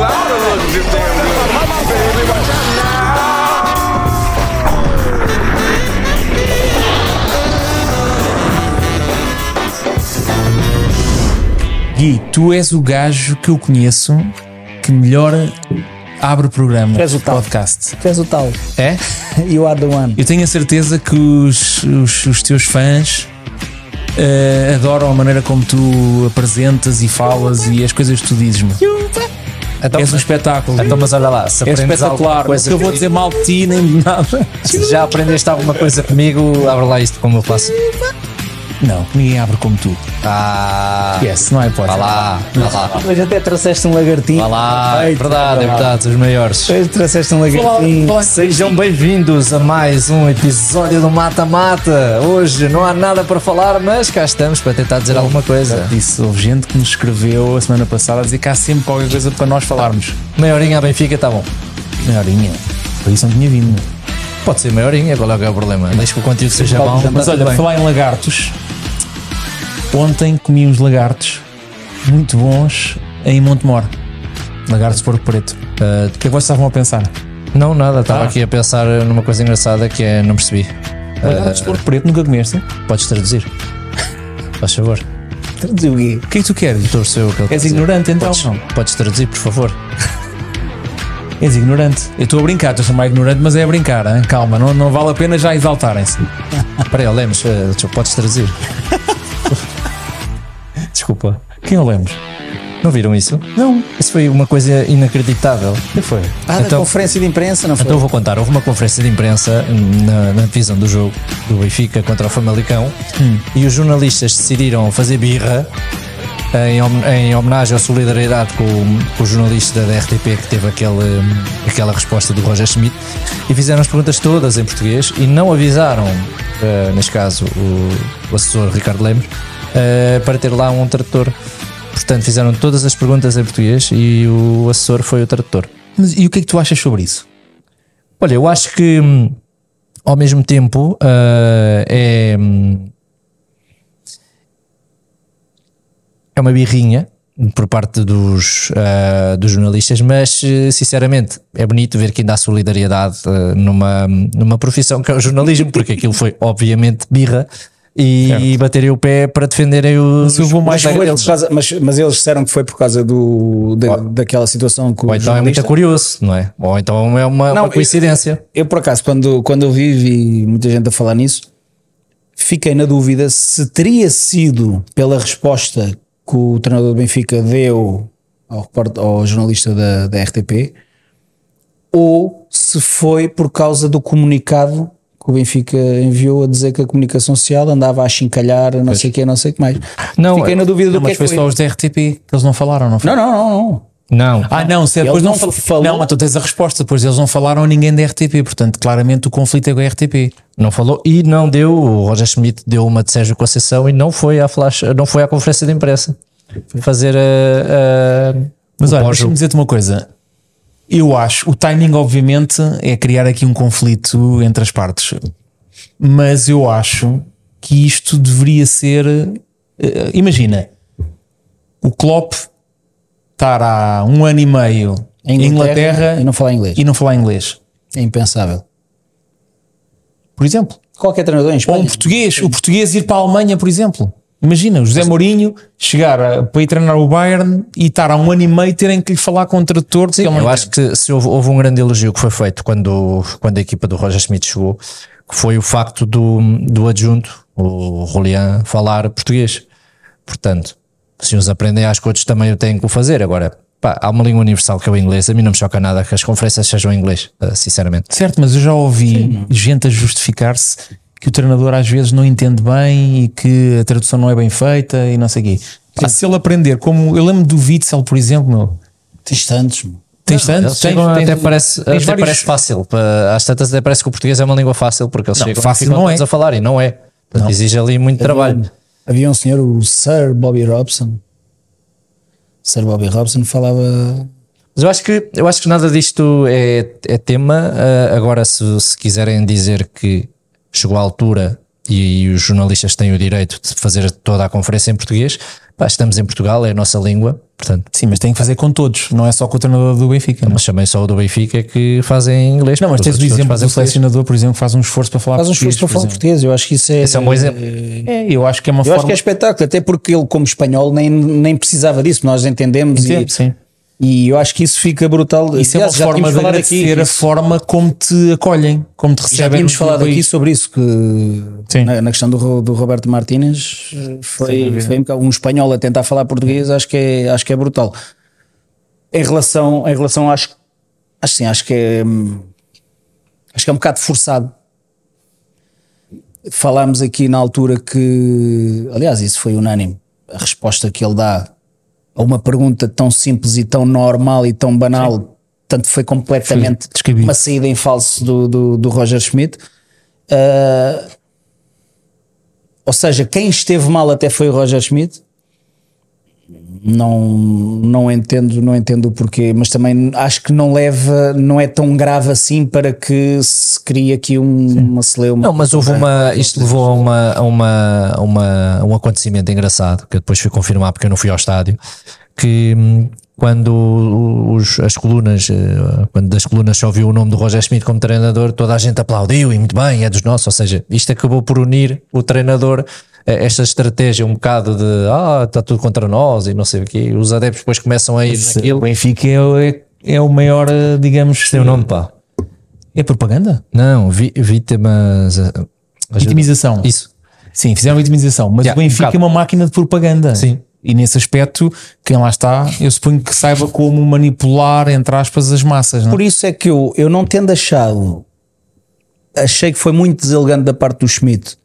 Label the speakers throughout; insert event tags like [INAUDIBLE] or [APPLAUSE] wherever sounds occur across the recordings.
Speaker 1: look just damn good.
Speaker 2: Gui, tu és o gajo que eu conheço que melhor abre o programa
Speaker 3: Tu és o tal.
Speaker 2: podcast.
Speaker 3: Tu és o tal.
Speaker 2: É?
Speaker 3: [LAUGHS] You are the one.
Speaker 2: Eu tenho a certeza que os, os, os teus fãs eh, adoram a maneira como tu apresentas e falas e as coisas que tu dizes. meu.
Speaker 4: Então,
Speaker 2: És um espetáculo.
Speaker 4: então, mas olha lá, se
Speaker 2: é
Speaker 4: aprendes alguma
Speaker 2: espetacular. Coisa
Speaker 4: coisa
Speaker 2: eu vou dizer mal de ti nem de nada.
Speaker 4: Se já aprendeste alguma coisa comigo, abre lá isto como eu faço.
Speaker 2: Não, ninguém abre como tu.
Speaker 4: Ah,
Speaker 2: Yes, não é
Speaker 4: vá
Speaker 2: hipótese.
Speaker 4: lá, vá lá,
Speaker 3: Hoje até trouxeste um lagartinho.
Speaker 4: vá lá. É
Speaker 3: Perfeito,
Speaker 4: verdade, é
Speaker 3: vá lá.
Speaker 4: verdade, os maiores.
Speaker 3: Hoje trouxeste um
Speaker 4: Olá,
Speaker 3: lagartinho.
Speaker 4: olá, Sejam bem-vindos a mais um episódio do Mata Mata. Hoje não há nada para falar, mas cá estamos para tentar dizer alguma coisa.
Speaker 2: Disse, houve gente que nos escreveu a semana passada a dizer que há sempre qualquer coisa para nós falarmos.
Speaker 4: Meia horinha a Benfica, tá bom.
Speaker 2: Maiorinha, por isso não tinha vindo. meu.
Speaker 4: Pode ser meia horinha, qual é que é o problema? Deixa que o conteúdo seja bom.
Speaker 2: Mas olha, por falar em lagartos, ontem comi uns lagartos muito bons em Montemor. Lagartos de porco preto. Ah, o que é que vocês estavam a pensar?
Speaker 4: Não, nada,
Speaker 3: Ah.
Speaker 4: estava aqui a pensar numa coisa engraçada que é, não percebi.
Speaker 2: Lagartos de porco preto, nunca comeste?
Speaker 4: Podes traduzir? Faz favor. Estou
Speaker 3: Traduziu o Gui.
Speaker 2: O que é que tu queres?
Speaker 4: a perceber o que ele está a
Speaker 2: És
Speaker 4: dizer.
Speaker 2: ignorante então?
Speaker 4: Podes, podes traduzir, por favor. [LAUGHS]
Speaker 2: És ignorante. Eu estou a brincar, estou a chamar ignorante, mas é a brincar, hein? calma, não, não vale a pena já exaltarem-se.
Speaker 4: Espera aí, Lemos, eh, tu podes traduzir. Desculpa.
Speaker 2: Quem eu lembro?
Speaker 4: Não viram isso? Não. Isso foi uma coisa inacreditável.
Speaker 2: Quem foi?
Speaker 3: Ah, da
Speaker 4: Então-
Speaker 3: conferência de imprensa, não foi?
Speaker 4: Então vou contar, houve uma conferência de imprensa na, na divisão do jogo do Benfica contra o Famalicão
Speaker 3: Hum.
Speaker 4: e os jornalistas decidiram fazer birra eh, em, hom- em homenagem à solidariedade com, o- com o jornalista da RTP que teve aquele, hum, aquela resposta do Roger Schmidt e fizeram as perguntas todas em português e não avisaram, eh, neste caso, o, o assessor Ricardo Lemos eh, para ter lá um tradutor. Portanto, fizeram todas as perguntas em português e o assessor foi o tradutor.
Speaker 2: Mas, e o que é que tu achas sobre isso?
Speaker 4: Olha, eu acho que hum, ao mesmo tempo ah, é, hum, é uma birrinha por parte dos, ah, dos jornalistas, mas eh, sinceramente é bonito ver que ainda há solidariedade ah, numa, numa profissão que é o jornalismo, porque aquilo foi obviamente birra. E, baterem o pé para defenderem os.
Speaker 2: eu vou
Speaker 3: Mas,
Speaker 2: mais
Speaker 4: os
Speaker 3: foi
Speaker 4: deles.
Speaker 3: por causa- mas, mas eles disseram que foi por causa do, da, daquela situação que o
Speaker 4: Ou então é
Speaker 3: jornalista-
Speaker 4: muito curioso, não é? Ou então é uma,
Speaker 3: Não,
Speaker 4: uma
Speaker 3: eu-
Speaker 4: coincidência.
Speaker 3: Eu, por acaso, quando, quando eu vi, vi muita gente a falar nisso, fiquei na dúvida se teria sido pela resposta que o treinador do Benfica deu ao, repórter- ao jornalista da, da RTP ou se foi por causa do comunicado que o Benfica enviou a dizer que a comunicação social andava a chincalhar, não sei o que, não sei o que mais.
Speaker 4: Não,
Speaker 3: fiquei na dúvida
Speaker 2: Não,
Speaker 3: do que é
Speaker 2: mas
Speaker 3: que
Speaker 2: foi
Speaker 3: foi.
Speaker 2: só os da RTP que eles não falaram, não foi?
Speaker 3: Não, não, não, não.
Speaker 4: Não.
Speaker 2: Ah, não, se depois
Speaker 3: Ele
Speaker 2: não,
Speaker 3: não
Speaker 2: fal-
Speaker 3: falou.
Speaker 2: Não, mas tu tens a resposta. Depois eles não falaram a ninguém da RTP, portanto, claramente o conflito é com a RTP.
Speaker 4: Não falou e não deu. O Roger Schmidt deu uma de Sérgio Conceição e não foi à, flash, não foi à conferência de imprensa fazer a. a-
Speaker 2: Mas
Speaker 4: o
Speaker 2: olha,
Speaker 4: pós-jogo.
Speaker 2: deixa-me dizer-te uma coisa. Eu acho, o timing, obviamente, é criar aqui um conflito entre as partes. Mas eu acho que isto deveria ser. eh, imagina, o Klopp estar há um ano e meio em Inglaterra,
Speaker 3: e não falar inglês.
Speaker 2: e não falar inglês,
Speaker 3: É impensável.
Speaker 2: por exemplo.
Speaker 3: Qualquer treinador em
Speaker 2: Ou
Speaker 3: Espanha.
Speaker 2: um português, o português ir para a Alemanha, por exemplo. Imagina, o José Mourinho chegar a- para ir treinar o Bayern e estar há um ano e meio terem que lhe falar com um tradutor. que ele não
Speaker 4: Eu
Speaker 2: entende.
Speaker 4: acho que se houve, houve um grande elogio que foi feito quando, quando a equipa do Roger Schmidt chegou, que foi o facto do, do adjunto, o Julian, falar português. Portanto, se uns aprendem, acho que outros também o têm que o fazer. Agora, pá, há uma língua universal que é o inglês. A mim não me choca nada que as conferências sejam em inglês, eh, sinceramente.
Speaker 2: Certo, mas eu já ouvi gente a justificar-se que o treinador às vezes não entende bem e que a tradução não é bem feita e não sei o quê. Pá, se ele aprender, como eu lembro do Witzel, por exemplo, meu,
Speaker 3: Tens tantos, meu.
Speaker 2: tens
Speaker 4: Eles
Speaker 2: tanto, tens,
Speaker 4: chegam,
Speaker 2: tens-
Speaker 4: até parece,
Speaker 2: tens
Speaker 4: até
Speaker 2: vários-
Speaker 4: parece fácil. pa- Às tantas até parece que o português é uma língua fácil, porque eles chegam
Speaker 2: fácil
Speaker 4: e ficam
Speaker 2: não é.
Speaker 4: todos a falar e não é. Portanto, Exige ali muito trabalho.
Speaker 3: Havia um senhor, o Sir Bobby Robson. Sir Bobby Robson falava.
Speaker 4: Mas eu acho que, eu acho que nada disto é, é tema. Ah, agora, se, se quiserem dizer que chegou a altura e, e os jornalistas têm o direito de fazer toda a conferência em português. Pá, estamos em Portugal, é a nossa língua, portanto.
Speaker 2: Sim, mas tem que fazer com todos, não é só com o treinador do Benfica. Não,
Speaker 4: Mas também só o do Benfica é que fazem em inglês.
Speaker 2: Não, mas
Speaker 4: porque os
Speaker 2: tens o
Speaker 4: outros todos
Speaker 2: exemplo
Speaker 4: fazem
Speaker 2: do
Speaker 4: português.
Speaker 2: selecionador, por exemplo, que faz um esforço para falar
Speaker 3: Faz um esforço para
Speaker 2: português,
Speaker 3: falar
Speaker 2: por
Speaker 3: português, eu acho que isso é.
Speaker 4: Esse é um bom exemplo.
Speaker 2: exemplo. É, eu acho que é uma
Speaker 3: Eu acho
Speaker 2: forma.
Speaker 3: que é espetáculo, até porque ele, como espanhol, nem, nem precisava disso, nós entendemos
Speaker 2: Sim,
Speaker 3: e,
Speaker 2: sim.
Speaker 3: e eu acho que isso fica brutal.
Speaker 2: Isso é uma
Speaker 3: Aliás, já
Speaker 2: forma
Speaker 3: tínhamos
Speaker 2: de
Speaker 3: falado
Speaker 2: agradecer
Speaker 3: aqui,
Speaker 2: a forma como te acolhem, como te recebem.
Speaker 3: já tínhamos
Speaker 2: no
Speaker 3: falado
Speaker 2: país.
Speaker 3: aqui sobre isso, que
Speaker 2: Sim.
Speaker 3: na, na questão do, Ro- do Roberto Martínez foi, foi um bocado- um espanhol a tentar falar português, acho que é, acho que é brutal. Em relação, em relação acho, acho, sim, acho que é, hum, acho que é um bocado forçado. Falámos aqui na altura que, aliás, isso foi unânime, a resposta que ele dá a uma pergunta tão simples e tão normal e tão banal, tanto foi completamente
Speaker 2: descabido.
Speaker 3: uma saída em falso do, do, do Roger Schmidt. Ah, ou seja, quem esteve mal até foi o Roger Schmidt. Não, não entendo, não entendo o porquê, mas também acho que não leva, não é tão grave assim para que se crie aqui um, uma celeuma.
Speaker 4: Não, mas é houve uma. Isto levou a, uma, a, uma, a uma- a um acontecimento engraçado que eu depois fui confirmar porque eu não fui ao estádio. Que hum, quando os- as colunas, eh, quando das colunas só viu o nome do Roger Schmidt como treinador, toda a gente aplaudiu e muito bem, é dos nossos. Ou seja, isto acabou por unir o treinador a esta estratégia um bocado de ah, está tudo contra nós e não sei o quê. Os adeptos depois começam a ir
Speaker 2: O
Speaker 4: naquilo.
Speaker 2: Benfica é, o- é, é o maior, eh, digamos.
Speaker 4: Tem o nome, pá.
Speaker 2: É propaganda?
Speaker 4: Não, vi, vítimas. eh,
Speaker 2: Vitimização.
Speaker 4: Isso.
Speaker 2: Sim, fizeram vitimização. Mas
Speaker 4: Yeah,
Speaker 2: o Benfica
Speaker 4: um bocado.
Speaker 2: é uma máquina de propaganda.
Speaker 4: Sim.
Speaker 2: E nesse aspecto, quem lá está, eu suponho que saiba como manipular, entre aspas, as massas. Não? é?
Speaker 3: Por isso é que eu, eu não tendo achado, achei que foi muito deselegante da parte do Schmidt.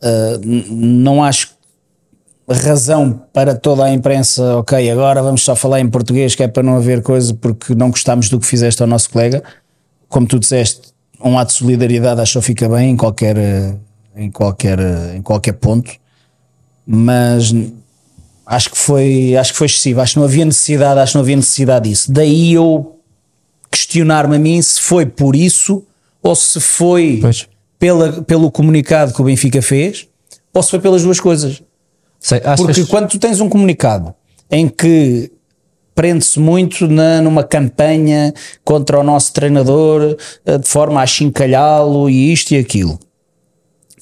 Speaker 3: Ah, n- não acho razão para toda a imprensa, ok, agora vamos só falar em português, que é para não haver coisa, porque não gostámos do que fizeste ao nosso colega. Como tu disseste, um ato de solidariedade acho que fica bem em qualquer, eh, em qualquer, eh, em qualquer ponto, mas acho que foi acho que foi excessivo acho que não havia necessidade acho que não havia necessidade disso daí eu questionar-me a mim se foi por isso ou se foi
Speaker 2: Pois.
Speaker 3: pela, pelo comunicado que o Benfica fez ou se foi pelas duas coisas
Speaker 4: Sei, achas-
Speaker 3: porque quando tu tens um comunicado em que prende-se muito na, numa campanha contra o nosso treinador eh, de forma a chincalhá-lo e isto e aquilo,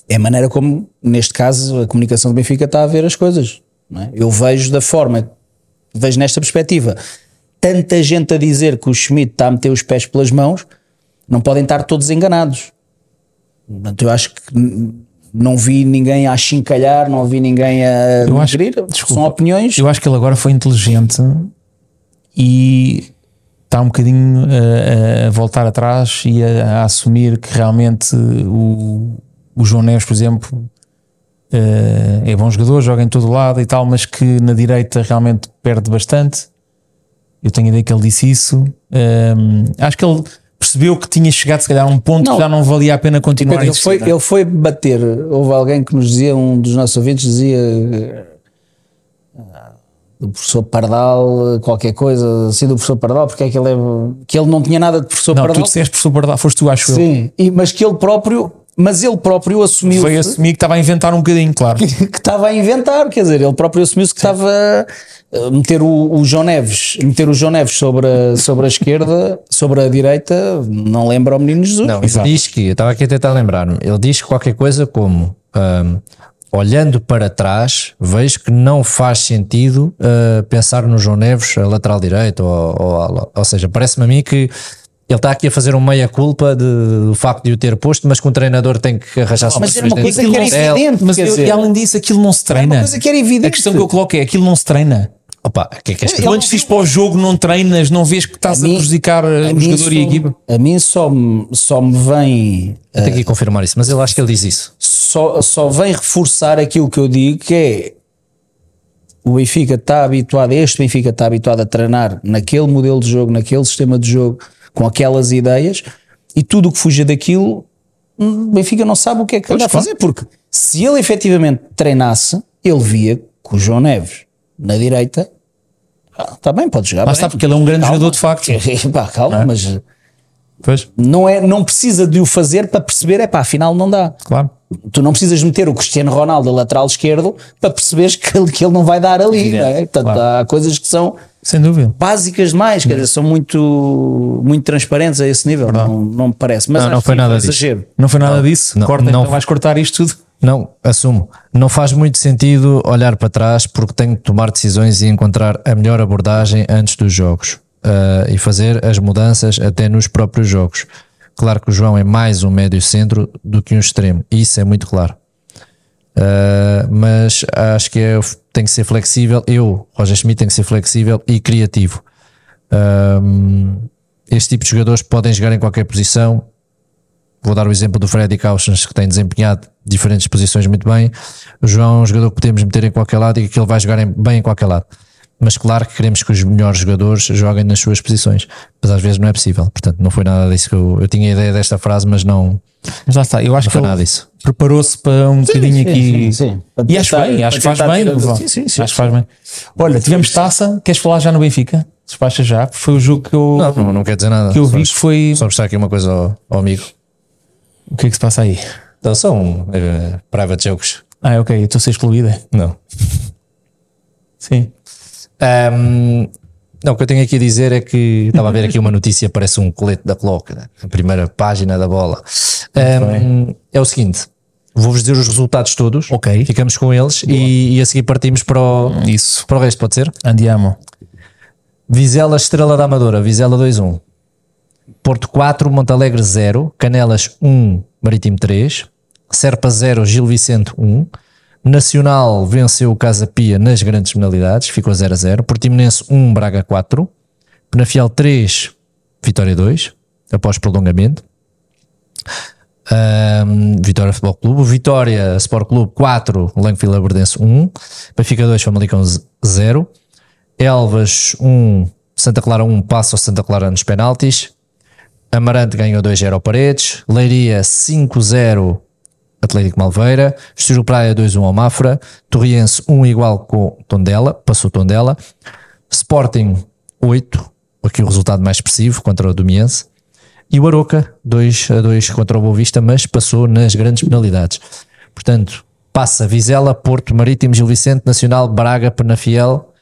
Speaker 3: é a maneira como, neste caso, a comunicação do Benfica está a ver as coisas. não é? Eu vejo da forma, vejo nesta perspectiva. Tanta gente a dizer que o Schmidt está a meter os pés pelas mãos, não podem estar todos enganados. Portanto, eu acho que n- não vi ninguém a chincalhar, não vi ninguém a
Speaker 2: Eu acho-
Speaker 3: denegrir.
Speaker 2: desculpa.
Speaker 3: São opiniões.
Speaker 2: Eu acho que ele agora foi inteligente e está um bocadinho eh, a, a- a voltar atrás e a, a assumir que realmente o, o João Neves, por exemplo, eh, é bom jogador, joga em todo lado e tal, mas que na direita realmente perde bastante. Eu tenho a ideia que ele disse isso. Ehm, acho que ele percebeu que tinha chegado, se calhar, a um ponto
Speaker 3: Não.
Speaker 2: que já não valia a pena continuar
Speaker 3: Pedro,
Speaker 2: a
Speaker 3: ele,
Speaker 2: insistir. é?
Speaker 3: foi, ele foi bater. Houve alguém que nos dizia, um dos nossos ouvintes dizia eh, do professor Pardal, eh, qualquer coisa assim do professor Pardal, porque é que ele é, que ele não tinha nada de professor
Speaker 2: não, tu
Speaker 3: Pardal.
Speaker 2: disseste professor Bardal, foste tu, acho eu.
Speaker 3: Sim, e- mas que ele próprio, mas ele próprio assumiu
Speaker 2: Foi assumir que estava a inventar um bocadinho, claro.
Speaker 3: [LAUGHS] que estava a inventar, quer dizer, ele próprio assumiu-se que estava a meter o, o João Neves, meter o João Neves sobre a, sobre a esquerda, sobre a direita, não lembra o menino Jesus.
Speaker 4: Não, ele
Speaker 2: Exato.
Speaker 4: diz que, eu estava aqui a tentar lembrar-me, ele diz qualquer coisa como ahm, olhando para trás, vejo que não faz sentido ah, pensar no João Neves a lateral direito, ou, ou, ala. ou seja, parece-me a mim que ele está aqui a fazer um meia-culpa de- do facto de o ter posto, mas que um treinador tem que arranjar
Speaker 3: mas era uma
Speaker 4: soluções
Speaker 3: coisa
Speaker 4: dentro
Speaker 3: que era
Speaker 4: do plantel.
Speaker 3: evidente,
Speaker 2: Mas
Speaker 3: quer
Speaker 2: eu-
Speaker 3: dizer,
Speaker 2: e além disso, aquilo não se treina.
Speaker 3: coisa que era evidente.
Speaker 2: A questão que eu coloco é: aquilo não se treina.
Speaker 4: Opa, o que é que és
Speaker 2: Tu antes de ir para o jogo, não treinas, não vês que estás a,
Speaker 3: mim-
Speaker 2: prejudicar eh,
Speaker 3: a
Speaker 2: o
Speaker 3: mim
Speaker 2: jogador e a
Speaker 3: só-
Speaker 2: equipa.
Speaker 3: A mim só me, só me vem
Speaker 4: Eu tenho que ir confirmar isso, mas eu acho que ele diz isso.
Speaker 3: só, só vem reforçar aquilo que eu digo que é o Benfica está habituado, este Benfica está habituado a treinar naquele modelo de jogo, naquele sistema de jogo, com aquelas ideias, e tudo o que fuja daquilo, hum, o Benfica não sabe o que é que anda a
Speaker 2: claro.
Speaker 3: fazer, porque se ele efetivamente treinasse, ele via que o João Neves na direita está bem, pode jogar.
Speaker 2: Lá
Speaker 3: bem.
Speaker 2: está, porque ele é um grande
Speaker 3: Calma.
Speaker 2: jogador de facto.
Speaker 3: [LAUGHS] Pá, calma, mas
Speaker 2: Pois,
Speaker 3: não, é, não precisa de o fazer para perceber, é pá, afinal não dá.
Speaker 2: claro.
Speaker 3: Tu não precisas meter o Cristiano Ronaldo a lateral esquerdo para perceberes que ele, que ele não vai dar ali,
Speaker 4: Evidente,
Speaker 3: não é? Portanto, há coisas que são
Speaker 2: Sem dúvida.
Speaker 3: básicas demais, quer dizer, são muito, muito transparentes a esse nível, não, não me parece. Mas
Speaker 4: Não, não
Speaker 3: acho
Speaker 4: foi
Speaker 3: que é um
Speaker 4: nada disso.
Speaker 3: exagero.
Speaker 2: Não foi nada disso?
Speaker 4: não,
Speaker 2: Corta,
Speaker 4: não
Speaker 2: então
Speaker 4: foi.
Speaker 2: vais cortar isto tudo.
Speaker 4: Não, assumo. Não faz muito sentido olhar para trás porque tenho de tomar decisões e encontrar a melhor abordagem antes dos jogos ah, e fazer as mudanças até nos próprios jogos. Claro que o João é mais um médio centro do que um extremo, isso é muito claro. Ah, mas acho que é, tem que ser flexível. Eu, Roger Schmidt, tem que ser flexível e criativo. Ahm, este tipo de jogadores podem jogar em qualquer posição, vou dar o exemplo do Freddy Cauchens que tem desempenhado diferentes posições muito bem o João é um jogador que podemos meter em qualquer lado e que ele vai jogar em- bem em qualquer lado mas claro que queremos que os melhores jogadores joguem nas suas posições, mas às vezes não é possível portanto não foi nada disso que eu, eu tinha ideia desta frase mas não,
Speaker 2: Mas lá está, eu acho
Speaker 4: não
Speaker 2: que
Speaker 4: foi
Speaker 2: ele
Speaker 4: nada disso
Speaker 2: preparou-se para um bocadinho aqui.
Speaker 3: sim, sim.
Speaker 2: E acho
Speaker 3: Para
Speaker 2: bem,
Speaker 3: tentar-
Speaker 2: acho que
Speaker 3: para
Speaker 2: faz
Speaker 3: tentar
Speaker 2: bem.
Speaker 3: tirar-
Speaker 2: Vá.
Speaker 3: sim, sim, sim,
Speaker 2: Acho que faz bem. Olha, tivemos taça, queres falar já no Benfica? Despacha já, porque foi o jogo que eu,
Speaker 4: não, não, não quer dizer nada
Speaker 2: que eu vi que
Speaker 4: só,
Speaker 2: foi.
Speaker 4: só mostrar aqui uma coisa ao, ao amigo
Speaker 2: O que é que se passa aí?
Speaker 4: então são eh, private jokes
Speaker 2: Ah, ok, eu estou a ser excluída.
Speaker 4: não
Speaker 2: Sim.
Speaker 4: Ahm, não, o que eu tenho aqui a dizer é que estava a ver aqui uma notícia, parece um colete da clock, né? a primeira página da bola. Ahm, é o seguinte: vou-vos dizer os resultados todos,
Speaker 2: Ok.
Speaker 4: ficamos com eles e, e a seguir partimos para o,
Speaker 2: Isso.
Speaker 4: para o resto, pode ser?
Speaker 2: Andiamo.
Speaker 4: Vizela Estrela da Amadora, Vizela 2-1. Porto 4, Montalegre 0, Canelas 1, Marítimo 3, Serpa 0, Gil Vicente 1, Nacional venceu o Casa Pia nas grandes penalidades, ficou 0 a 0, Portimonense 1, Braga 4, Penafiel 3, Vitória 2, após prolongamento, Ahm, Vitória Futebol Clube, Vitória Sport Clube 4, Langfila Verdense 1, Benfica 2, Famalicão 0, Elvas 1, Santa Clara 1, passa ao Santa Clara nos penaltis. Amarante ganhou 2-0 ao Paredes. Leiria 5-0 Atlético Malveira. Estoril Praia 2-1 ao Mafra. Torriense 1 igual com Tondela, passou Tondela. Sporting 8, aqui o resultado mais expressivo contra o Domiense. E o Aroca 2 a 2 contra o Boavista, mas passou nas grandes penalidades. Portanto, passa Vizela, Porto Marítimo, Gil Vicente, Nacional, Braga, Penafiel,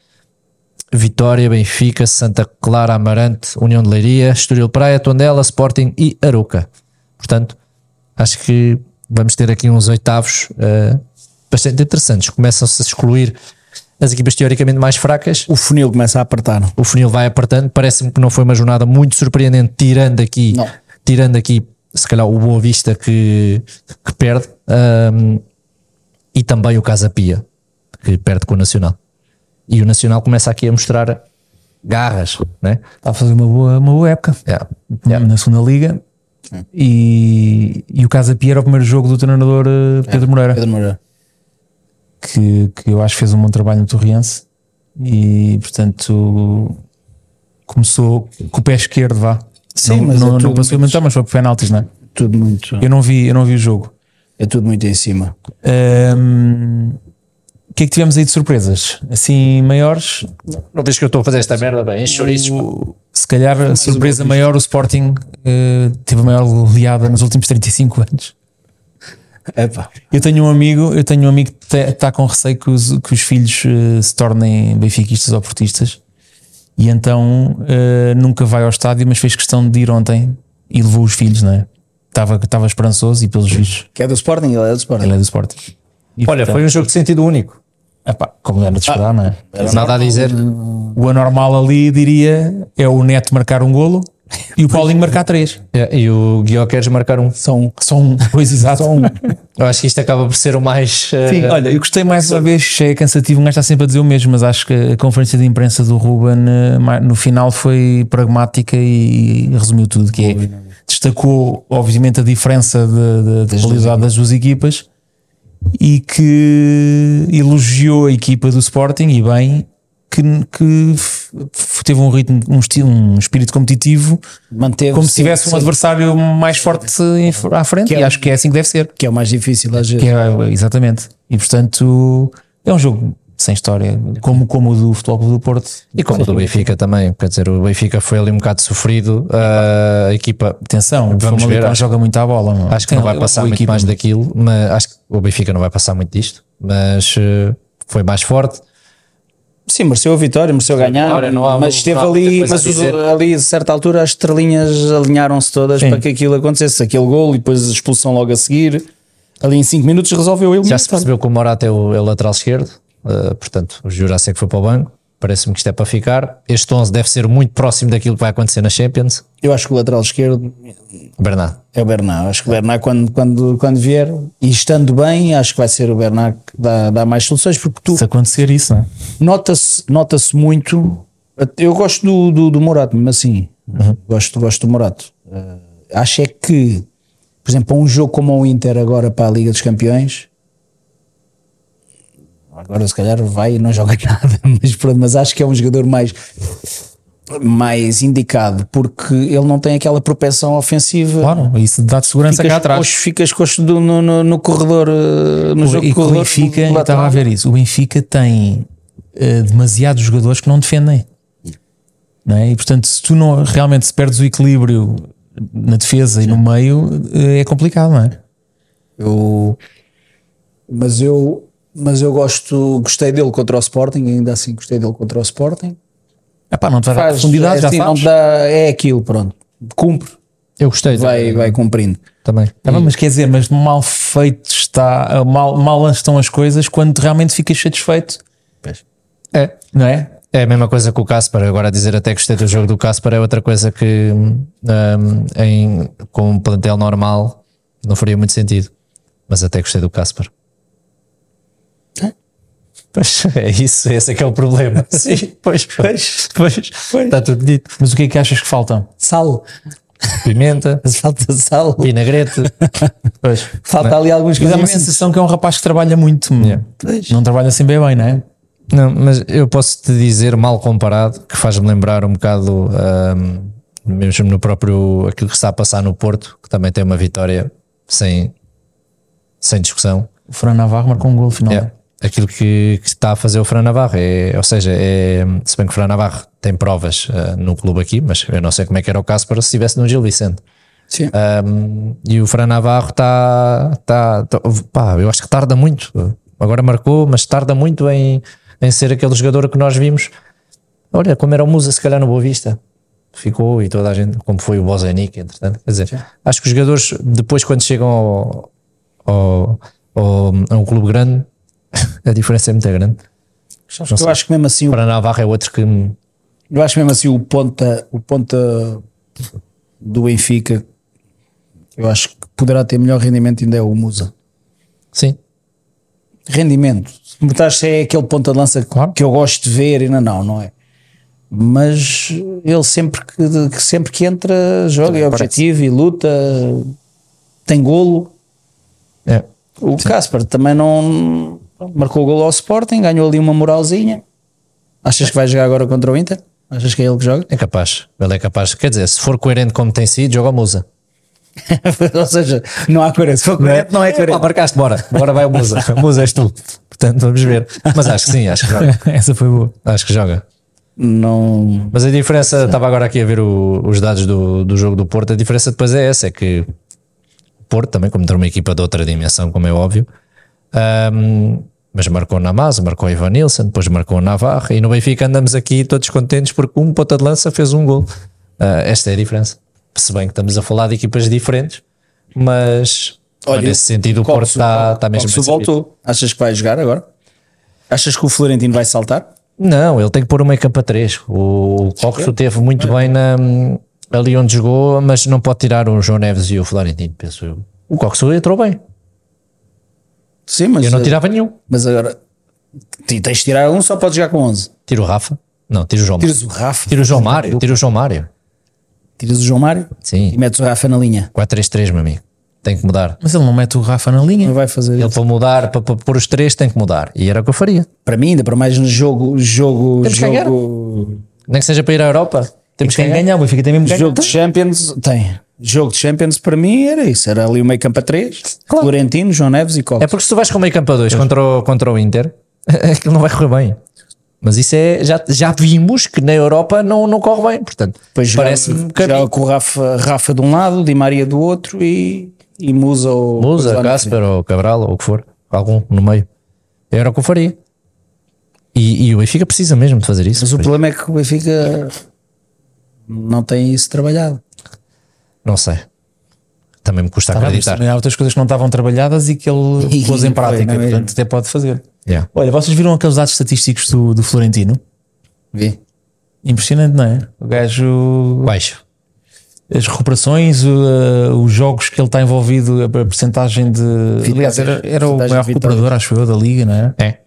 Speaker 4: Vitória, Benfica, Santa Clara, Amarante, União de Leiria, Estoril Praia, Tondela, Sporting e Aroca. Portanto, acho que vamos ter aqui uns oitavos eh, bastante interessantes. Começam-se a excluir as equipas teoricamente mais fracas.
Speaker 3: O funil começa a apertar.
Speaker 4: O funil vai apertando. Parece-me que não foi uma jornada muito surpreendente, tirando aqui,
Speaker 3: Não.
Speaker 4: tirando aqui, se calhar, o Boa Vista que, que perde ahm, e também o Casa Pia, que perde com o Nacional. E o Nacional começa aqui a mostrar garras, né?
Speaker 2: Está a fazer uma boa, uma boa época
Speaker 4: Yeah.
Speaker 2: na segunda liga. E, e o Casa Pia era o primeiro jogo do treinador eh, Pedro Moreira,
Speaker 3: Pedro Moura.
Speaker 2: Que, que eu acho que fez um bom trabalho no Torriense. E portanto começou com o pé esquerdo, vá.
Speaker 3: Sim,
Speaker 2: não,
Speaker 3: mas é
Speaker 2: não, não
Speaker 3: tudo
Speaker 2: passou a mas foi por penaltis, não é?
Speaker 3: Tudo muito,
Speaker 2: Eu não vi, eu não vi o jogo.
Speaker 3: é tudo muito em cima.
Speaker 2: Ahm, o que é que tivemos aí de surpresas? Assim, maiores?
Speaker 4: Não vês que eu estou a fazer esta merda bem, chouriços.
Speaker 2: O- se calhar a surpresa maior, o Sporting eh, teve a maior goleada nos últimos 35 anos.
Speaker 3: Epá.
Speaker 2: Eu tenho um amigo, eu tenho um amigo que está com receio que os, que os filhos eh, se tornem benfiquistas ou portistas e então eh, nunca vai ao estádio, mas fez questão de ir ontem e levou os filhos, não é? Estava, estava esperançoso e pelos vistos
Speaker 3: Que é do Sporting, ele é do Sporting.
Speaker 2: ele é do Sporting. E,
Speaker 4: Olha,
Speaker 2: portanto,
Speaker 4: foi um jogo de sentido único.
Speaker 2: epá, como era de esperar, não é?
Speaker 4: Nada a dizer.
Speaker 2: O anormal ali diria é o Neto marcar um golo e o Paulinho marcar três.
Speaker 4: É, E o Guió queres marcar um.
Speaker 2: Só um. Só um. Pois
Speaker 3: [LAUGHS]
Speaker 2: exato.
Speaker 3: é.
Speaker 4: Eu acho que isto acaba por ser o mais. eh,
Speaker 2: Sim, olha, eu gostei mais uma vez, é cansativo, um gajo está sempre a dizer o mesmo, mas acho que a conferência de imprensa do Ruben eh, ma- no final foi pragmática e resumiu tudo, que é, destacou obviamente a diferença de, de- de qualidade das duas equipas e que elogiou a equipa do Sporting e bem que, que f- f- teve um ritmo, um estilo, um espírito competitivo,
Speaker 3: Manteve
Speaker 2: como se tivesse um adversário mais forte em f- à frente,
Speaker 3: Que é
Speaker 2: e
Speaker 3: o-
Speaker 2: acho que é assim que deve ser.
Speaker 3: que é o mais difícil às
Speaker 2: Que
Speaker 3: vezes.
Speaker 2: é, exatamente. E portanto, é um jogo sem história, como, como o do Futebol Clube do Porto.
Speaker 4: E como do Benfica também, quer dizer, o Benfica foi ali um bocado sofrido, eh, a equipa
Speaker 2: Atenção, o
Speaker 4: Vamos ver,
Speaker 2: Famalicão
Speaker 4: acho-
Speaker 2: joga muito à bola. meu.
Speaker 4: acho que não
Speaker 2: Tem
Speaker 4: vai
Speaker 3: um
Speaker 2: ali
Speaker 4: passar
Speaker 2: uma
Speaker 4: muito
Speaker 2: equipa
Speaker 4: mais daquilo, mas acho que o Benfica não vai passar muito disto, mas eh, foi mais forte.
Speaker 3: Sim, mereceu a vitória, mereceu ganhar,
Speaker 4: vitória, não há
Speaker 3: mas
Speaker 4: muito-
Speaker 3: esteve
Speaker 4: não há muita
Speaker 3: ali,
Speaker 4: coisa
Speaker 3: mas
Speaker 4: a
Speaker 3: os-
Speaker 4: dizer.
Speaker 3: ali a certa altura as estrelinhas alinharam-se todas
Speaker 2: Sim.
Speaker 3: para que aquilo acontecesse, aquele gol e depois a expulsão logo a seguir, ali em 5 minutos resolveu ele.
Speaker 4: Já se percebeu que o Morata é o, é o lateral esquerdo, eh, portanto, o Jurassic foi para o banco. Parece-me que isto é para ficar. Este 11 deve ser muito próximo daquilo que vai acontecer na Champions.
Speaker 3: Eu acho que o lateral esquerdo
Speaker 4: Bernardo,
Speaker 3: é o Bernard, acho que o Bernard quando, quando, quando vier e estando bem, acho que vai ser o Bernard que dá, dá mais soluções, porque tu
Speaker 2: Se acontecer isso, não é?
Speaker 3: Nota-se nota muito. Eu gosto do, do, do Morato, mesmo assim.
Speaker 2: Uhum.
Speaker 3: Gosto, gosto do Morato. Eh, acho é que, por exemplo, para um jogo como o Inter agora para a Liga dos Campeões, agora se calhar vai e não joga [LAUGHS] nada, mas, pronto, mas acho que é um jogador mais, mais indicado, porque ele não tem aquela propensão ofensiva.
Speaker 2: Claro, isso dá-te segurança cá
Speaker 3: Ficas
Speaker 2: atrás.
Speaker 3: coxo, ficas coxo do- no, no, no corredor, eh, no jogo
Speaker 2: e
Speaker 3: de
Speaker 2: com o
Speaker 3: corredor.
Speaker 2: Benfica, eu
Speaker 3: lateral.
Speaker 2: estava a ver isso. O Benfica tem eh, demasiados jogadores que não defendem, não é? E portanto, se tu não realmente se perdes o equilíbrio na defesa e no meio, eh, é complicado, não é?
Speaker 3: Eu, mas eu, mas eu gosto, gostei dele contra o Sporting, ainda assim gostei dele contra o Sporting.
Speaker 2: Epá, não te vai dar
Speaker 3: Faz-
Speaker 2: profundidade,
Speaker 3: é,
Speaker 2: já
Speaker 3: assim, não
Speaker 2: sabes.
Speaker 3: dá- é aquilo, pronto. Cumpre,
Speaker 4: eu gostei
Speaker 3: vai, vai cumprindo.
Speaker 4: também.
Speaker 2: Tá bem, mas quer dizer, mas mal feito está, ah, mal, mal estão as coisas quando realmente ficas satisfeito,
Speaker 4: É,
Speaker 2: não é?
Speaker 4: É a mesma coisa que o Casper, agora dizer até que gostei do jogo do Casper é outra coisa que hum, em, com um plantel normal não faria muito sentido, mas até gostei do Casper. É. Pois é isso, esse é que é o problema. Sim, [LAUGHS] pois, pois, pois, está tudo dito.
Speaker 2: Mas o que é que achas que faltam?
Speaker 3: Sal,
Speaker 4: Pimenta,
Speaker 3: falta
Speaker 4: [LAUGHS]
Speaker 3: sal,
Speaker 4: vinagrete,
Speaker 2: Pois.
Speaker 3: falta ali
Speaker 2: Mas
Speaker 3: alguns
Speaker 2: dá uma
Speaker 3: condimentos.
Speaker 2: sensação que é um rapaz que trabalha muito, meu.
Speaker 3: Pois.
Speaker 2: não trabalha assim bem bem, não é?
Speaker 4: Não, mas eu posso te dizer, mal comparado, que faz-me lembrar um bocado, ahm, mesmo no próprio, aquilo que está a passar no Porto, que também tem uma vitória sem, sem discussão.
Speaker 2: O Fran Navarro marcou um gol final.
Speaker 4: É, aquilo que, que está a fazer o Fran Navarro, é, ou seja, é, se bem que o Fran Navarro tem provas ah, no clube aqui, mas eu não sei como é que era o caso para se estivesse no Gil Vicente.
Speaker 3: Sim.
Speaker 2: Ah,
Speaker 4: Um, e o Fran Navarro está. Tá, tá- pá, eu acho que tarda muito. Agora marcou, mas tarda muito em, em ser aquele jogador que nós vimos. Olha, como era o Musa, se calhar no Boa Vista. Ficou e toda a gente, como foi o Bozanic, entretanto. Quer dizer, acho que os jogadores, depois, quando chegam ao, ao- ao- a um clube grande, [LAUGHS] a diferença é muito grande.
Speaker 3: Eu acho que mesmo assim
Speaker 4: O Fran Navarro é outro que.
Speaker 3: Eu acho mesmo assim o ponta, o ponta do Benfica, eu acho que poderá ter melhor rendimento ainda é o Musa.
Speaker 4: Sim,
Speaker 3: Rendimento. Se me estás se é aquele ponta de lança que eu gosto de ver, ainda não, não é? Mas ele sempre que, que sempre que entra, joga, é objetivo e luta, tem golo.
Speaker 4: é.
Speaker 3: O Casper também não marcou golo ao Sporting, ganhou ali uma moralzinha. Achas que vai jogar agora contra o Inter? Achas que é ele que joga? [LAUGHS]
Speaker 4: É capaz, ele é capaz. Quer dizer, se for coerente como tem sido, joga o Musa.
Speaker 3: Ou seja, não há coerência. Se for coerente, não é
Speaker 4: Pá,
Speaker 3: coerente.
Speaker 4: Ah, marcaste, bora. Bora vai o Musa. [LAUGHS] O Musa és tu. Portanto, vamos ver. Mas acho que sim, acho que joga.
Speaker 2: [LAUGHS] Essa foi boa.
Speaker 4: Acho que joga.
Speaker 3: Não.
Speaker 4: Mas a diferença, estava agora aqui a ver o- os dados do, do jogo do Porto, a diferença depois é essa, é que o Porto também, como ter uma equipa de outra dimensão, como é óbvio, ahm, mas marcou o Namazo, marcou o Ivan Nilsson, depois marcou o Navarro, e no Benfica andamos aqui todos contentes porque um ponta de lança fez um gol. Ah, esta é a diferença. Se bem que estamos a falar de equipas diferentes, mas
Speaker 3: Olha,
Speaker 4: nesse sentido o Porto está está mesmo
Speaker 3: Se
Speaker 4: bem servido.
Speaker 3: voltou, achas que vai jogar agora? Achas que o Florentino vai saltar?
Speaker 4: Não, ele tem que pôr o meio campo a 3. O Coxo teve muito bem na- ali onde jogou, mas não pode tirar o João Neves e o Florentino, penso eu. O Coxo entrou bem.
Speaker 3: Sim, mas, eh,
Speaker 4: Eu não tirava nenhum.
Speaker 3: mas agora ti- tens de tirar um, só podes jogar com 11.
Speaker 4: Tiro o Rafa. Não, tiro o João Mário.
Speaker 3: Tiras o Rafa,
Speaker 4: Tiro o João Mário. Tiro o João Mário.
Speaker 3: tiras o João Mário e
Speaker 4: Sim.
Speaker 3: metes o Rafa na linha.
Speaker 4: 4-3-3, meu amigo. Tem que mudar.
Speaker 2: Mas ele não mete o Rafa na linha.
Speaker 3: Não vai fazer
Speaker 4: Ele
Speaker 3: isso.
Speaker 4: para mudar, para, para pôr os três, tem que mudar. E era o que eu faria.
Speaker 3: Para mim, ainda para mais no jogo, jogo,
Speaker 4: Temos que
Speaker 3: jogo,
Speaker 4: Nem que seja para ir à Europa. Temos que
Speaker 2: Tem que
Speaker 4: ganhar.
Speaker 2: ganhar, o Benfica tem mesmo que ganhar.
Speaker 3: jogo de Champions. Tem. Jogo de Champions para mim era isso. Era ali o meio campo a 3. Florentino, João Neves e Cox.
Speaker 4: É porque se tu vais com o meio campo a 2 contra o, contra o Inter, [LAUGHS] aquilo não vai correr bem. Mas isso é, já, já vimos que na Europa não, não corre bem, portanto,
Speaker 3: Depois
Speaker 4: parece-me um
Speaker 3: jogava,
Speaker 4: que
Speaker 3: jogava com o Rafa, Rafa de um lado, Di Maria do outro e, e Musa ou coisa
Speaker 4: Musa,
Speaker 3: lá no
Speaker 4: Casper ou Cabral ou o que for, algum no meio. Era o que eu faria. E, e o Benfica precisa mesmo de fazer isso.
Speaker 3: Mas o
Speaker 4: Por-
Speaker 3: problema é que o Benfica não tem isso trabalhado.
Speaker 4: Não sei. Também me custa
Speaker 2: Tá bem, mas
Speaker 4: acreditar.
Speaker 2: também há outras coisas que não estavam trabalhadas e que [LAUGHS] ele pôs em
Speaker 3: Foi,
Speaker 2: prática,
Speaker 3: não é?
Speaker 2: portanto até pode fazer.
Speaker 4: Yeah.
Speaker 2: Olha, vocês viram aqueles dados estatísticos do, do Florentino?
Speaker 3: Vi.
Speaker 2: Impressionante, não é? O gajo,
Speaker 4: Baixo.
Speaker 2: as recuperações, o- eh, os jogos que ele está envolvido, a percentagem de. Aliás, era, era o
Speaker 3: Percentagem
Speaker 2: maior
Speaker 3: de vitórias.
Speaker 2: recuperador, acho eu, da liga, não é?
Speaker 4: É.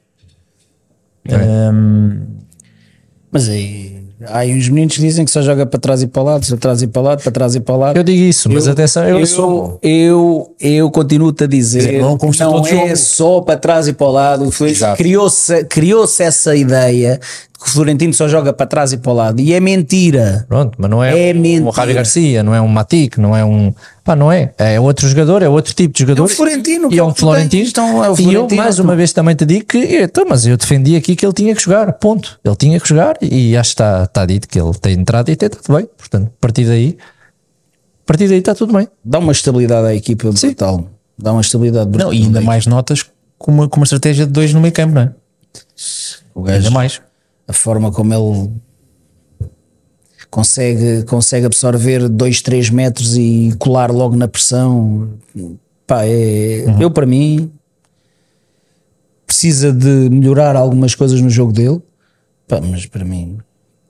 Speaker 3: Mas aí, há aí uns meninos que dizem que só joga para trás e para o lado, para trás e para o lado, para trás e para o lado.
Speaker 4: Eu digo isso, mas atenção, eu,
Speaker 3: eu,
Speaker 4: sou.
Speaker 3: eu, eu continuo-te a dizer,
Speaker 2: Dizer, não
Speaker 3: não,
Speaker 2: consta todo
Speaker 3: é
Speaker 2: jogo.
Speaker 3: só para trás e para o lado. O Florentino- Criou-se criou essa ideia de que o Florentino só joga para trás e para o lado. E é mentira.
Speaker 4: Pronto, mas não é,
Speaker 3: É
Speaker 4: um, um
Speaker 3: mentira.
Speaker 4: Javi Garcia, não é um Matic, não é um. Pá, não é. É outro jogador, é outro tipo de jogador.
Speaker 3: É o Florentino,
Speaker 4: E é
Speaker 3: pá,
Speaker 4: um
Speaker 3: tu
Speaker 4: Florentino.
Speaker 3: tens, então, é o
Speaker 4: e eu,
Speaker 3: Florentino,
Speaker 4: mais
Speaker 3: tu-
Speaker 4: uma vez, também te digo que. eu- Então, mas eu defendi aqui que ele tinha que jogar, ponto. Ele tinha que jogar e acho que está, está dito que ele tem entrado e tem estado bem. Portanto, a partir daí. A partir daí está tudo bem.
Speaker 3: Dá uma estabilidade à equipa brutal. Dá uma estabilidade brutal.
Speaker 2: Não, e ainda mais notas com uma, com uma estratégia de dois no meio campo, não é?
Speaker 3: O
Speaker 2: Ainda
Speaker 3: gajo-
Speaker 2: mais.
Speaker 3: a forma como ele consegue, consegue absorver 2, 3 metros e colar logo na pressão. Pá, é, eu para mim precisa de melhorar algumas coisas no jogo dele, Pá, mas para mim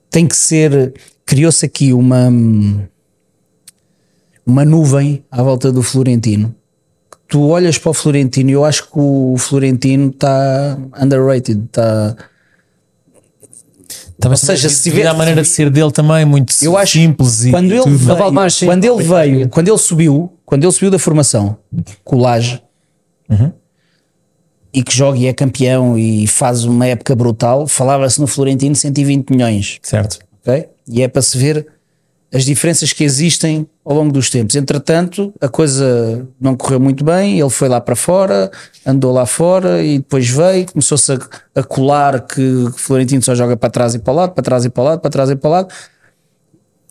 Speaker 3: tem que ser. Criou-se aqui uma, uma nuvem à volta do Florentino. Tu olhas para o Florentino e eu acho que o Florentino está underrated, tá está.
Speaker 2: Também
Speaker 3: seja,
Speaker 2: devido-
Speaker 3: se
Speaker 2: devido
Speaker 3: tiver-
Speaker 2: à maneira de ser dele também, muito
Speaker 3: Eu acho-
Speaker 2: simples e
Speaker 3: quando ele,
Speaker 2: tudo.
Speaker 3: veio,
Speaker 4: Valdemar, sim.
Speaker 3: quando ele veio, quando ele subiu, quando ele subiu da formação, colagem e que joga e é campeão e faz uma época brutal, falava-se no Florentino 120 milhões,
Speaker 2: certo.
Speaker 3: ok? E é para se ver as diferenças que existem ao longo dos tempos. Entretanto, a coisa não correu muito bem, ele foi lá para fora, andou lá fora e depois veio, começou-se a, a colar que Florentino só joga para trás e para o lado, para trás e para o lado, para trás e para o lado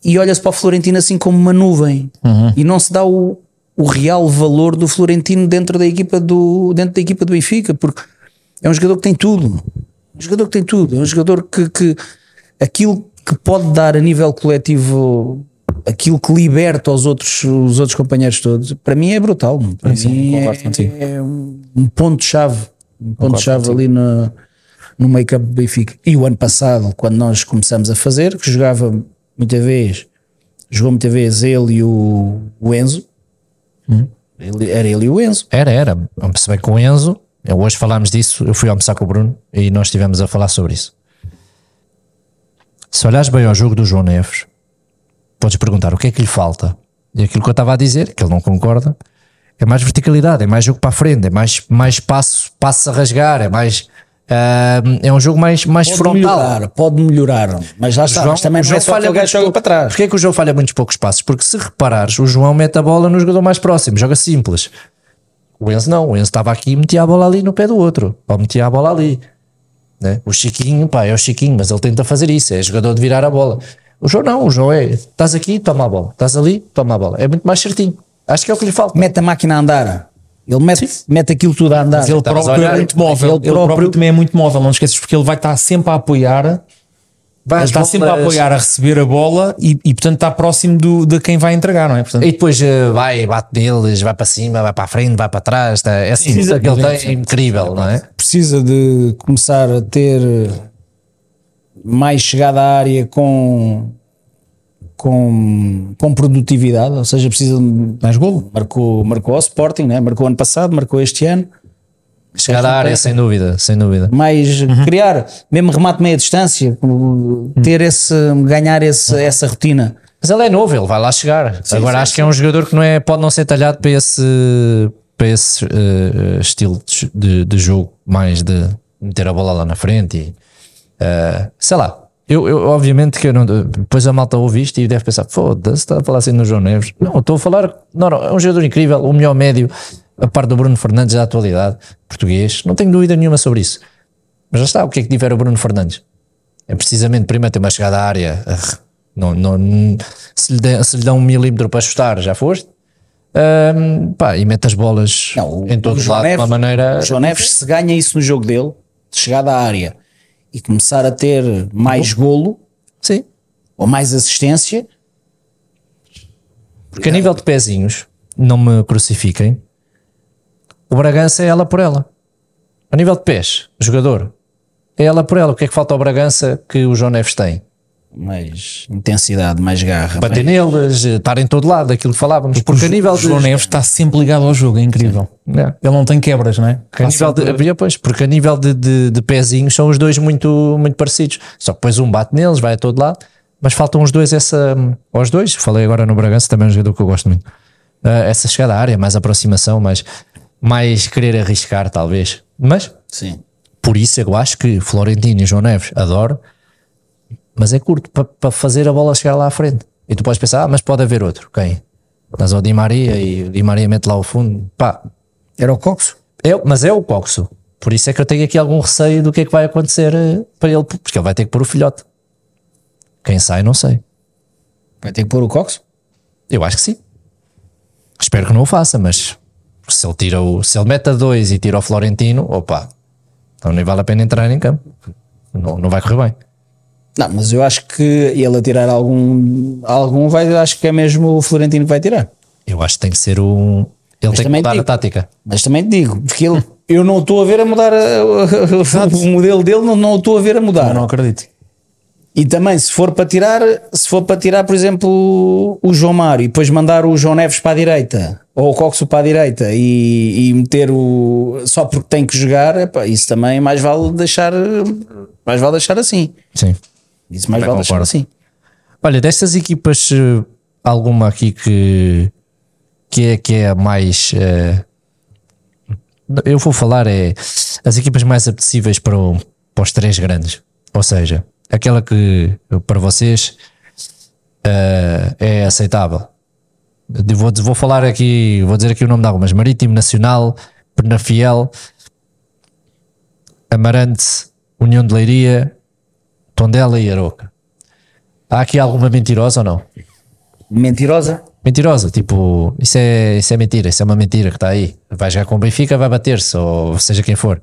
Speaker 3: e olha-se para o Florentino assim como uma nuvem e não se dá o, o real valor do Florentino dentro da equipa do dentro da equipa do Benfica porque é um jogador que tem tudo um jogador que tem tudo é um jogador que, que aquilo que pode dar a nível coletivo aquilo que liberta os outros os outros companheiros todos para mim é brutal para mim é, é um, um ponto chave um ponto chave ali na no meio campo do Benfica. E o ano passado, quando nós começamos a fazer, que jogava muita vez, jogou muita vez ele e o, o Enzo,
Speaker 2: Hum.
Speaker 3: Ele- era ele e o Enzo.
Speaker 4: Era, era. Almocei bem com o Enzo. Eu, hoje falámos disso. Eu fui almoçar com o Bruno e nós estivemos a falar sobre isso. Se olhares bem ao jogo do João Neves, podes perguntar o que é que lhe falta. E aquilo que eu estava a dizer, que ele não concorda, é mais verticalidade, é mais jogo para a frente, é mais, mais passo, passo a rasgar, é mais. ah, é um jogo mais, mais
Speaker 3: Pode
Speaker 4: frontal.
Speaker 3: melhorar, pode melhorar, mas lá está,
Speaker 4: João-
Speaker 3: mas também não
Speaker 4: João
Speaker 3: é só
Speaker 4: falha
Speaker 3: aquele gajo que
Speaker 4: muito
Speaker 3: joga para trás.
Speaker 4: Porquê é que o João falha muitos poucos passos? Porque se reparares, o João mete a bola no jogador mais próximo, joga simples. O Enzo não, o Enzo estava aqui e metia a bola ali no pé do outro, ou metia a bola ali. né? O Chiquinho, pá, é o Chiquinho, mas ele tenta fazer isso, é jogador de virar a bola. O João não, o João é, estás aqui, toma a bola, estás ali, toma a bola. É muito mais certinho. Acho que é o que lhe falta.
Speaker 3: Mete a máquina a andar, ele mete, mete aquilo tudo a andar.
Speaker 2: Mas ele
Speaker 4: Estavas
Speaker 2: próprio
Speaker 4: a olhar-
Speaker 2: é muito móvel. Ele,
Speaker 3: ele
Speaker 2: próprio...
Speaker 3: próprio
Speaker 2: também é muito móvel, não esqueças, porque ele vai estar sempre a apoiar,
Speaker 4: Vai
Speaker 2: ele
Speaker 4: às
Speaker 2: está sempre a
Speaker 4: bolas.
Speaker 2: apoiar, a receber a bola e, e, portanto está próximo do, de quem vai entregar, não é? Portanto,
Speaker 4: E depois eh, vai, bate neles, vai para cima, vai para a frente, vai para trás. Tá? É assim que ele tem, é incrível, não é?
Speaker 3: precisa de começar a ter mais chegada à área com, com, com produtividade, ou seja, precisa de
Speaker 2: mais golo.
Speaker 3: marcou, marcou ao Sporting, né? marcou ano passado, marcou este ano. é
Speaker 4: Chegar à área, Uhum. sem dúvida, sem dúvida.
Speaker 3: Mais criar, mesmo remate meia distância,
Speaker 4: Uhum.
Speaker 3: o- ter esse, ganhar esse, essa rotina.
Speaker 4: Mas ele é novo, ele vai lá chegar. Agora acho que é um jogador que não é, pode não ser talhado para esse, para esse eh, estilo de, de- de jogo, mais de meter a bola lá na frente e eh, sei lá. Eu, eu, obviamente que eu não. Depois a malta ouve isto e deve pensar: foda-se, está a falar assim no João Neves. Não, estou a falar. Não, não, é um jogador incrível, o melhor médio, a par do Bruno Fernandes da atualidade, português. Não tenho dúvida nenhuma sobre isso. Mas já está, o que é que tiver o Bruno Fernandes? É precisamente, primeiro, ter uma chegada à área. Ah, Não, não, se, lhe dá, se lhe dá um milímetro para chutar, já foste? Ahm, pá, e mete as bolas
Speaker 3: Não, o-
Speaker 4: em todo
Speaker 3: o
Speaker 4: o
Speaker 3: João
Speaker 4: lado de uma
Speaker 3: Neves-
Speaker 4: maneira.
Speaker 3: O João Neves, se ganha isso no jogo dele, de chegada à área e começar a ter mais golo
Speaker 4: Sim.
Speaker 3: ou mais assistência,
Speaker 4: Porque a nível de pezinhos, não me crucifiquem, o Bragança é ela por ela. A nível de pés, jogador, é ela por ela. O que é que falta ao Bragança que o João Neves tem?
Speaker 3: mais intensidade, mais garra.
Speaker 4: Bater neles, eh, estar em todo lado, aquilo que falávamos. Porque a nível
Speaker 2: o
Speaker 4: de.
Speaker 2: João Neves está sempre ligado ao jogo, é incrível.
Speaker 4: É.
Speaker 2: Ele não tem quebras, não é?
Speaker 4: A nível de, havia, pois, porque a nível de, de, de pezinhos são os dois muito, muito parecidos. Só que depois um bate neles, vai a todo lado, mas faltam os dois essa. Aos dois, falei agora no Bragança, também é um jogador que eu gosto muito. Ah, essa chegada à área, mais aproximação, mais, mais querer arriscar, talvez. Mas
Speaker 3: Sim.
Speaker 4: por isso eu acho que Florentino e João Neves adoro, mas é curto para fazer a bola chegar lá à frente. E tu podes pensar, ah, mas pode haver outro. Quem? Estás ao Di Maria e o Di Maria mete lá o fundo. Pá,
Speaker 3: Era o Coxo?
Speaker 4: é, mas é o Coxo. Por isso é que eu tenho aqui algum receio do que é que vai acontecer eh, para ele, porque ele vai ter que pôr o filhote. Quem sai, não sei.
Speaker 3: Vai ter que pôr o Coxo?
Speaker 4: Eu acho que sim. Espero que não o faça, mas se ele tira o, se ele mete a dois e tira o Florentino, opa, então nem vale a pena entrar em campo. Não, não vai correr bem.
Speaker 3: Não, mas eu acho que ele a tirar algum, algum vai, acho que é mesmo o Florentino que vai tirar.
Speaker 4: Eu acho que tem que ser um. Ele tem que
Speaker 3: também
Speaker 4: mudar
Speaker 3: digo-
Speaker 4: a tática.
Speaker 3: Mas também te digo, porque ele, eu não estou a ver a mudar a- [LAUGHS] o modelo dele, não, não o estou a ver a mudar.
Speaker 2: Eu não acredito.
Speaker 3: E também, se for para tirar, se for para tirar, por exemplo, o João Mário e depois mandar o João Neves para a direita ou o Coxo para a direita e, e meter o só porque tem que jogar, epá, isso também mais vale deixar, mais vale deixar assim.
Speaker 4: Sim.
Speaker 3: Isso mais
Speaker 4: Também
Speaker 3: vale deixar
Speaker 4: concordo.
Speaker 3: assim.
Speaker 4: Olha, destas equipas, eh, alguma aqui que, que, é, que é a mais. eh, eu vou falar é as equipas mais apetecíveis para, o- para os três grandes. Ou seja, aquela que para vocês eh, é aceitável. Eu Vou, vou falar aqui, vou dizer aqui o nome de algumas: Marítimo Nacional, Penafiel, Amarante, União de Leiria, Tondela e Aroca. Há aqui alguma mentirosa ou não?
Speaker 3: Mentirosa?
Speaker 4: Mentirosa, tipo, isso é, isso é mentira, isso é uma mentira que está aí. Vai jogar com o Benfica, vai bater-se, ou seja quem for.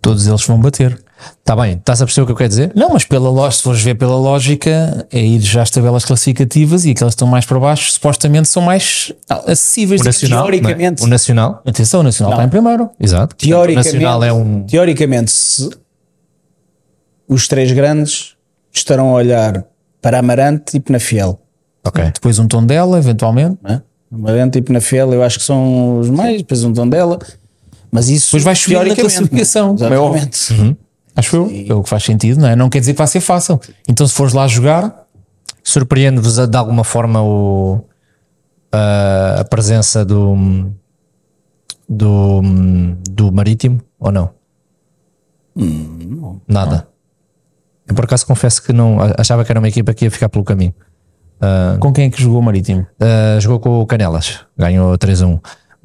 Speaker 2: Todos eles vão bater.
Speaker 4: Está Tá bem, estás a perceber o que eu quero dizer?
Speaker 2: Não, mas pela lógica, se fores ver pela lógica, é ir já às tabelas classificativas e aquelas que estão mais para baixo, supostamente são mais acessíveis.
Speaker 4: O Nacional, não é?
Speaker 3: teoricamente.
Speaker 4: o Nacional,
Speaker 2: Atenção, o Nacional está em primeiro.
Speaker 4: exato. O
Speaker 3: Teoricamente,
Speaker 4: Nacional é um.
Speaker 3: teoricamente se os três grandes estarão a olhar para Amarante e Penafiel.
Speaker 4: Ok,
Speaker 2: Depois um tom dela, eventualmente.
Speaker 3: né? Amarante e Penafiel eu acho que são os mais, depois um tom dela, mas isso
Speaker 2: Depois vai subir na
Speaker 3: teoricamente,
Speaker 2: classificação.
Speaker 3: né?
Speaker 2: como é óbvio.
Speaker 3: Exatamente.
Speaker 2: Acho eu. É o que faz sentido, não é? Não quer dizer que vai ser fácil. Então, se fores lá jogar,
Speaker 4: surpreende-vos de alguma forma o, a, a presença do, do, do Marítimo ou não?
Speaker 2: Hum,
Speaker 4: Nada. Eu por acaso confesso que não a- achava que era uma equipa que ia ficar pelo caminho.
Speaker 2: com quem é que jogou o Marítimo?
Speaker 4: Ah, jogou com o Canelas, ganhou 3-1.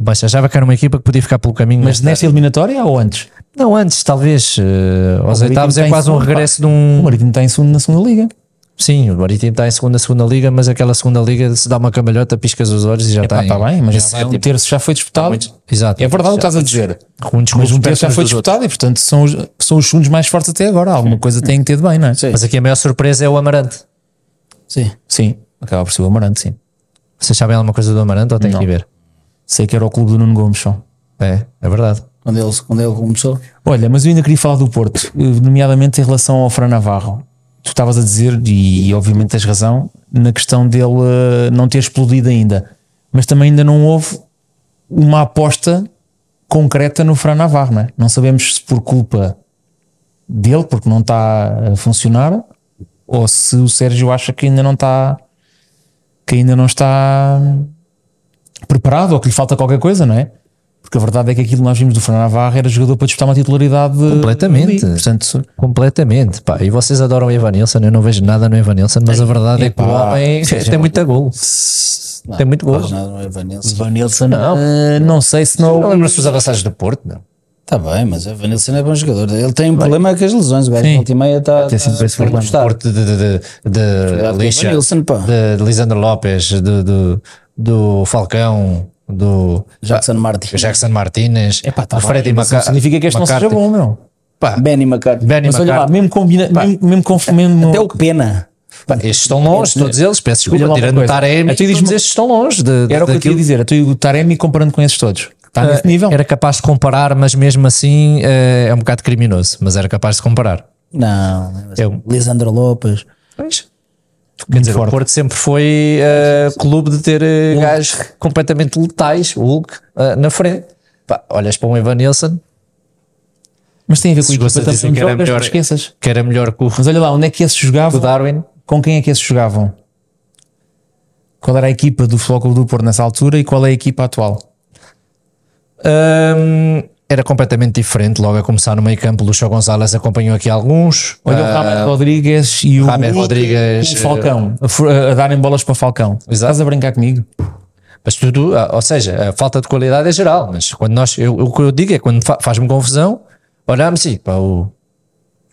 Speaker 4: Mas achava que era uma equipa que podia ficar pelo caminho.
Speaker 2: Mas
Speaker 4: nesta-
Speaker 2: nesta eliminatória ou antes?
Speaker 4: não, antes, talvez. eh, aos
Speaker 2: Marítimo
Speaker 4: oitavos
Speaker 2: está
Speaker 4: é
Speaker 2: em
Speaker 4: quase um
Speaker 2: segundo, pá.
Speaker 4: regresso de
Speaker 2: O
Speaker 4: um.
Speaker 2: Marítimo está em segundo na segunda liga.
Speaker 4: Sim, o Marítimo está em segunda, segunda liga, mas aquela segunda liga se dá uma cambalhota, piscas os olhos e já
Speaker 2: Está
Speaker 4: está. em-
Speaker 2: bem, mas
Speaker 4: esse
Speaker 2: já vai, um
Speaker 4: tipo-
Speaker 2: terço já foi disputado.
Speaker 4: Exato.
Speaker 2: É verdade o que estás a dizer.
Speaker 4: Um desconto
Speaker 2: Mas um terço já
Speaker 4: perto
Speaker 2: foi
Speaker 4: uns dos outros.
Speaker 2: disputado e, portanto, são os, são os segundos mais fortes até agora. Alguma coisa tem que ter de bem, não é?
Speaker 3: Sim.
Speaker 4: Mas aqui a maior surpresa é o Amarante.
Speaker 3: Sim.
Speaker 2: Sim, acaba por ser o Amarante, sim.
Speaker 4: Vocês sabem alguma coisa do Amarante ou tem que ir ver?
Speaker 2: Sei que era o clube do Nuno Gomes, só.
Speaker 4: É, é verdade.
Speaker 3: Quando ele, quando ele começou.
Speaker 2: Olha, mas eu ainda queria falar do Porto, eh, nomeadamente em relação ao Fran Navarro. Tu estavas a dizer, e, e obviamente tens razão, na questão dele eh, não ter explodido ainda, mas também ainda não houve uma aposta concreta no Fran Navarro, não é? Não sabemos se por culpa dele, porque não está a funcionar, ou se o Sérgio acha que ainda não está que ainda não está preparado ou que lhe falta qualquer coisa, não é? Porque a verdade é que aquilo que nós vimos do Fernando Navarro era jogador para disputar uma titularidade
Speaker 4: Completamente.
Speaker 2: ali. Portanto,
Speaker 4: Completamente. Pá. E vocês adoram o Evanilson, eu não vejo nada no Evanilson, mas a verdade é, que o
Speaker 2: Epá.
Speaker 4: homem tem muito gol.
Speaker 3: Não,
Speaker 4: Tem muito gol.
Speaker 3: faz nada, não é Vanessa.
Speaker 2: Vanilson, eh, não. não sei se não.
Speaker 4: Não lembro-se dos avançados do Porto, não.
Speaker 3: Está Tá bem, mas o Vanilson é bom jogador. Ele tem um problema com as lesões. O gajo
Speaker 2: Sim.
Speaker 3: volta e meia tá- está.
Speaker 4: Tem sempre esse problema. Porto de, de, de, de Lixa,
Speaker 3: Vanilson, é pá.
Speaker 4: de Lisandro Lopes, do, do, do Falcão, do
Speaker 3: Jackson Martins.
Speaker 4: Jackson Martínez,
Speaker 2: Epá, tá
Speaker 4: do
Speaker 2: bem,
Speaker 4: Freddy
Speaker 2: mas não
Speaker 4: Maca-
Speaker 2: significa que este não seja
Speaker 4: McCarthy.
Speaker 2: bom, meu.
Speaker 4: Pá,
Speaker 3: Benny McCarthy.
Speaker 4: Benny
Speaker 2: Mas olha lá,
Speaker 4: McCarthy.
Speaker 2: mesmo combina, mesmo, mesmo confundindo.
Speaker 3: Até o Pena. Pá,
Speaker 4: Estes estão longe, todos eles, peço
Speaker 2: Olha lá
Speaker 4: desculpa,
Speaker 2: uma
Speaker 4: tirando o
Speaker 2: coisa.
Speaker 4: Taremi,
Speaker 2: Eu te
Speaker 4: todos
Speaker 2: diz-
Speaker 4: estes estão longe de, de,
Speaker 2: Era o que eu
Speaker 4: daquilo-
Speaker 2: queria dizer. Eu o Taremi comparando com esses todos. Está Tá nesse
Speaker 4: Eh,
Speaker 2: nível.
Speaker 4: Era capaz de comparar, mas mesmo assim eh, é um bocado criminoso. Mas era capaz de comparar.
Speaker 3: Não, é assim.
Speaker 4: Eu-
Speaker 3: Lisandro Lopes.
Speaker 4: Quer dizer, o Porto sempre foi eh, clube de ter eh, gajos completamente letais, o Hulk, eh, na frente. Pá, olhas para um Evanilson,
Speaker 2: Mas tem a ver com
Speaker 4: Se
Speaker 2: o equipa
Speaker 4: você
Speaker 2: também.
Speaker 4: dizem que era
Speaker 2: jogas, não
Speaker 4: melhor- é-
Speaker 2: esqueças.
Speaker 4: que era melhor que o,
Speaker 2: Mas olha lá, onde é que esses
Speaker 4: o
Speaker 2: jogavam?
Speaker 4: Darwin.
Speaker 2: Com quem é que esses jogavam? Qual era a equipa do Flóculo do Porto nessa altura e qual é a equipa atual?
Speaker 4: Ahm, era completamente diferente, logo a começar no meio campo. Lucho Gonzalez acompanhou aqui alguns. Ah,
Speaker 2: Olha o Ramiro Rodrigues e o,
Speaker 4: James Rodrigues, eh,
Speaker 2: o Falcão a fu- a, darem bolas para Falcão. Estás a brincar comigo?
Speaker 4: Mas tudo, ah, ou seja, a falta de qualidade é geral, mas quando nós, eu, o que eu digo é quando fa- faz-me confusão, olhamos assim, pá, o,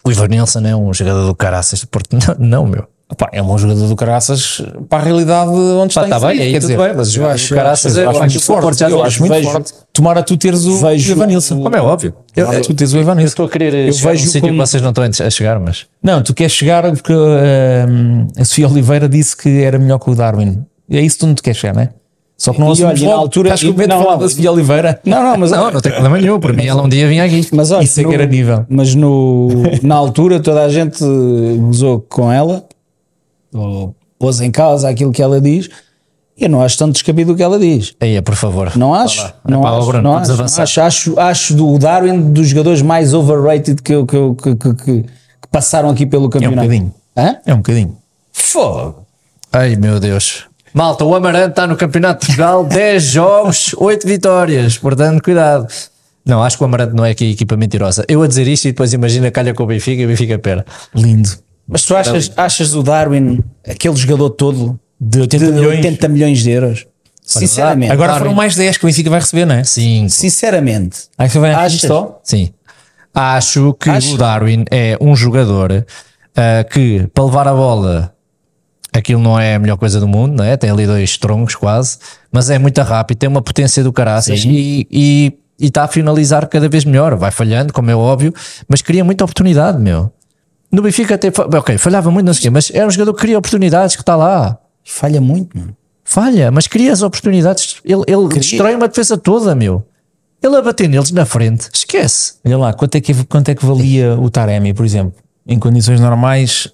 Speaker 4: o Ivan Nilsson é um jogador do caraças do Porto. [LAUGHS] Não, não meu.
Speaker 2: Pá, é um bom jogador do caraças para a realidade onde está
Speaker 4: Pá, tá
Speaker 2: inserido,
Speaker 4: bem, aí
Speaker 2: quer
Speaker 4: tudo
Speaker 2: dizer,
Speaker 4: bem, mas o jogador do
Speaker 3: acho-
Speaker 4: caraças
Speaker 3: acho-
Speaker 4: é
Speaker 2: eu acho
Speaker 4: acho
Speaker 2: muito forte,
Speaker 4: já é
Speaker 2: eu
Speaker 4: tem-
Speaker 2: acho muito
Speaker 3: vejo-
Speaker 2: forte. Tomara tu teres o
Speaker 3: vejo
Speaker 2: Evanilson.
Speaker 4: Como é óbvio. Eu, eu,
Speaker 2: Tomara tu teres o Evanilson. um
Speaker 4: estou a querer eu chegar
Speaker 3: vejo
Speaker 4: num sítio
Speaker 3: como-
Speaker 4: que vocês não estão a chegar, mas
Speaker 2: Não, tu queres chegar porque hum, a Sofia Oliveira disse que era melhor que o Darwin. É isso que tu não te queres chegar, não é? Só que não
Speaker 3: E
Speaker 2: assumimos
Speaker 3: olha, na
Speaker 2: logo.
Speaker 3: altura-
Speaker 2: Estás com medo
Speaker 3: não,
Speaker 2: de falar
Speaker 3: não,
Speaker 2: da Sofia Oliveira?
Speaker 3: Não, não, mas,
Speaker 4: não, não tem problema nenhum. Para mim, ela um dia vinha aqui.
Speaker 3: mas olha,
Speaker 2: Isso é que
Speaker 3: no-
Speaker 2: era nível.
Speaker 3: Mas no, na altura toda a gente gozou com ela, ou pôs em causa aquilo que ela diz, e eu não acho tanto descabido o que ela diz.
Speaker 4: Aí é, por favor.
Speaker 3: Não
Speaker 2: Tá
Speaker 3: acho, não,
Speaker 2: é
Speaker 4: Epá, ó,
Speaker 3: acho,
Speaker 4: Bruno,
Speaker 3: não,
Speaker 4: vamos
Speaker 3: acho, não
Speaker 4: avançar.
Speaker 3: acho, acho, acho do o Darwin dos jogadores mais overrated que, eu- que, eu- que, que, que- que passaram aqui pelo campeonato.
Speaker 2: É um bocadinho.
Speaker 3: Hã?
Speaker 2: É um bocadinho.
Speaker 3: Fogo.
Speaker 4: Ai meu Deus. Malta, o Amarante está no Campeonato de
Speaker 2: [LAUGHS]
Speaker 4: Portugal, 10 jogos, 8 vitórias, portanto, cuidado. Não, acho que o Amarante não é aqui a equipa mentirosa. Eu a dizer isto e depois imagina calha com o Benfica e o Benfica pera.
Speaker 2: Lindo.
Speaker 3: Mas tu achas, achas o Darwin, aquele jogador todo,
Speaker 2: De 80
Speaker 3: de
Speaker 2: milhões.
Speaker 3: 80 milhões de euros? Sinceramente,
Speaker 2: Agora
Speaker 4: Darwin.
Speaker 2: foram mais 10 que o Benfica vai receber, não é?
Speaker 4: Sim,
Speaker 3: sinceramente,
Speaker 2: Aí você vai
Speaker 3: Achas?
Speaker 2: achar só.
Speaker 4: sim. Acho que
Speaker 3: Acho.
Speaker 4: o Darwin é um jogador ah, que, para levar a bola, aquilo não é a melhor coisa do mundo, não é? Tem ali dois troncos quase, mas é muito rápido, tem uma potência do caraças e. e e está a finalizar cada vez melhor, vai falhando, como é óbvio, mas cria muita oportunidade, meu. No Benfica até, fa- ok, falhava muito, não sei o quê, mas era um jogador que cria oportunidades, que está lá.
Speaker 3: falha muito, mano.
Speaker 4: Falha, mas cria as oportunidades. Ele, ele destrói uma defesa toda, meu. Ele a bater neles na frente, esquece.
Speaker 2: Olha lá, quanto é, que, quanto é que valia o Taremi, por exemplo? Em condições normais,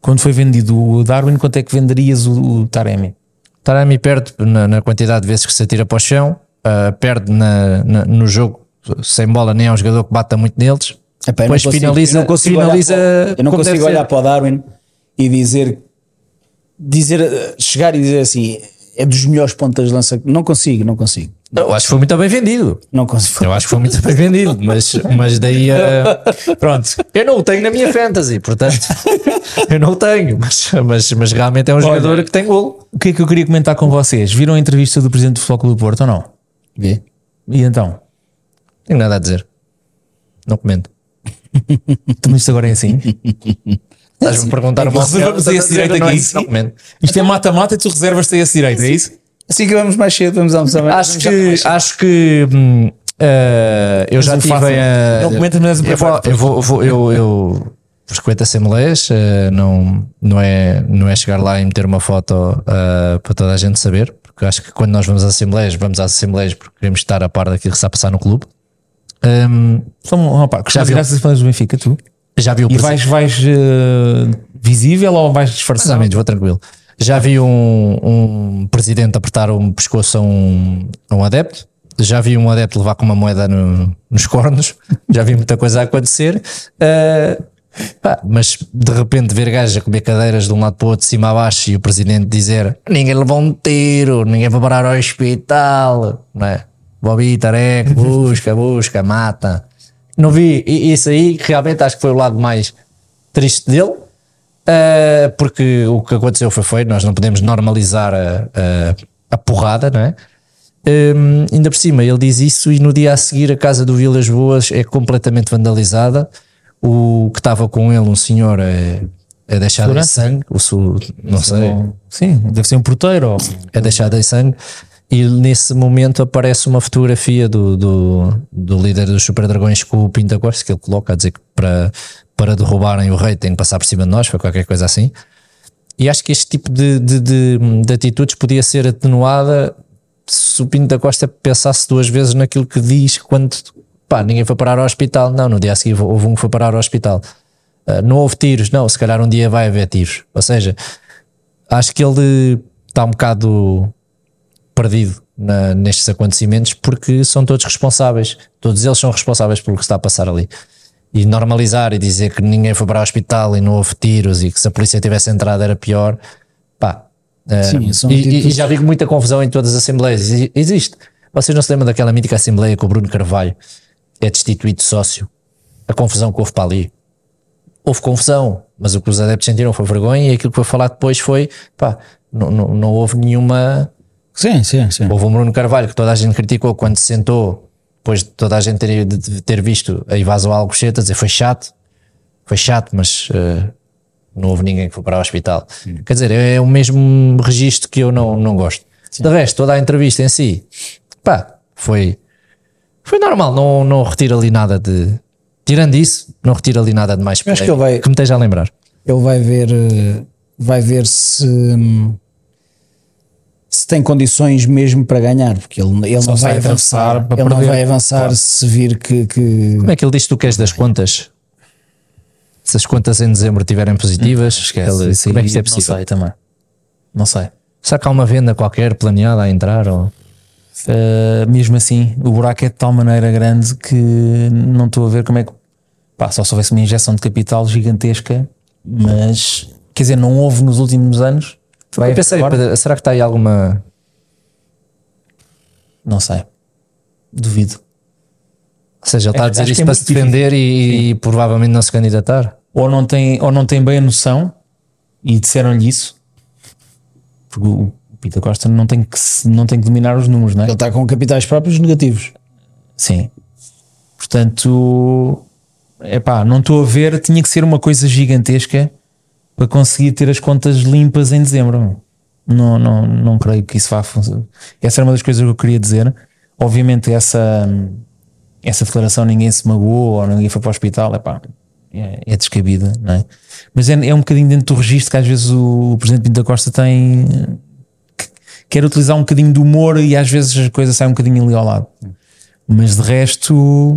Speaker 2: quando foi vendido o Darwin, quanto é que venderias o, o Taremi?
Speaker 4: Taremi perde na, na quantidade de vezes que se atira para o chão, ah, perde na- na- no jogo sem bola, nem é um jogador que bata muito neles.
Speaker 3: Epá, eu
Speaker 4: Depois
Speaker 3: não consigo-
Speaker 4: finaliza-
Speaker 3: eu não consigo olhar
Speaker 4: finaliza
Speaker 3: para- eu não
Speaker 4: como
Speaker 3: consigo
Speaker 4: deve
Speaker 3: olhar
Speaker 4: ser.
Speaker 3: para o Darwin e dizer, dizer eh, chegar e dizer assim é dos melhores pontas de lança não consigo não consigo
Speaker 4: Eu acho que foi muito bem vendido.
Speaker 3: não consigo [LAUGHS]
Speaker 4: Eu acho que foi muito bem vendido, mas, mas daí. ah, pronto. [LAUGHS] Eu não o tenho na minha fantasy, portanto. [LAUGHS] eu não o tenho, mas, mas, mas realmente é um jogador que tem golo.
Speaker 2: O que é que eu queria comentar com vocês? Viram a entrevista do presidente do Flóculo do Porto ou não?
Speaker 3: Vê.
Speaker 2: E então?
Speaker 4: Tenho nada a dizer. Não comento.
Speaker 2: Então isto agora é assim?
Speaker 4: Estás-me a perguntar uma
Speaker 2: Reservamos esse
Speaker 4: opinião, estás É a dizer,
Speaker 2: direito
Speaker 4: não é
Speaker 2: aqui.
Speaker 4: isso, não comento.
Speaker 2: Isto é mata-mata e tu reservas-te a esse direito, é isso?
Speaker 3: assim que vamos mais cedo vamos almoçar mais
Speaker 4: acho
Speaker 3: vamos
Speaker 4: que acho que hum, eh, eu já
Speaker 2: Mas
Speaker 4: tive
Speaker 2: faço-
Speaker 4: a
Speaker 2: Não comentas, mas
Speaker 4: eu vou, eu, vou- vou- eu, eu frequento assembleias eh, não não é não é chegar lá e meter uma foto eh, para toda a gente saber porque acho que quando nós vamos às assembleias vamos às assembleias porque queremos estar a par daquilo que está a passar no clube Hum,
Speaker 2: Só um rapaz,
Speaker 4: Já
Speaker 2: já
Speaker 4: viu?
Speaker 2: viraste as fãs do Benfica, tu?
Speaker 4: já vi o
Speaker 2: E
Speaker 4: presen-
Speaker 2: vais, vais eh, visível ou vais
Speaker 4: Mais ou
Speaker 2: disfarçado?
Speaker 4: menos, vou tranquilo. Já vi um, um presidente apertar um pescoço a um, a um adepto, já vi um adepto levar com uma moeda no- nos cornos, já vi muita coisa a acontecer. Ah, pá, mas de repente ver gajos a comer cadeiras de um lado para o outro, de cima a baixo, e o presidente dizer: ninguém levou um tiro, ninguém vai parar ao hospital, não é? Bobby, Tareco, busca, busca, mata. Não vi E- isso aí, realmente acho que foi o lado mais triste dele. Uh, porque o que aconteceu foi feio, nós não podemos normalizar a, a, a porrada, não é? Hum, ainda por cima, ele diz isso e no dia a seguir a casa do Vilas Boas é completamente vandalizada. O que estava com ele, um senhor, é, é deixado em
Speaker 2: Segurança?
Speaker 4: sangue. O sul, não sei,
Speaker 2: Ou- Sim, deve ser um porteiro. ou-
Speaker 4: é deixado em sangue. E nesse momento aparece uma fotografia do, do, do líder dos Super Dragões com o Pinta Costa, que ele coloca a dizer que para, para derrubarem o rei tem que passar por cima de nós, foi qualquer coisa assim. E acho que este tipo de, de, de, de atitudes podia ser atenuada se o Pinto da Costa pensasse duas vezes naquilo que diz quando pá, ninguém foi parar ao hospital. Não, no dia a seguir houve um que foi parar ao hospital. Ah, não houve tiros, não, se calhar um dia vai haver tiros. Ou seja, acho que ele está um bocado perdido na- nestes acontecimentos porque são todos responsáveis, todos eles são responsáveis pelo que está a passar ali. E normalizar e dizer que ninguém foi para o hospital e não houve tiros e que se a polícia tivesse entrado era pior, pá. eh,
Speaker 3: Sim, são
Speaker 4: e, e- e
Speaker 3: atitudes-
Speaker 4: já vi muita confusão em todas as assembleias, Exi- existe. Vocês não se lembram daquela mítica assembleia que o Bruno Carvalho é destituído de sócio? A confusão que houve para ali houve confusão, mas o que os adeptos sentiram foi vergonha e aquilo que foi falado depois foi pá, não, não, não houve nenhuma.
Speaker 3: Sim, sim, sim.
Speaker 4: Houve um Bruno Carvalho que toda a gente criticou quando se sentou, depois de toda a gente ter, de- de ter visto a invasão à Alcochete, a dizer foi chato, foi chato, mas eh, não houve ninguém que foi para o hospital. Quer dizer, é o mesmo registro que eu não, não gosto. De resto, toda a entrevista em si, pá, foi, foi normal, não, não retira ali nada de. Tirando isso, não retira ali nada de mais
Speaker 3: acho que ele vai-
Speaker 4: que me esteja a lembrar.
Speaker 3: Ele vai ver, eh, vai ver se hum, se tem condições mesmo para ganhar, porque ele, ele não
Speaker 2: se
Speaker 3: vai
Speaker 2: vai
Speaker 3: avançar,
Speaker 2: avançar para
Speaker 3: ele não
Speaker 2: perder.
Speaker 3: vai avançar se vir que, que
Speaker 4: Como é que ele diz que tu queres das contas? Se as contas em dezembro estiverem positivas, ele-
Speaker 2: Isso
Speaker 4: como é
Speaker 2: aí
Speaker 4: que isto é
Speaker 2: Não
Speaker 4: possível?
Speaker 2: sei também. Não sei.
Speaker 4: Será que há uma venda qualquer planeada a entrar? Ou...
Speaker 2: Uh, mesmo assim, o buraco é de tal maneira grande que não estou a ver como é que. Pá, só se houvesse uma injeção de capital gigantesca, mas. Quer dizer, não houve nos últimos anos. Vai
Speaker 4: Eu pensei,
Speaker 2: agora?
Speaker 4: Pedro, será que está aí alguma.
Speaker 2: Não sei. Duvido.
Speaker 4: Ou seja, ele está a dizer
Speaker 2: acho que
Speaker 4: isto
Speaker 2: é
Speaker 4: para
Speaker 2: muito
Speaker 4: se defender e, e provavelmente não se candidatar?
Speaker 2: Ou não tem, ou não tem bem a noção e disseram-lhe isso. Porque o o Pita Costa não tem, que, se- não tem que dominar os números, não é?
Speaker 3: ele está com capitais próprios negativos.
Speaker 2: Sim. Portanto, epá, não estou a ver, tinha que ser uma coisa gigantesca para conseguir ter as contas limpas em dezembro. Não, não, não creio que isso vá funcionar. Essa era uma das coisas que eu queria dizer. Obviamente, essa, essa declaração ninguém se magoou ou ninguém foi para o hospital, epá, é, é descabida, não é? Mas é, é um bocadinho dentro do registro que às vezes o, o presidente Pinto da Costa tem. que- Quer utilizar um bocadinho de humor e às vezes a coisa sai um bocadinho ali ao lado mas de resto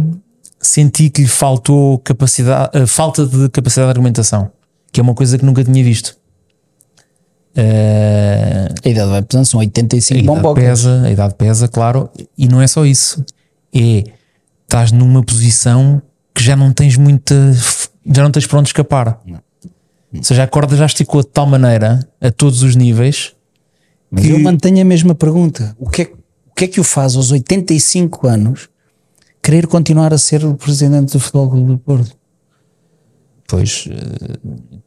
Speaker 2: senti que lhe faltou capacidade, eh, falta de capacidade de argumentação, que é uma coisa que nunca tinha visto. Eh,
Speaker 3: A idade vai pesando, são 85
Speaker 2: a idade
Speaker 3: bombocas.
Speaker 2: pesa, a idade pesa, claro, e não é só isso. É estás numa posição que já não tens muita, f- já não tens para onde escapar. Ou seja, a corda já esticou de tal maneira a todos os níveis
Speaker 3: Mas eu mantenho a mesma pergunta. O que, é, o que é que o faz aos 85 anos querer continuar a ser o presidente do Futebol Clube do Porto?
Speaker 2: Pois, eh,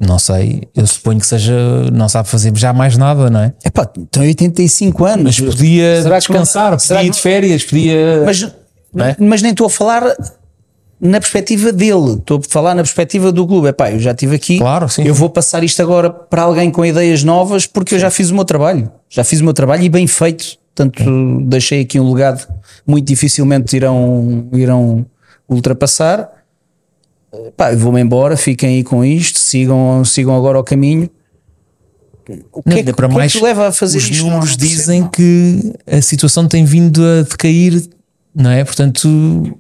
Speaker 2: não sei, eu suponho que seja, não sabe fazer já mais nada, não é?
Speaker 3: Epá, tem 85 anos.
Speaker 2: Mas podia
Speaker 3: Será que
Speaker 2: descansar,
Speaker 3: não-
Speaker 2: podia
Speaker 3: será
Speaker 2: ir
Speaker 3: que-
Speaker 2: de férias, podia.
Speaker 3: Mas,
Speaker 2: é?
Speaker 3: mas nem estou a falar na perspectiva dele, estou a falar na perspectiva do clube. Epá, eu já estive aqui,
Speaker 2: Claro, sim.
Speaker 3: eu vou passar isto agora para alguém com ideias novas porque eu já fiz o meu trabalho. Já fiz o meu trabalho e bem feito. Portanto, deixei aqui um legado muito dificilmente irão, irão ultrapassar. Epá, eu vou-me embora, fiquem aí com isto, sigam, sigam agora o caminho. O que,
Speaker 2: Não,
Speaker 3: é, que,
Speaker 2: ainda para
Speaker 3: o que é
Speaker 2: mais,
Speaker 3: que te leva a fazer
Speaker 2: os
Speaker 3: isto? Não,
Speaker 2: números
Speaker 3: não percebo,
Speaker 2: dizem
Speaker 3: não.
Speaker 2: que a situação tem vindo a decair, não é? Portanto,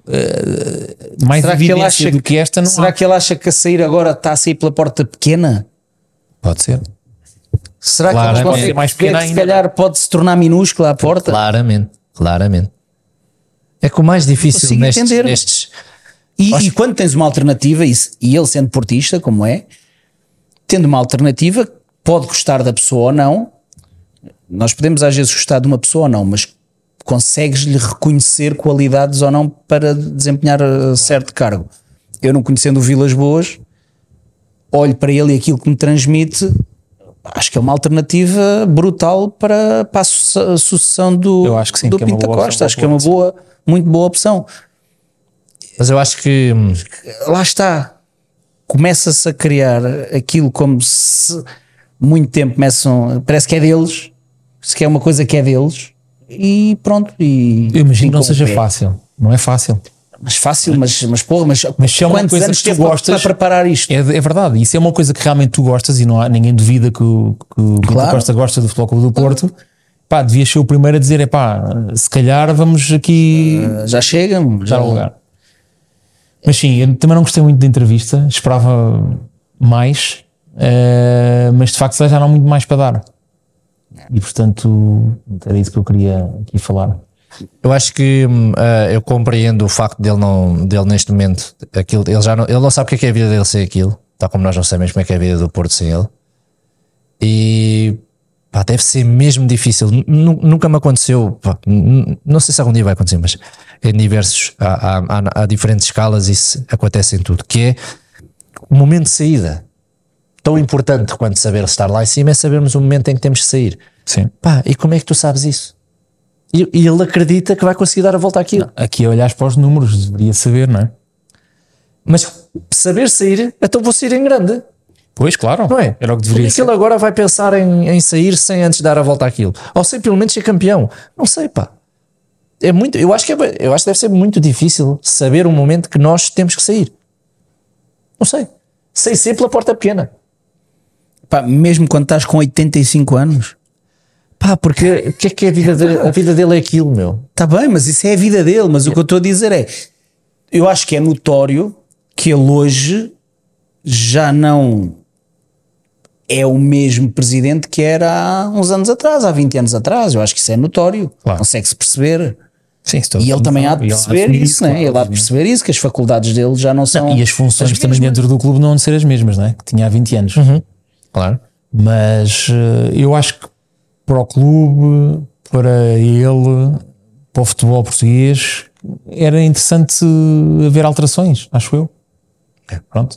Speaker 2: eh, mais
Speaker 3: Será que ele
Speaker 2: evidência
Speaker 3: acha
Speaker 2: do que esta não
Speaker 3: Será
Speaker 2: há.
Speaker 3: que ele acha que a sair agora está a sair pela porta pequena?
Speaker 2: Pode ser.
Speaker 3: Será
Speaker 4: Claro,
Speaker 3: que
Speaker 4: pode
Speaker 3: ele
Speaker 2: ser
Speaker 3: consegue
Speaker 2: é mais
Speaker 3: perceber
Speaker 2: pequena
Speaker 3: que se
Speaker 2: ainda.
Speaker 3: calhar pode se tornar minúscula a porta?
Speaker 4: Claramente, claramente. É que o mais difícil
Speaker 3: consigo
Speaker 4: nestes,
Speaker 3: entender.
Speaker 4: nestes-
Speaker 3: E, e quando tens uma alternativa, e, se- e ele sendo portista, como é, tendo uma alternativa, pode gostar da pessoa ou não. Nós podemos às vezes gostar de uma pessoa ou não, mas consegues-lhe reconhecer qualidades ou não para desempenhar uh, certo cargo. Eu não conhecendo o Vilas Boas, olho para ele e aquilo que me transmite, acho que é uma alternativa brutal para, para a su- a sucessão do,
Speaker 2: Eu acho que sim,
Speaker 3: do
Speaker 2: que é uma
Speaker 3: Pinta
Speaker 2: boa
Speaker 3: Costa.
Speaker 2: opção,
Speaker 3: acho que é uma boa, muito boa opção.
Speaker 4: Mas eu acho que hum,
Speaker 3: lá está, começa-se a criar aquilo como se muito tempo começam, parece que é deles, se quer uma coisa que é deles, e pronto. E
Speaker 2: Eu imagino que não
Speaker 3: ficam
Speaker 2: seja
Speaker 3: pé.
Speaker 2: fácil. Não é fácil.
Speaker 3: Mas fácil, mas, mas porra, mas,
Speaker 2: Mas se é uma
Speaker 3: quantos
Speaker 2: coisa
Speaker 3: anos
Speaker 2: que tu
Speaker 3: teve para-
Speaker 2: gostas-
Speaker 3: para preparar isto?
Speaker 2: É, é verdade. E se é uma coisa que realmente tu gostas e não há, ninguém duvida que o, que o Pinto
Speaker 3: Claro.
Speaker 2: Costa gosta do Futebol Clube do Porto, pá, devias ser o primeiro a dizer: é pá, se calhar vamos aqui
Speaker 3: Ah, Já chega, já
Speaker 2: dar um lugar. Mas sim, eu também não gostei muito da entrevista, esperava mais, eh, mas de facto já não há muito mais para dar.
Speaker 3: É.
Speaker 2: E portanto, era isso que eu queria aqui falar.
Speaker 4: eu acho que hum, ah, eu compreendo o facto dele não dele neste momento aquilo ele já não, ele não sabe o que é, que é a vida dele sem aquilo, tal como nós não sabemos como é que é a vida do Porto sem ele. E pá, deve ser mesmo difícil. Nu- nu- Nunca me aconteceu, pá, nu- não sei se algum dia vai acontecer, mas em diversos há, há- há- há diferentes escalas isso acontece em tudo, que é o momento de saída. Tão importante quanto saber estar lá em cima é sabermos o momento em que temos de sair.
Speaker 2: Sim.
Speaker 4: Pá, e como é que tu sabes isso? E, e ele acredita que vai conseguir dar a volta àquilo.
Speaker 2: Aqui a olhar para os números, deveria saber, não é?
Speaker 4: Mas saber sair, então vou sair em grande.
Speaker 2: Pois, claro.
Speaker 4: Não é?
Speaker 2: Era o que
Speaker 4: Como
Speaker 2: deveria
Speaker 4: é que
Speaker 2: ser.
Speaker 4: ele agora vai pensar em, em sair sem antes dar a volta àquilo? Ou sem pelo menos ser campeão? Não sei, pá. É muito, eu, acho que é, eu acho que deve ser muito difícil saber o momento que nós temos que sair. Não sei. Sem ser pela porta pequena.
Speaker 3: Pá, mesmo quando estás com 85 anos,
Speaker 4: Pá, porque [LAUGHS] o que é que é a vida, de- a vida dele é aquilo, meu?
Speaker 3: está bem, mas isso é a vida dele. Mas o que eu estou a dizer é, eu acho que é notório que ele hoje já não é o mesmo presidente que era há uns anos atrás, há 20 anos atrás. Eu acho que isso é notório.
Speaker 2: Claro.
Speaker 3: Consegue-se perceber.
Speaker 2: Sim, estou-
Speaker 3: E ele também há de
Speaker 2: E ele
Speaker 3: perceber
Speaker 2: assumir
Speaker 3: isso, né?
Speaker 2: claro.
Speaker 3: Ele há de perceber isso, que as faculdades dele já não são.
Speaker 2: E as funções também dentro do clube não vão ser as mesmas, não é? Que tinha há 20 anos.
Speaker 4: Claro.
Speaker 2: Mas eh, eu acho que para o clube, para ele, para o futebol português, era interessante haver alterações, acho eu.
Speaker 4: É.
Speaker 2: Pronto.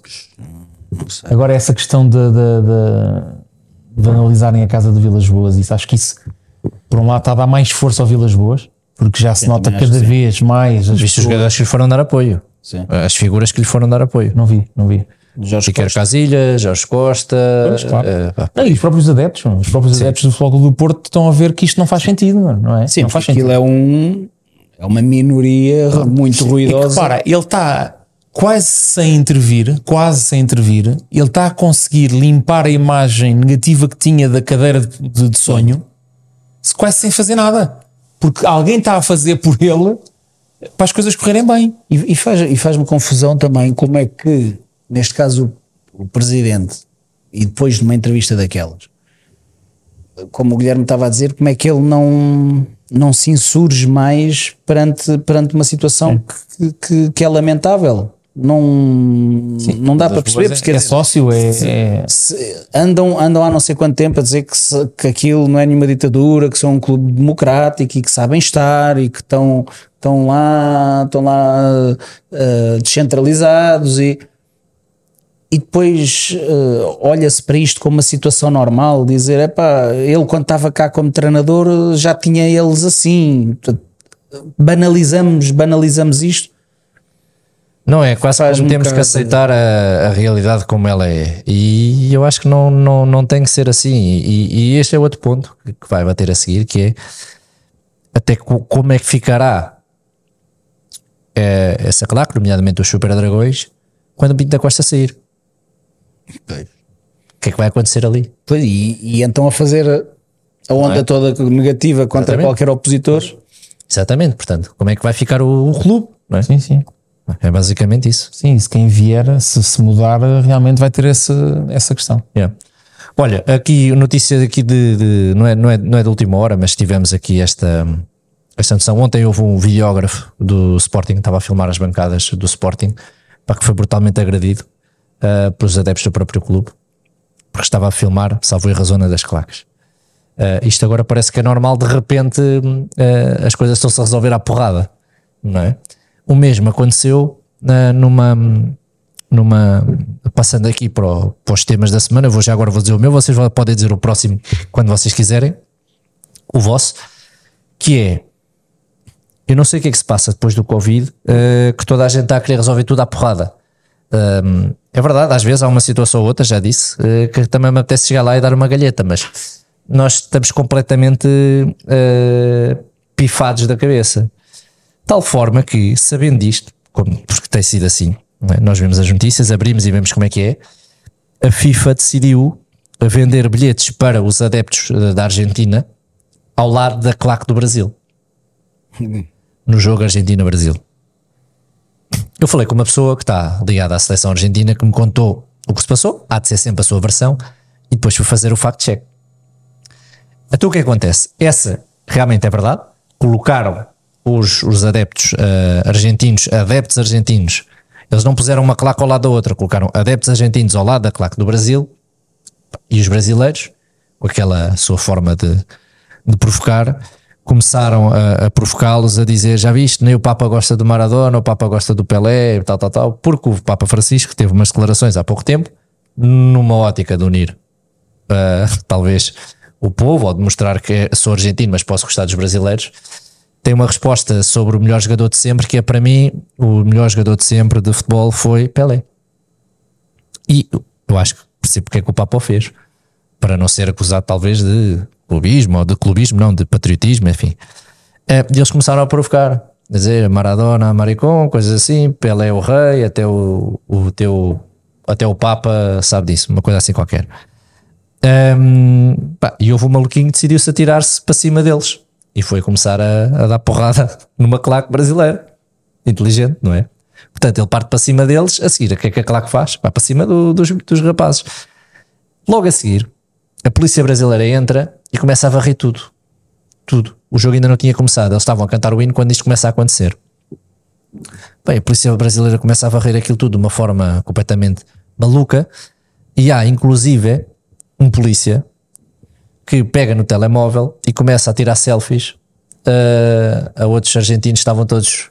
Speaker 2: Agora, essa questão de, de, de- de analisarem a casa do Vilas Boas, isso acho que isso, por um lado, está a dar mais força ao Vilas Boas, porque já se nota
Speaker 3: também
Speaker 2: cada vez mais. as
Speaker 4: Viste os
Speaker 2: pessoas-
Speaker 4: jogadores que lhe foram dar apoio.
Speaker 3: Sim.
Speaker 4: As figuras que lhe foram dar apoio.
Speaker 2: Não vi, não vi.
Speaker 3: Jorge
Speaker 4: Quer Casilhas, Jorge Costa.
Speaker 2: Pois, claro.
Speaker 4: eh, pá,
Speaker 2: Não, e os próprios adeptos, mano, os próprios adeptos do Futebol Clube do Porto estão a ver que isto não faz sentido, mano, não é?
Speaker 3: Sim,
Speaker 2: não faz
Speaker 3: porque aquilo é um. É uma minoria muito
Speaker 2: E
Speaker 3: ruidosa.
Speaker 2: repara, ele está quase sem intervir, quase sem intervir, ele está a conseguir limpar a imagem negativa que tinha da cadeira de, de- de sonho, se- quase sem fazer nada. Porque alguém está a fazer por ele para as coisas correrem bem.
Speaker 3: E, e faz, e faz-me confusão também como é que, neste caso, o, o presidente, e depois de uma entrevista daquelas, como o Guilherme estava a dizer, como é que ele não, não se insurge mais perante, perante uma situação que, que, que é lamentável. Não, não dá para perceber, porque quer
Speaker 2: é
Speaker 3: dizer,
Speaker 2: sócio, é, é-
Speaker 3: se- andam, andam há não sei quanto tempo a dizer que, se- que aquilo não é nenhuma ditadura, que são um clube democrático e que sabem estar e que estão estão lá, estão lá eh, descentralizados e e depois eh, olha-se para isto como uma situação normal, dizer, epá, ele quando estava cá como treinador já tinha eles assim, Portanto, banalizamos, banalizamos isto,
Speaker 4: Não é, quase
Speaker 3: Faz
Speaker 4: como
Speaker 3: um
Speaker 4: temos que
Speaker 3: bocado-
Speaker 4: aceitar a, a realidade como ela é. E eu acho que não, não, não tem que ser assim. E, e este é outro ponto que que vai bater a seguir, que é até co- como é que ficará eh, essa claque, nomeadamente os Super Dragões, quando o Pinto da Costa sair. O que é que vai acontecer ali?
Speaker 3: Pois, e, e então a fazer a onda toda negativa contra
Speaker 4: Exatamente.
Speaker 3: qualquer opositor.
Speaker 4: Exatamente, portanto, como é que vai ficar o, o clube? não é?
Speaker 2: Sim, sim.
Speaker 4: É basicamente isso.
Speaker 2: Sim, se quem vier, se, se mudar, realmente vai ter essa, essa questão.
Speaker 4: Yeah. Olha, aqui notícia aqui de, de- não, é, não, é, não é da última hora, mas tivemos aqui esta, esta noção. Ontem houve um videógrafo do Sporting que estava a filmar as bancadas do Sporting, para que foi brutalmente agredido ah, pelos adeptos do próprio clube, porque estava a filmar, salvo erro, a zona das claques. Ah, isto agora parece que é normal, de repente hum, ah, as coisas estão-se a resolver à porrada, não é? O mesmo aconteceu ah, eh, hum, numa, numa passando aqui para, o- para os temas da semana, eu vou já agora vou dizer o meu, vocês vão- podem dizer o próximo quando vocês quiserem, o vosso, que é eu não sei o que é que se passa depois do Covid, eh, que toda a gente está a querer resolver tudo à porrada. Um, é verdade, às vezes há uma situação ou outra, já disse, eh, que também me apetece chegar lá e dar uma galheta, mas nós estamos completamente eh, pifados da cabeça. Tal forma que, sabendo isto, como- porque tem sido assim, não é? nós vemos as notícias, abrimos e vemos como é que é, a FIFA decidiu vender bilhetes para os adeptos eh, da Argentina ao lado da claque do Brasil no jogo Argentina-Brasil. Eu falei com uma pessoa que está ligada à seleção argentina que me contou o que se passou, há de ser sempre a sua versão, e depois fui fazer o fact-check. Então o que acontece? Essa realmente é verdade. Colocaram os, os adeptos eh, argentinos, adeptos argentinos, eles não puseram uma claque ao lado da outra, colocaram adeptos argentinos ao lado da claque do Brasil e os brasileiros, com aquela sua forma de, de provocar, começaram a, a provocá-los a dizer: Já viste, nem o Papa gosta do Maradona, o Papa gosta do Pelé, tal, tal, tal, porque o Papa Francisco teve umas declarações há pouco tempo, numa ótica de unir, ah, [LAUGHS] talvez, o povo, ou de mostrar que sou argentino, mas posso gostar dos brasileiros. Tem uma resposta sobre o melhor jogador de sempre, que é para mim o melhor jogador de sempre de futebol foi Pelé. E eu acho que percebo porque é que o Papa o fez. Para não ser acusado, talvez, de clubismo ou de clubismo, não, de patriotismo, enfim. Eh, E eles começaram a provocar, a dizer Maradona, Maricón, coisas assim, Pelé é o rei, até o, o teu, até o Papa sabe disso, uma coisa assim qualquer. Ahm, pá, e houve um maluquinho que decidiu-se atirar-se para cima deles e foi começar a, a dar porrada [LAUGHS] numa claque brasileira. Inteligente, não é? Portanto, ele parte para cima deles, a seguir, o que é que a claque faz? Vai para cima do- dos, dos rapazes. Logo a seguir, a polícia brasileira entra e começa a varrer tudo. Tudo. O jogo ainda não tinha começado. Eles estavam a cantar o hino quando isto começa a acontecer. Bem, a polícia brasileira começa a varrer aquilo tudo de uma forma completamente maluca. E há, inclusive, um polícia que pega no telemóvel e começa a tirar selfies eh, a outros argentinos que estavam todos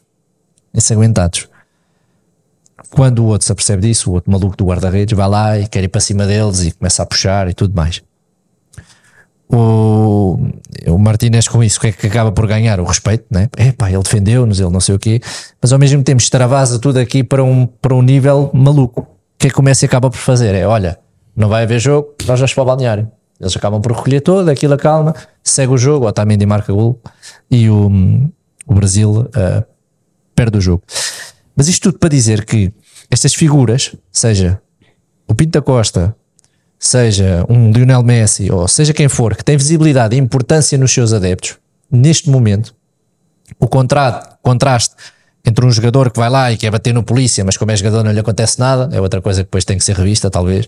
Speaker 4: ensanguentados. Quando o outro se apercebe disso, o outro maluco do guarda-redes vai lá e quer ir para cima deles e começa a puxar e tudo mais. O, o Martinez com isso, o que é que acaba por ganhar? O respeito, né? Epá, ele defendeu-nos, ele não sei o quê, mas ao mesmo tempo extravasa tudo aqui para um, para um nível maluco. O que é que começa e acaba por fazer? É, olha, não vai haver jogo, nós vamos para o balneário. Eles acabam por recolher tudo, aquilo acalma, segue o jogo, o Otamendi marca gol e o, o Brasil ah, perde o jogo. Mas isto tudo para dizer que estas figuras, seja o Pinto da Costa, seja um Lionel Messi, ou seja quem for, que tem visibilidade e importância nos seus adeptos, neste momento, o contrato, contraste entre um jogador que vai lá e quer bater no polícia, mas como é jogador não lhe acontece nada, é outra coisa que depois tem que ser revista, talvez.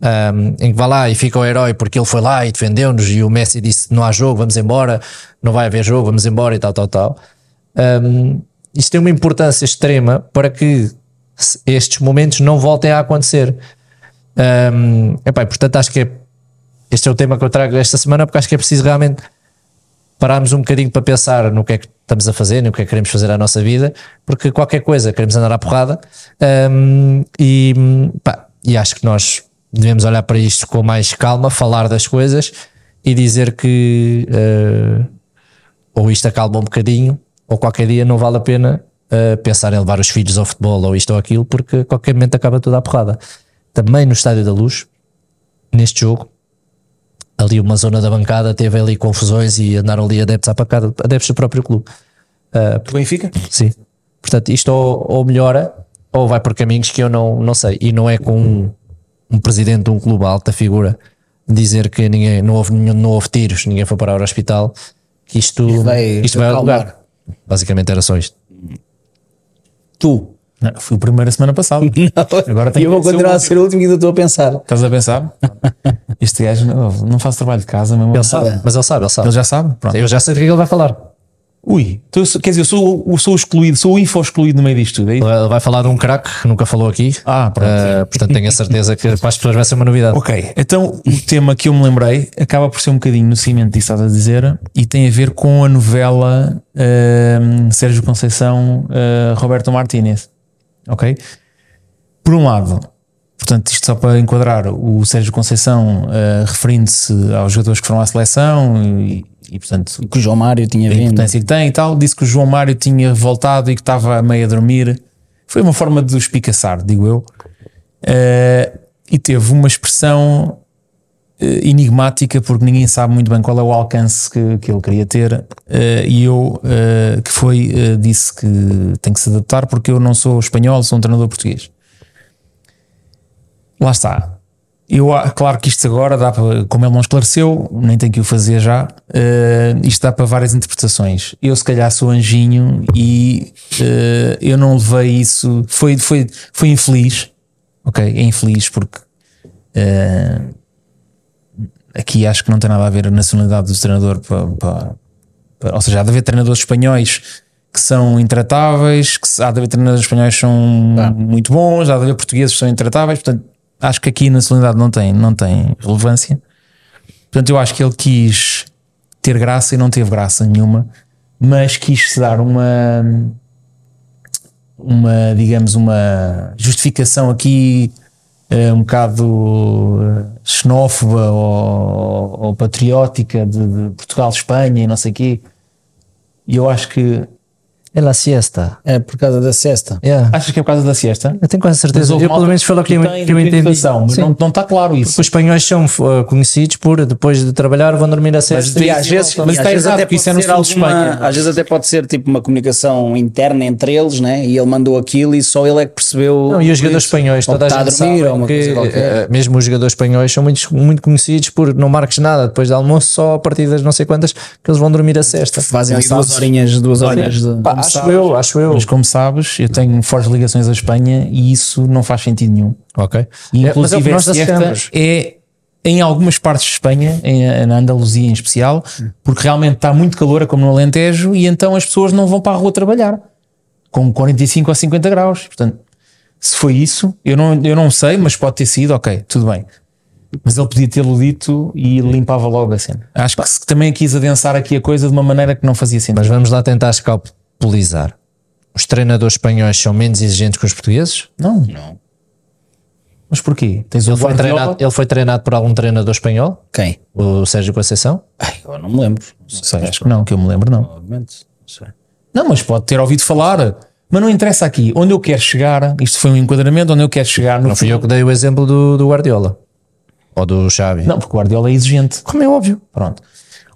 Speaker 4: ahm, em que vai lá e fica o herói porque ele foi lá e defendeu-nos e o Messi disse não há jogo, vamos embora, não vai haver jogo, vamos embora e tal, tal, tal. Ahm, isto tem uma importância extrema para que se- estes momentos não voltem a acontecer. Ahm, epá, e portanto, acho que é- este é o tema que eu trago esta semana, porque acho que é preciso realmente pararmos um bocadinho para pensar no que é que estamos a fazer, no que é que queremos fazer à nossa vida, porque qualquer coisa queremos andar à porrada hum, e, pá, e acho que nós devemos olhar para isto com mais calma, falar das coisas e dizer que eh, ou isto acalma um bocadinho, ou qualquer dia não vale a pena eh, pensar em levar os filhos ao futebol ou isto ou aquilo, porque a qualquer momento acaba tudo à porrada. Também no Estádio da Luz, neste jogo, ali uma zona da bancada teve ali confusões e andaram ali adeptos à pancada, adeptos do próprio clube.
Speaker 3: Do Benfica?
Speaker 4: Sim. Portanto, isto ou, ou melhora ou vai por caminhos que eu não, não sei. E não é com um, um presidente de um clube alta figura dizer que ninguém, não, houve, nenhum- não houve tiros, ninguém foi parar ao hospital, que isto, isto
Speaker 3: vai
Speaker 4: vai, ao
Speaker 3: acalmar.
Speaker 4: lugar. Basicamente era só isto.
Speaker 3: Tu.
Speaker 2: Não, fui o primeiro a semana
Speaker 3: [LAUGHS]
Speaker 2: passada. Agora tem
Speaker 3: e eu vou
Speaker 2: que ser o
Speaker 3: continuar a
Speaker 2: último.
Speaker 3: ser o último que ainda estou a pensar.
Speaker 2: Estás a
Speaker 3: [LAUGHS]
Speaker 2: pensar? Este gajo não, não faz trabalho de casa mesmo.
Speaker 4: Ele sabe, mas ele sabe, ele sabe.
Speaker 2: Ele já sabe? Pronto.
Speaker 4: Eu já sei do que é que ele vai falar.
Speaker 2: Ui, então eu sou- quer dizer, eu sou, o- sou o excluído, sou o info excluído no meio disto tudo. É isso?
Speaker 4: Ele vai falar de um craque que nunca falou aqui.
Speaker 2: Ah, pronto.
Speaker 4: Eh, portanto, tenho a certeza que para as pessoas vai ser uma novidade.
Speaker 2: Ok, então o tema que eu me lembrei acaba por ser um bocadinho no cimento disso que estás a dizer e tem a ver com a novela ahm, Sérgio eh, Conceição ah, Roberto Martínez. Ok? Por um lado, Portanto, isto só para enquadrar, o Sérgio Conceição eh, referindo-se aos jogadores que foram à seleção e, e, portanto,
Speaker 3: que o João Mário tinha
Speaker 2: a
Speaker 3: vindo.
Speaker 2: importância que tem e tal, disse que o João Mário tinha voltado e que estava meio a dormir. Foi uma forma de os picaçar, digo eu. Eh, e teve uma expressão eh, enigmática, porque ninguém sabe muito bem qual é o alcance que, que ele queria ter. Eh, e eu, eh, que foi, eh, disse que tem que se adaptar, porque eu não sou espanhol, sou um treinador português. Lá está. Eu, a- claro que isto agora dá para, como ele não esclareceu, nem tem que o fazer já, eh, isto dá para várias interpretações. Eu se calhar sou anjinho e eh, eu não levei isso, foi, foi, foi infeliz, ok? É infeliz porque eh, aqui acho que não tem nada a ver a nacionalidade do treinador para, para- para- ou seja, há de haver treinadores espanhóis que são intratáveis, que se- há de haver treinadores espanhóis que são muito bons, há de haver portugueses que são intratáveis, portanto, acho que aqui a nacionalidade não tem, não tem relevância. Portanto, eu acho que ele quis ter graça e não teve graça nenhuma, mas quis se dar uma, uma digamos, uma justificação aqui eh, um bocado eh, xenófoba ou, ou patriótica de, de Portugal, Espanha e não sei o quê. E eu acho que.
Speaker 4: É la siesta.
Speaker 3: É por causa da cesta.
Speaker 4: Yeah.
Speaker 2: Achas que é por causa da siesta?
Speaker 4: Eu tenho quase certeza. Eu,
Speaker 2: houve
Speaker 4: pelo
Speaker 2: malta
Speaker 4: menos foi lá que eu,
Speaker 2: tem
Speaker 4: que eu entendi.
Speaker 2: interpretação, Mas
Speaker 4: Sim.
Speaker 2: não, não está claro isso.
Speaker 4: Os espanhóis são uh, conhecidos por depois de trabalhar vão dormir a siesta.
Speaker 2: tem- E às vezes- mas está errado, porque isso é no
Speaker 3: ser
Speaker 2: sul de Espanha.
Speaker 3: Às vezes até pode ser tipo uma comunicação interna entre eles, né? E ele mandou aquilo e só ele é que percebeu.
Speaker 4: Não, e os
Speaker 3: isso.
Speaker 4: jogadores espanhóis,
Speaker 3: Ou
Speaker 4: toda a
Speaker 3: que
Speaker 4: gente
Speaker 3: está a dormir, ou
Speaker 4: sabe
Speaker 3: uma coisa
Speaker 4: que,
Speaker 3: qualquer.
Speaker 4: eh, mesmo os jogadores espanhóis são muito, muito conhecidos por não marques nada depois de almoço, só a partir das não sei quantas que eles vão dormir a sexta.
Speaker 3: Fazem ali
Speaker 2: sabes-
Speaker 3: duas horinhas, duas horinhas de.
Speaker 4: Pá, acho eu, acho eu.
Speaker 2: Mas como sabes, eu tenho fortes ligações à Espanha e isso não faz sentido nenhum.
Speaker 4: ok.
Speaker 2: E,
Speaker 4: É, mas é o
Speaker 2: Inclusive,
Speaker 4: que
Speaker 2: é,
Speaker 4: nós
Speaker 2: esta
Speaker 4: achamos.
Speaker 2: é em algumas partes de Espanha, em, na Andaluzia em especial, porque realmente está muito calor, é como no Alentejo, e então as pessoas não vão para a rua trabalhar com 45 ou 50 graus. Portanto, se foi isso, eu não, eu não sei, mas pode ter sido, ok, tudo bem. Mas ele podia tê-lo dito e limpava logo a cena. Acho que se- também quis adensar aqui a coisa de uma maneira que não fazia
Speaker 4: Mas
Speaker 2: sentido.
Speaker 4: vamos lá tentar escalpelizar. Os treinadores espanhóis são menos exigentes que os portugueses?
Speaker 2: não. não. Mas porquê? Tens um
Speaker 4: Ele foi,
Speaker 2: Guardiola?
Speaker 4: treinado, ele foi treinado por algum treinador espanhol?
Speaker 3: Quem?
Speaker 4: O Sérgio Conceição?
Speaker 3: Ai, eu não me lembro. Não sei,
Speaker 2: Não sei, acho que não, que eu me lembro, não.
Speaker 3: provavelmente. Não sei.
Speaker 2: Não, mas pode ter ouvido falar. Mas não interessa aqui. Onde eu quero chegar, isto foi um enquadramento, onde eu quero chegar no
Speaker 4: Não fui eu que dei o exemplo do, do Guardiola. Ou do Xavi.
Speaker 2: Não, porque o Guardiola é exigente.
Speaker 4: Como é óbvio.
Speaker 2: Pronto.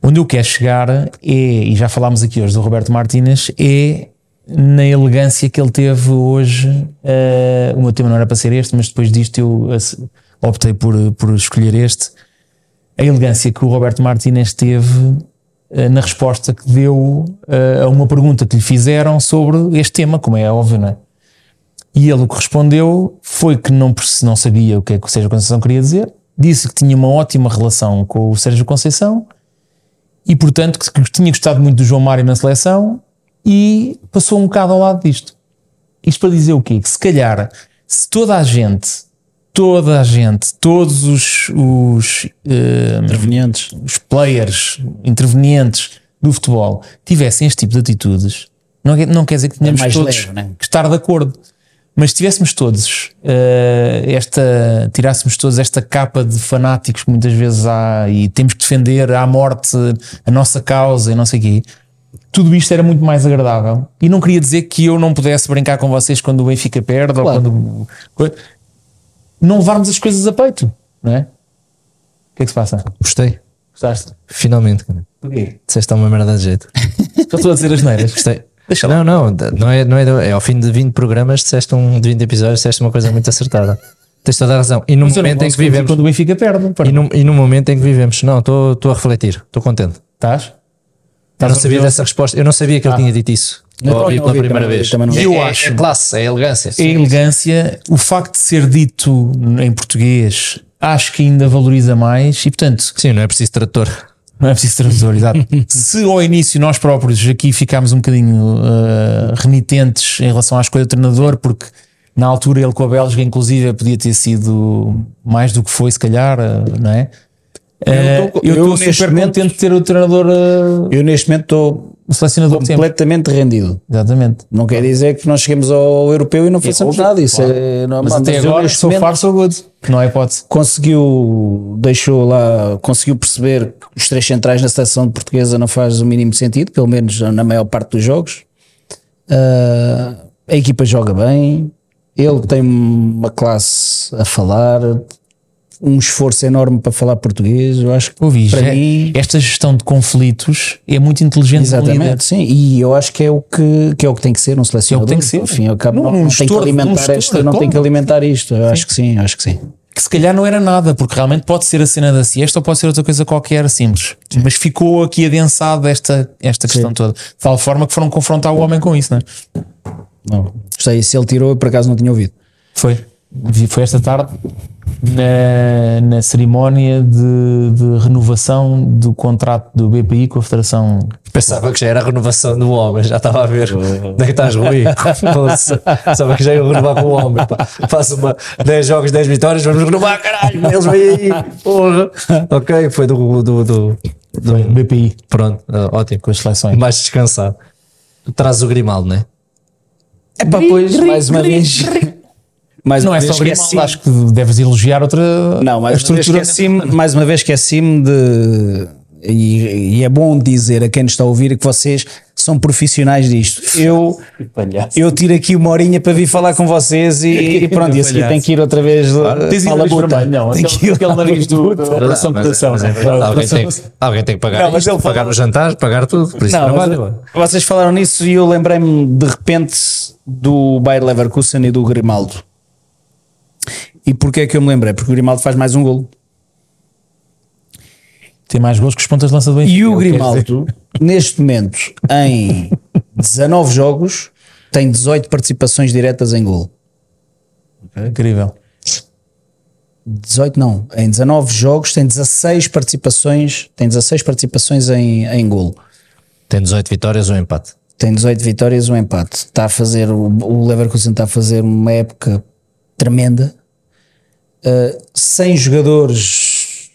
Speaker 2: Onde eu quero chegar é, e já falámos aqui hoje do Roberto Martínez, é na elegância que ele teve hoje. eh, o meu tema não era para ser este, mas depois disto eu ass- optei por, por escolher este. A elegância que o Roberto Martínez teve eh, na resposta que deu eh, a uma pergunta que lhe fizeram sobre este tema, como é óbvio, não é? E ele o que respondeu foi que não, perce- não sabia o que é que o Sérgio Conceição queria dizer, disse que tinha uma ótima relação com o Sérgio Conceição e, portanto, que, que tinha gostado muito do João Mário na seleção e passou um bocado ao lado disto. Isto para dizer o quê? Que se calhar, se toda a gente, toda a gente, todos os, os, eh,
Speaker 3: Intervenientes.
Speaker 2: os players, intervenientes do futebol, tivessem este tipo de atitudes, não, quer- não quer dizer que tenhamos
Speaker 3: mais
Speaker 2: todos
Speaker 3: leve, né?
Speaker 2: que estar de acordo. Mas se tivéssemos todos eh, esta, tirássemos todos esta capa de fanáticos que muitas vezes há e temos que defender à morte a nossa causa e não sei o quê, tudo isto era muito mais agradável. E não queria dizer que eu não pudesse brincar com vocês quando o Benfica perde
Speaker 3: Claro.
Speaker 2: ou quando. Não levarmos as coisas a peito, não é? O que é que se passa?
Speaker 4: Gostei.
Speaker 2: Gostaste?
Speaker 4: Finalmente. cara.
Speaker 2: Porquê?
Speaker 4: Disseste uma merda de jeito.
Speaker 2: Já estou a dizer as neiras.
Speaker 4: [LAUGHS] Gostei. não, não, d- não é, não é, do- é ao fim de 20 programas, disseste um de 20 episódios, disseste uma coisa muito acertada. Tens toda a razão. E no
Speaker 2: Mas eu não
Speaker 4: momento em
Speaker 2: gosto
Speaker 4: é, que vivemos,
Speaker 2: quando o Benfica perde. pá.
Speaker 4: e no, e no momento em que vivemos, não, estou estou a refletir, estou contente.
Speaker 2: Estás?
Speaker 4: Eu
Speaker 2: Estás
Speaker 4: não sabia
Speaker 2: orgulhoso?
Speaker 4: dessa resposta, eu não sabia que ele tinha dito isso. Ah. Eu
Speaker 3: também
Speaker 4: ouvi
Speaker 3: não
Speaker 4: pela
Speaker 3: ouvi,
Speaker 4: primeira
Speaker 3: também
Speaker 4: vez.
Speaker 3: não ouvi,
Speaker 2: também não
Speaker 4: É-
Speaker 2: ouvi.
Speaker 4: é-
Speaker 2: Eu
Speaker 4: É classe, é elegância.
Speaker 2: a elegância, o facto de ser dito em português, acho que ainda valoriza mais e, portanto,
Speaker 4: Sim, não é preciso tradutor.
Speaker 2: não é preciso tradutor, exato.
Speaker 3: [LAUGHS]
Speaker 2: Se ao início nós próprios aqui ficámos um bocadinho eh, renitentes em relação à escolha do treinador, porque na altura ele com a Bélgica, inclusive, podia ter sido mais do que foi, se calhar, eh, não é? Eh,
Speaker 3: tô-
Speaker 2: Eu
Speaker 3: eu
Speaker 2: estou
Speaker 3: neste
Speaker 2: super
Speaker 3: momento-
Speaker 2: contente de ter o treinador eh,
Speaker 3: Eu neste momento estou
Speaker 2: o selecionador que temos.
Speaker 3: completamente rendido.
Speaker 2: Exatamente.
Speaker 3: Não quer dizer que nós cheguemos ao europeu e não façamos
Speaker 2: óbvio,
Speaker 3: nada. Isso é normal.
Speaker 2: Mas até agora,
Speaker 3: neste
Speaker 2: so
Speaker 3: momento,
Speaker 2: far, so good. Não há hipótese.
Speaker 3: conseguiu, deixou lá, conseguiu perceber que os três centrais na seleção portuguesa não faz o mínimo sentido, pelo menos na maior parte dos jogos. Ah, a equipa joga bem, ele tem uma classe a falar, um esforço enorme para falar português. Eu acho que
Speaker 2: Ouvi,
Speaker 3: para
Speaker 2: já-
Speaker 3: mim
Speaker 2: é, esta gestão de conflitos é muito inteligente do líder.
Speaker 3: Exatamente, sim, e eu acho que é o que, que é o que tem que ser um selecionador.
Speaker 2: tem que ser.
Speaker 3: Enfim, ao cabo,
Speaker 2: Num-
Speaker 3: não,
Speaker 2: num
Speaker 3: não tem que
Speaker 2: gestor- num
Speaker 3: alimentar
Speaker 2: gestor,
Speaker 3: esta, não tem
Speaker 2: claro.
Speaker 3: que alimentar isto. Eu acho que sim, acho que sim.
Speaker 2: Que se calhar não era nada, porque realmente pode ser a cena da siesta ou pode ser outra coisa qualquer simples. Mas ficou aqui adensada esta, esta questão toda. De tal forma que foram confrontar o homem com isso, não é?
Speaker 3: Não, sei se ele tirou, eu por acaso não tinha ouvido.
Speaker 2: Foi. Vi- Foi esta tarde na, na cerimónia de, de renovação do contrato do BPI com a Federação.
Speaker 4: Pensava que já era a renovação do homem, já estava a ver. Onde é que estás,
Speaker 3: [LAUGHS]
Speaker 4: Rui? Pensava que já ia renovar com o homem. pá. Faço uma 10 jogos, 10 vitórias, vamos renovar, caralho. Eles vêm aí, porra. Ok, foi do. do, do- do-
Speaker 2: BPI,
Speaker 4: Pronto, ah, ótimo.
Speaker 2: com as seleções.
Speaker 4: Mais descansado. Traz o Grimaldo, né?
Speaker 3: É pá, pois, mais uma vez. Mais
Speaker 2: Não
Speaker 3: uma
Speaker 2: é
Speaker 3: vez
Speaker 2: só Grimaldo,
Speaker 3: esqueci-me.
Speaker 2: acho que deves elogiar outra
Speaker 3: Não, mais uma vez é esqueci-me, mais uma vez esqueci-me de. E, e é bom dizer a quem nos está a ouvir que vocês são profissionais disto. Eu, eu tiro aqui uma horinha para vir falar com vocês e, e pronto, e a seguir
Speaker 4: Palhaço.
Speaker 3: tenho que ir outra vez eh,
Speaker 2: Tens
Speaker 3: para a labuta.
Speaker 2: não,
Speaker 3: Tenho que ir
Speaker 2: aquele,
Speaker 3: lá.
Speaker 2: aquele nariz do, da Operação
Speaker 4: Mas-
Speaker 2: Coração.
Speaker 4: mas é
Speaker 2: não é?
Speaker 4: verdade,
Speaker 2: Da
Speaker 4: alguém,
Speaker 2: Operação
Speaker 4: tem, que- alguém tem que pagar
Speaker 3: né? Não, mas
Speaker 4: isto,
Speaker 3: ele
Speaker 4: pagar
Speaker 3: falou-
Speaker 4: os jantares, pagar tudo. Por isso
Speaker 3: Não,
Speaker 4: trabalho.
Speaker 3: mas eh, vocês falaram nisso e eu lembrei-me de repente do Bayer Leverkusen e do Grimaldo. E porquê é que eu me lembrei? Porque o Grimaldo faz mais um golo.
Speaker 2: Tem mais gols que os pontas de lança do Benfica.
Speaker 3: E o
Speaker 2: eu quero dizer.
Speaker 3: Grimaldo, [LAUGHS] neste momento, em 19 jogos, tem 18 participações diretas em gol.
Speaker 2: Incrível.
Speaker 3: 18 não, em 19 jogos tem 16 participações, tem 16 participações em, em gol.
Speaker 4: Tem 18 vitórias ou um empate.
Speaker 3: Tem 18 vitórias, um empate. Está a fazer, o- o Leverkusen está a fazer uma época tremenda. Uh, sem jogadores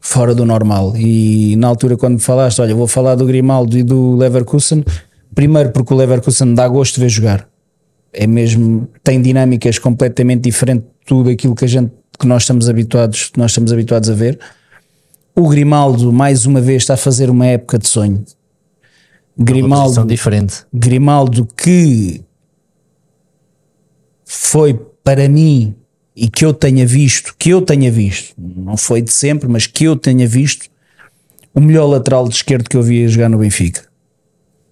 Speaker 3: fora do normal. E na altura, quando me falaste, olha, vou falar do Grimaldo e do Leverkusen, primeiro porque o Leverkusen dá gosto de ver jogar. É mesmo, tem dinâmicas completamente diferentes de tudo aquilo que a gente que nós estamos habituados, que nós estamos habituados a ver. O Grimaldo, mais uma vez, está a fazer uma época de sonho.
Speaker 4: Uma
Speaker 3: Grimaldo,
Speaker 4: posição diferente.
Speaker 3: Grimaldo que foi para mim e que eu tenha visto, que eu tenha visto, não foi de sempre, mas que eu tenha visto o melhor lateral de esquerdo que eu vi a jogar no Benfica.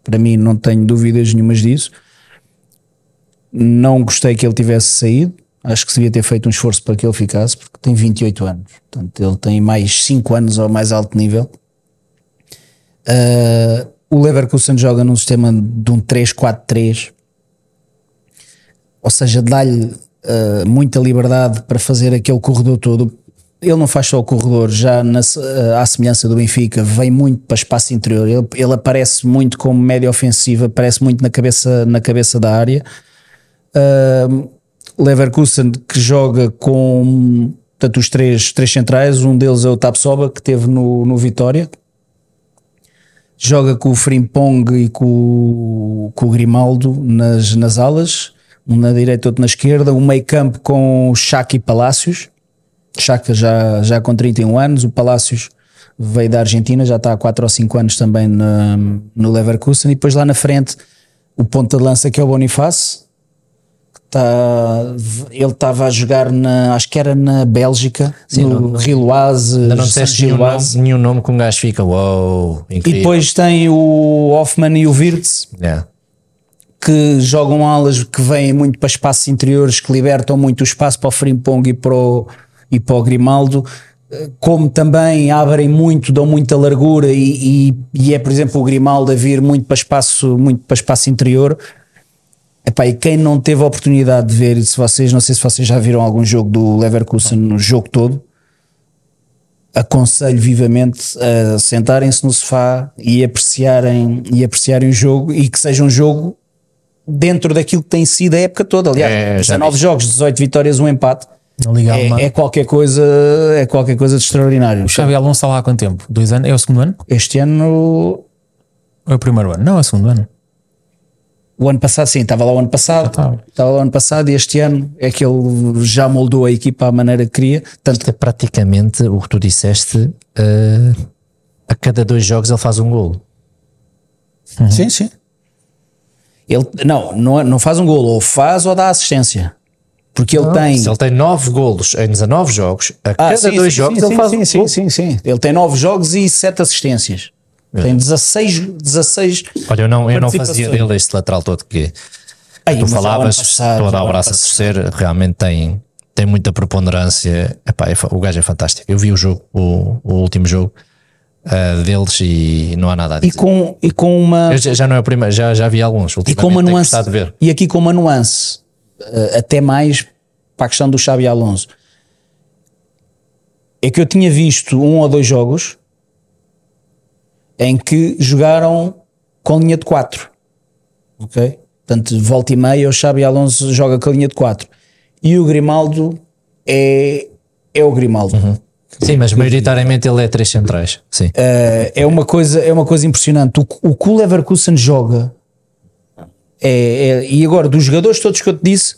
Speaker 3: Para mim não tenho dúvidas nenhumas disso. Não gostei que ele tivesse saído. Acho que se devia ter feito um esforço para que ele ficasse, porque tem 28 anos. Portanto, ele tem mais 5 anos ao mais alto nível. Uh, o Leverkusen joga num sistema de um 3-4-3, ou seja, dá-lhe uh, muita liberdade para fazer aquele corredor todo. Ele não faz só o corredor, já na, se- uh, à semelhança do Benfica, vem muito para espaço interior. Ele, ele aparece muito como média ofensiva, aparece muito na cabeça, na cabeça da área. Uh, Leverkusen que joga com portanto, os três, três centrais, um deles é o Tapsoba, que teve no, no Vitória, joga com o Frimpong e com, o- com o Grimaldo nas, nas alas, um na direita, outro na esquerda, um meio campo com o Chaka e Palácios, Chaka já, já com 31 anos, o Palácios veio da Argentina, já está há 4 ou 5 anos também na- no Leverkusen, e depois lá na frente o ponta de lança que é o Bonifácio, que está- ele estava a jogar na, acho que era na Bélgica, no Riloise,
Speaker 4: Ainda não disseste nenhum nome, nenhum nome que um gajo fica. Uou,
Speaker 3: e
Speaker 4: incrível.
Speaker 3: depois tem o Hoffman e o Wirtz
Speaker 4: Yeah.
Speaker 3: que jogam alas que vêm muito para espaços interiores, que libertam muito o espaço para o Frimpong e para o, e para o Grimaldo, eh, como também abrem muito, dão muita largura e, e- e é, por exemplo, o Grimaldo a vir muito para espaço, muito para espaço interior. Epá, e quem não teve a oportunidade de ver, se vocês, não sei se vocês já viram algum jogo do Leverkusen no jogo todo, aconselho vivamente a sentarem-se no sofá e apreciarem, e apreciarem o jogo e que seja um jogo dentro daquilo que tem sido a época toda. Aliás,
Speaker 4: É, já
Speaker 3: 19 jogos, 18 vitórias, um empate.
Speaker 2: Na Liga Alemã.
Speaker 3: É, é qualquer coisa, é qualquer coisa de extraordinário.
Speaker 2: Xabi Alonso está lá há quanto tempo? Dois anos? É o segundo ano?
Speaker 3: Este ano
Speaker 2: É o primeiro ano? Não, é o segundo ano.
Speaker 3: O ano passado, sim, estava lá o ano passado.
Speaker 2: estava.
Speaker 3: Estava lá o ano passado e este ano é que ele já moldou a equipa à maneira que queria. Tanto
Speaker 4: Isto é praticamente o que tu disseste. eh, a cada dois jogos ele faz um golo. Uhum.
Speaker 3: Sim, sim. Ele, não, não, é- não faz um golo, ou faz ou dá assistência. Porque ele tem.
Speaker 4: Se ele tem nove golos em 19 jogos, a
Speaker 3: Ah,
Speaker 4: cada
Speaker 3: sim,
Speaker 4: dois
Speaker 3: sim,
Speaker 4: jogos
Speaker 3: sim,
Speaker 4: ele
Speaker 3: sim,
Speaker 4: faz
Speaker 3: sim,
Speaker 4: um
Speaker 3: sim,
Speaker 4: golo.
Speaker 3: sim, sim. Ele tem nove jogos e sete assistências.
Speaker 4: É.
Speaker 3: Tem 16. 16
Speaker 4: Olha, eu não, eu não fazia
Speaker 3: Participações.
Speaker 4: dele este lateral todo que
Speaker 3: Ai,
Speaker 4: tu
Speaker 3: mas ao ano
Speaker 4: falavas,
Speaker 3: passado,
Speaker 4: toda a
Speaker 3: ao ano
Speaker 4: braça a
Speaker 3: passado.
Speaker 4: torcer, realmente tem, tem muita preponderância. Epá, é fa- o gajo é fantástico. Eu vi o jogo, o, o último jogo ah, deles e não há nada a
Speaker 3: E
Speaker 4: dizer.
Speaker 3: com, e com uma.
Speaker 4: Eu já, já não é o primeiro, já, já vi alguns.
Speaker 3: E é com uma
Speaker 4: ultimamente, tenho
Speaker 3: nuance.
Speaker 4: gostado de ver.
Speaker 3: E aqui com uma nuance, eh, até mais para a questão do Xabi Alonso. É que eu tinha visto um ou dois jogos em que jogaram com linha de 4. Ok? Portanto, volta e meia, o Xabi Alonso joga com a linha de 4. E o Grimaldo é, é o Grimaldo.
Speaker 4: Uhum. Sim, mas maioritariamente ele é três centrais. Sim.
Speaker 3: é uma coisa é uma coisa impressionante o, que- o que o Leverkusen joga é, é- e agora dos jogadores todos que eu te disse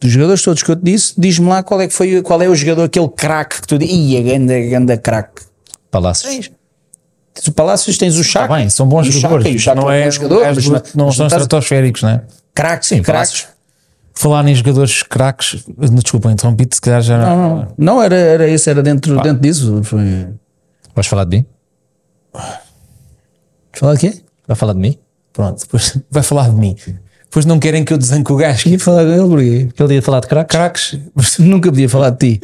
Speaker 3: dos jogadores todos que eu te disse diz-me lá qual é que foi qual é o jogador aquele craque que tu dizes Ih, é a ganda, ganda craque
Speaker 4: Palácios.
Speaker 3: tens o Palácios tens o Chaka
Speaker 2: Está bem, são bons
Speaker 3: o Chaka, e o
Speaker 2: jogadores.
Speaker 3: Chaka
Speaker 2: não
Speaker 3: é um
Speaker 2: é,
Speaker 3: bom jogador,
Speaker 2: os
Speaker 3: mas-
Speaker 2: gajos não
Speaker 3: mas
Speaker 2: são
Speaker 3: não estás-
Speaker 2: estratosféricos, não é?
Speaker 3: craques
Speaker 4: Sim,
Speaker 3: craques
Speaker 2: Falar em jogadores craques, desculpa, interrompi-te, se calhar já não.
Speaker 3: não, Ah, não era, era isso era dentro, dentro disso foi...
Speaker 4: Vais falar de mim?
Speaker 3: falar o quê?
Speaker 4: Vai falar de mim?
Speaker 2: Pronto, depois [LAUGHS] vai falar de mim. Depois não querem que eu desanque o gajo.
Speaker 3: ia falar dele porquê?
Speaker 4: Que ele ia falar de craques?
Speaker 2: Craques, mas,
Speaker 3: [LAUGHS] nunca podia falar de ti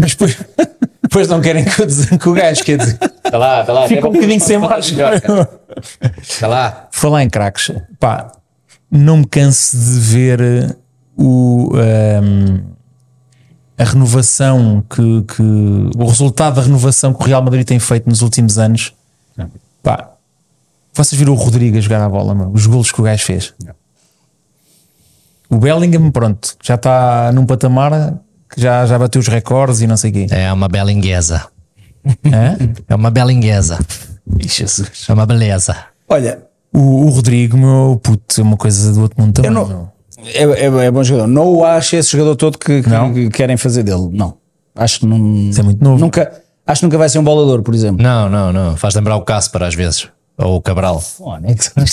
Speaker 2: mas depois, [LAUGHS] depois não querem que eu desanque o gajo, quer dizer,
Speaker 4: Está Tá lá, está lá.
Speaker 2: fica um bocadinho sem margem.
Speaker 4: Está Tá lá.
Speaker 2: Falar em craques, pá, não me canso de ver eh, o, ehm, a renovação que, que- o resultado da renovação que o Real Madrid tem feito nos últimos anos. Pá, vocês viram o Rodrigo a jogar a bola, mano, os golos que o gajo fez. O Bellingham, pronto, já está num patamar que já, já bateu os recordes e não sei o quê.
Speaker 4: É uma bela inglesa.
Speaker 2: Hã?
Speaker 4: É uma bela inglesa. É uma beleza.
Speaker 3: olha
Speaker 2: O, o Rodrigo, meu puto, é uma coisa do outro mundo também.
Speaker 3: não-
Speaker 2: meu.
Speaker 3: É, é- é bom jogador. Não o acho esse jogador todo que, que- que querem fazer dele. Não. Acho que não.
Speaker 2: é muito novo.
Speaker 3: Nunca, acho que nunca vai ser um bolador, por exemplo.
Speaker 4: Não, não, não. Faz lembrar o Casper às vezes. Ou o Cabral.
Speaker 3: o é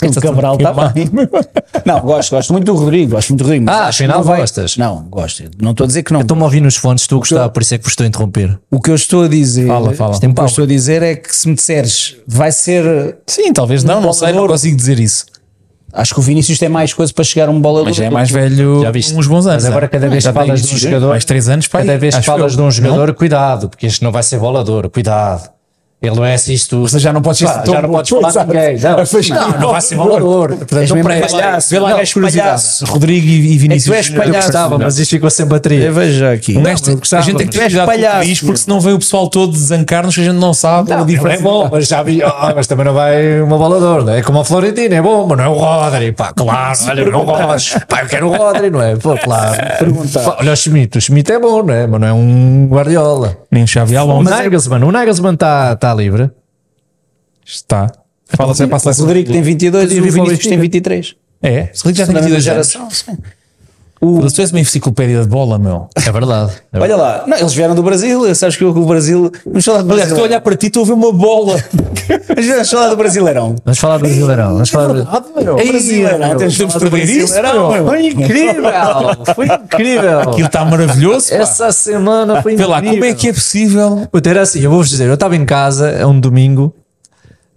Speaker 3: um Cabral está bem. [LAUGHS] Não, gosto, gosto muito do Rodrigo. Gosto muito do Rodrigo. mas
Speaker 4: Ah,
Speaker 3: acho que
Speaker 4: afinal
Speaker 3: não vai-
Speaker 4: gostas. Então-
Speaker 3: Não, gosto. Não estou a dizer que não.
Speaker 4: Estou-me a ouvir nos fones, estou a gostar, por isso é que vos estou a interromper.
Speaker 3: o que eu estou a dizer.
Speaker 2: Fala, fala.
Speaker 3: O que eu estou a dizer é que se me disseres, vai ser.
Speaker 2: Sim, talvez não, não sei, não consigo dizer isso.
Speaker 3: Acho que o Vinícius tem mais coisa para chegar a um bolador.
Speaker 2: Mas já é
Speaker 3: do
Speaker 2: mais
Speaker 3: que-
Speaker 2: velho
Speaker 4: Já viste?
Speaker 2: uns bons anos.
Speaker 4: Mas agora
Speaker 2: sabe?
Speaker 4: cada vez
Speaker 2: Já
Speaker 4: que falas
Speaker 2: tem
Speaker 4: de um jogador-
Speaker 2: Mais 3 anos, pá,
Speaker 4: Cada vez que
Speaker 2: acho
Speaker 4: falas
Speaker 2: eu.
Speaker 4: de um jogador, cuidado, porque este não vai ser bolador, cuidado. Ele não é assim isto.
Speaker 2: Ou seja, já não podes ser
Speaker 4: Pá,
Speaker 2: tão
Speaker 4: já não
Speaker 2: bom.
Speaker 4: podes falar
Speaker 2: Exato.
Speaker 4: de ninguém. Não,
Speaker 2: A fazer-
Speaker 4: não, não vai ser bolador. Portanto,
Speaker 3: És
Speaker 4: não
Speaker 3: mesmo
Speaker 4: presta.
Speaker 3: palhaço.
Speaker 2: Vê lá
Speaker 3: Não,
Speaker 2: gajo curiosidade.
Speaker 3: palhaço.
Speaker 2: Rodrigo e, e Vinícius.
Speaker 3: É que tu és
Speaker 2: Júnior.
Speaker 4: Eu
Speaker 3: palhaço.
Speaker 4: gostava, mas isto é ficou sem bateria.
Speaker 3: Eu vejo aqui.
Speaker 2: Um gajo tem- a gente tem que
Speaker 3: Tu és
Speaker 2: ter cuidado com
Speaker 3: palhaço,
Speaker 2: isto,
Speaker 3: meu.
Speaker 2: porque senão vem o pessoal todo desancar-nos que a gente não sabe. a
Speaker 4: Não é
Speaker 2: diferença.
Speaker 4: bom, mas já vi. Ah, mas também não vai uma bolador, não é? Como o Florentino, é bom, mas não é o Rodri, pá, claro, olha, não gosto. Pá, eu quero o Rodri, não é? Pô, claro. Pergunta. Olha o Schmidt, o Schmidt é bom, não é? Mas não é um Guardiola.
Speaker 2: Nem o Xavi
Speaker 4: O
Speaker 2: Alonso.
Speaker 4: Nagelsmann, o Nagelsmann está tá livre.
Speaker 2: Está. Fala
Speaker 4: é
Speaker 2: sempre para a
Speaker 3: O
Speaker 2: seleção.
Speaker 3: Rodrigo tem 22 e
Speaker 2: tá.
Speaker 3: o
Speaker 2: Então, Rodrigo
Speaker 3: Vinícius
Speaker 2: Benfica.
Speaker 3: tem 23.
Speaker 2: É, o Rodrigo já tem
Speaker 3: Da mesma
Speaker 2: 22 anos.
Speaker 3: geração. sim.
Speaker 2: Foda-se, Tu és uma enciclopédia de bola, meu.
Speaker 4: É verdade. É
Speaker 3: Olha lá, não, eles vieram do Brasil, sabes que o Brasil. Vamos falar do
Speaker 2: Aliás, estou a
Speaker 3: Brasileirão.
Speaker 2: olhar para ti, estou a ver uma bola.
Speaker 3: [LAUGHS] Vamos falar do Brasileirão.
Speaker 4: Vamos falar do Brasileirão. Vamos falar do...
Speaker 2: Ei,
Speaker 3: Brasileirão,
Speaker 2: É meu, temos
Speaker 3: temos de
Speaker 2: de
Speaker 3: falar do
Speaker 2: ver isso,
Speaker 3: Brasileirão,
Speaker 2: meu.
Speaker 4: Foi incrível! Foi incrível!
Speaker 2: Aquilo está maravilhoso. pá.
Speaker 4: Essa semana foi
Speaker 2: Vê
Speaker 4: incrível.
Speaker 2: lá, como é que é possível?
Speaker 4: Puta, era assim, eu vou-vos dizer, eu estava em casa, é um domingo.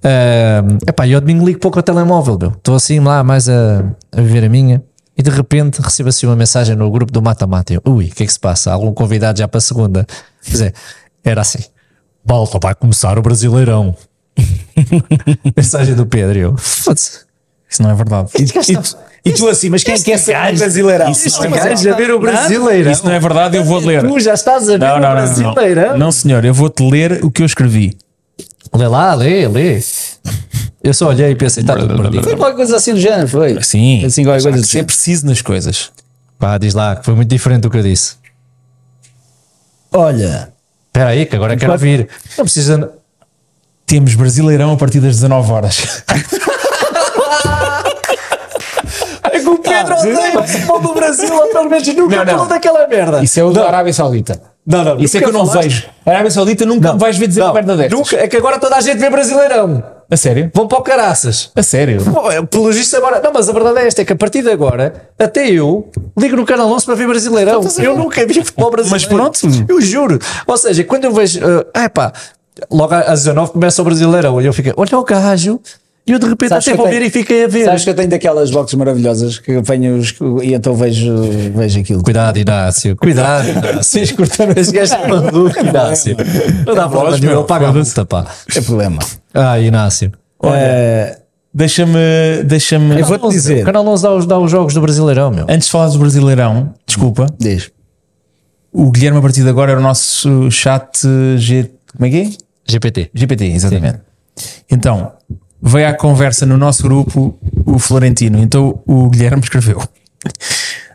Speaker 4: Uh, epá, e ao domingo ligo pouco ao telemóvel, meu. Estou assim lá mais a, a viver a minha. E de repente recebo assim uma mensagem no grupo do Mata Mata. Eu, ui, o que é que se passa? Algum convidado já para a segunda? Quer dizer, era assim: Malta, vai começar o Brasileirão. mensagem do Pedro. e Eu, foda-se.
Speaker 2: Isso não é verdade.
Speaker 3: E, tu- e tu assim, mas quem é que é ser do Brasileirão? Não, mas
Speaker 4: gajo a ver o Brasileirão.
Speaker 2: Isso não é verdade, eu vou ler.
Speaker 4: Tu já estás a ver
Speaker 2: Não,
Speaker 4: o
Speaker 2: não, não,
Speaker 4: Brasileirão.
Speaker 2: não. Não, senhor, eu vou-te ler o que eu escrevi.
Speaker 4: Lê lá, lê, lê. Eu só olhei e pensei, está tudo
Speaker 3: Foi
Speaker 4: perdido.
Speaker 3: qualquer coisa assim do género, foi?
Speaker 2: Sim.
Speaker 3: Assim, qualquer coisa do
Speaker 2: Ser
Speaker 3: género.
Speaker 2: preciso nas coisas.
Speaker 4: é Pá, diz lá, que foi muito diferente do que eu disse.
Speaker 3: Olha,
Speaker 4: Espera aí, que agora quero ouvir. Não precisa.
Speaker 2: Temos Brasileirão a partir das 19 horas.
Speaker 4: É que o Pedro odeia o futebol do Brasil, outra vez nunca
Speaker 2: Não, não.
Speaker 4: falou daquela merda.
Speaker 2: Isso é o da Arábia Saudita.
Speaker 4: Não, não,
Speaker 2: Isso é que
Speaker 4: nunca
Speaker 2: eu não
Speaker 4: falaste.
Speaker 2: vejo. A Arábia Saudita nunca me vais ver dizer uma merda destas.
Speaker 4: nunca, é que agora toda a gente vê Brasileirão.
Speaker 2: A sério?
Speaker 4: Vão para o caraças.
Speaker 2: A sério?
Speaker 4: Pô, é, Pelo visto agora. Não, mas a verdade é esta: é que a partir de agora, até eu ligo no Canal 11 para ver Brasileirão. Eu nunca vi futebol brasileiro.
Speaker 2: Mas pronto.
Speaker 4: Eu juro. Ou seja, quando eu vejo. ah, epá, logo às 19 começa o Brasileirão. E eu fico, olha o gajo. E eu de repente
Speaker 3: Sabes
Speaker 4: até
Speaker 3: que eu
Speaker 4: vou
Speaker 3: tenho-
Speaker 4: ver e fiquei a ver.
Speaker 3: Sabes que eu tenho daquelas boxes maravilhosas que apanho os, e então vejo, vejo aquilo.
Speaker 4: Cuidado, Inácio. Cuidado, Inácio. Este gajo é maluco, Inácio. Não dá problema nenhum. Ele paga a multa, pá.
Speaker 3: É problema.
Speaker 4: Ah, Inácio.
Speaker 3: Eh,
Speaker 2: Deixa-me. Deixa-me.
Speaker 3: Eu vou- Vou-te dizer.
Speaker 4: O Canal 11 dá os, dá os jogos do Brasileirão, meu.
Speaker 2: Antes de falar do Brasileirão, desculpa.
Speaker 3: diz.
Speaker 2: O Guilherme, a partir de agora, é o nosso chat eh, G. Como é que é?
Speaker 4: GPT.
Speaker 2: GPT, exatamente. Então, veio à conversa no nosso grupo o Florentino. Então, o Guilherme escreveu: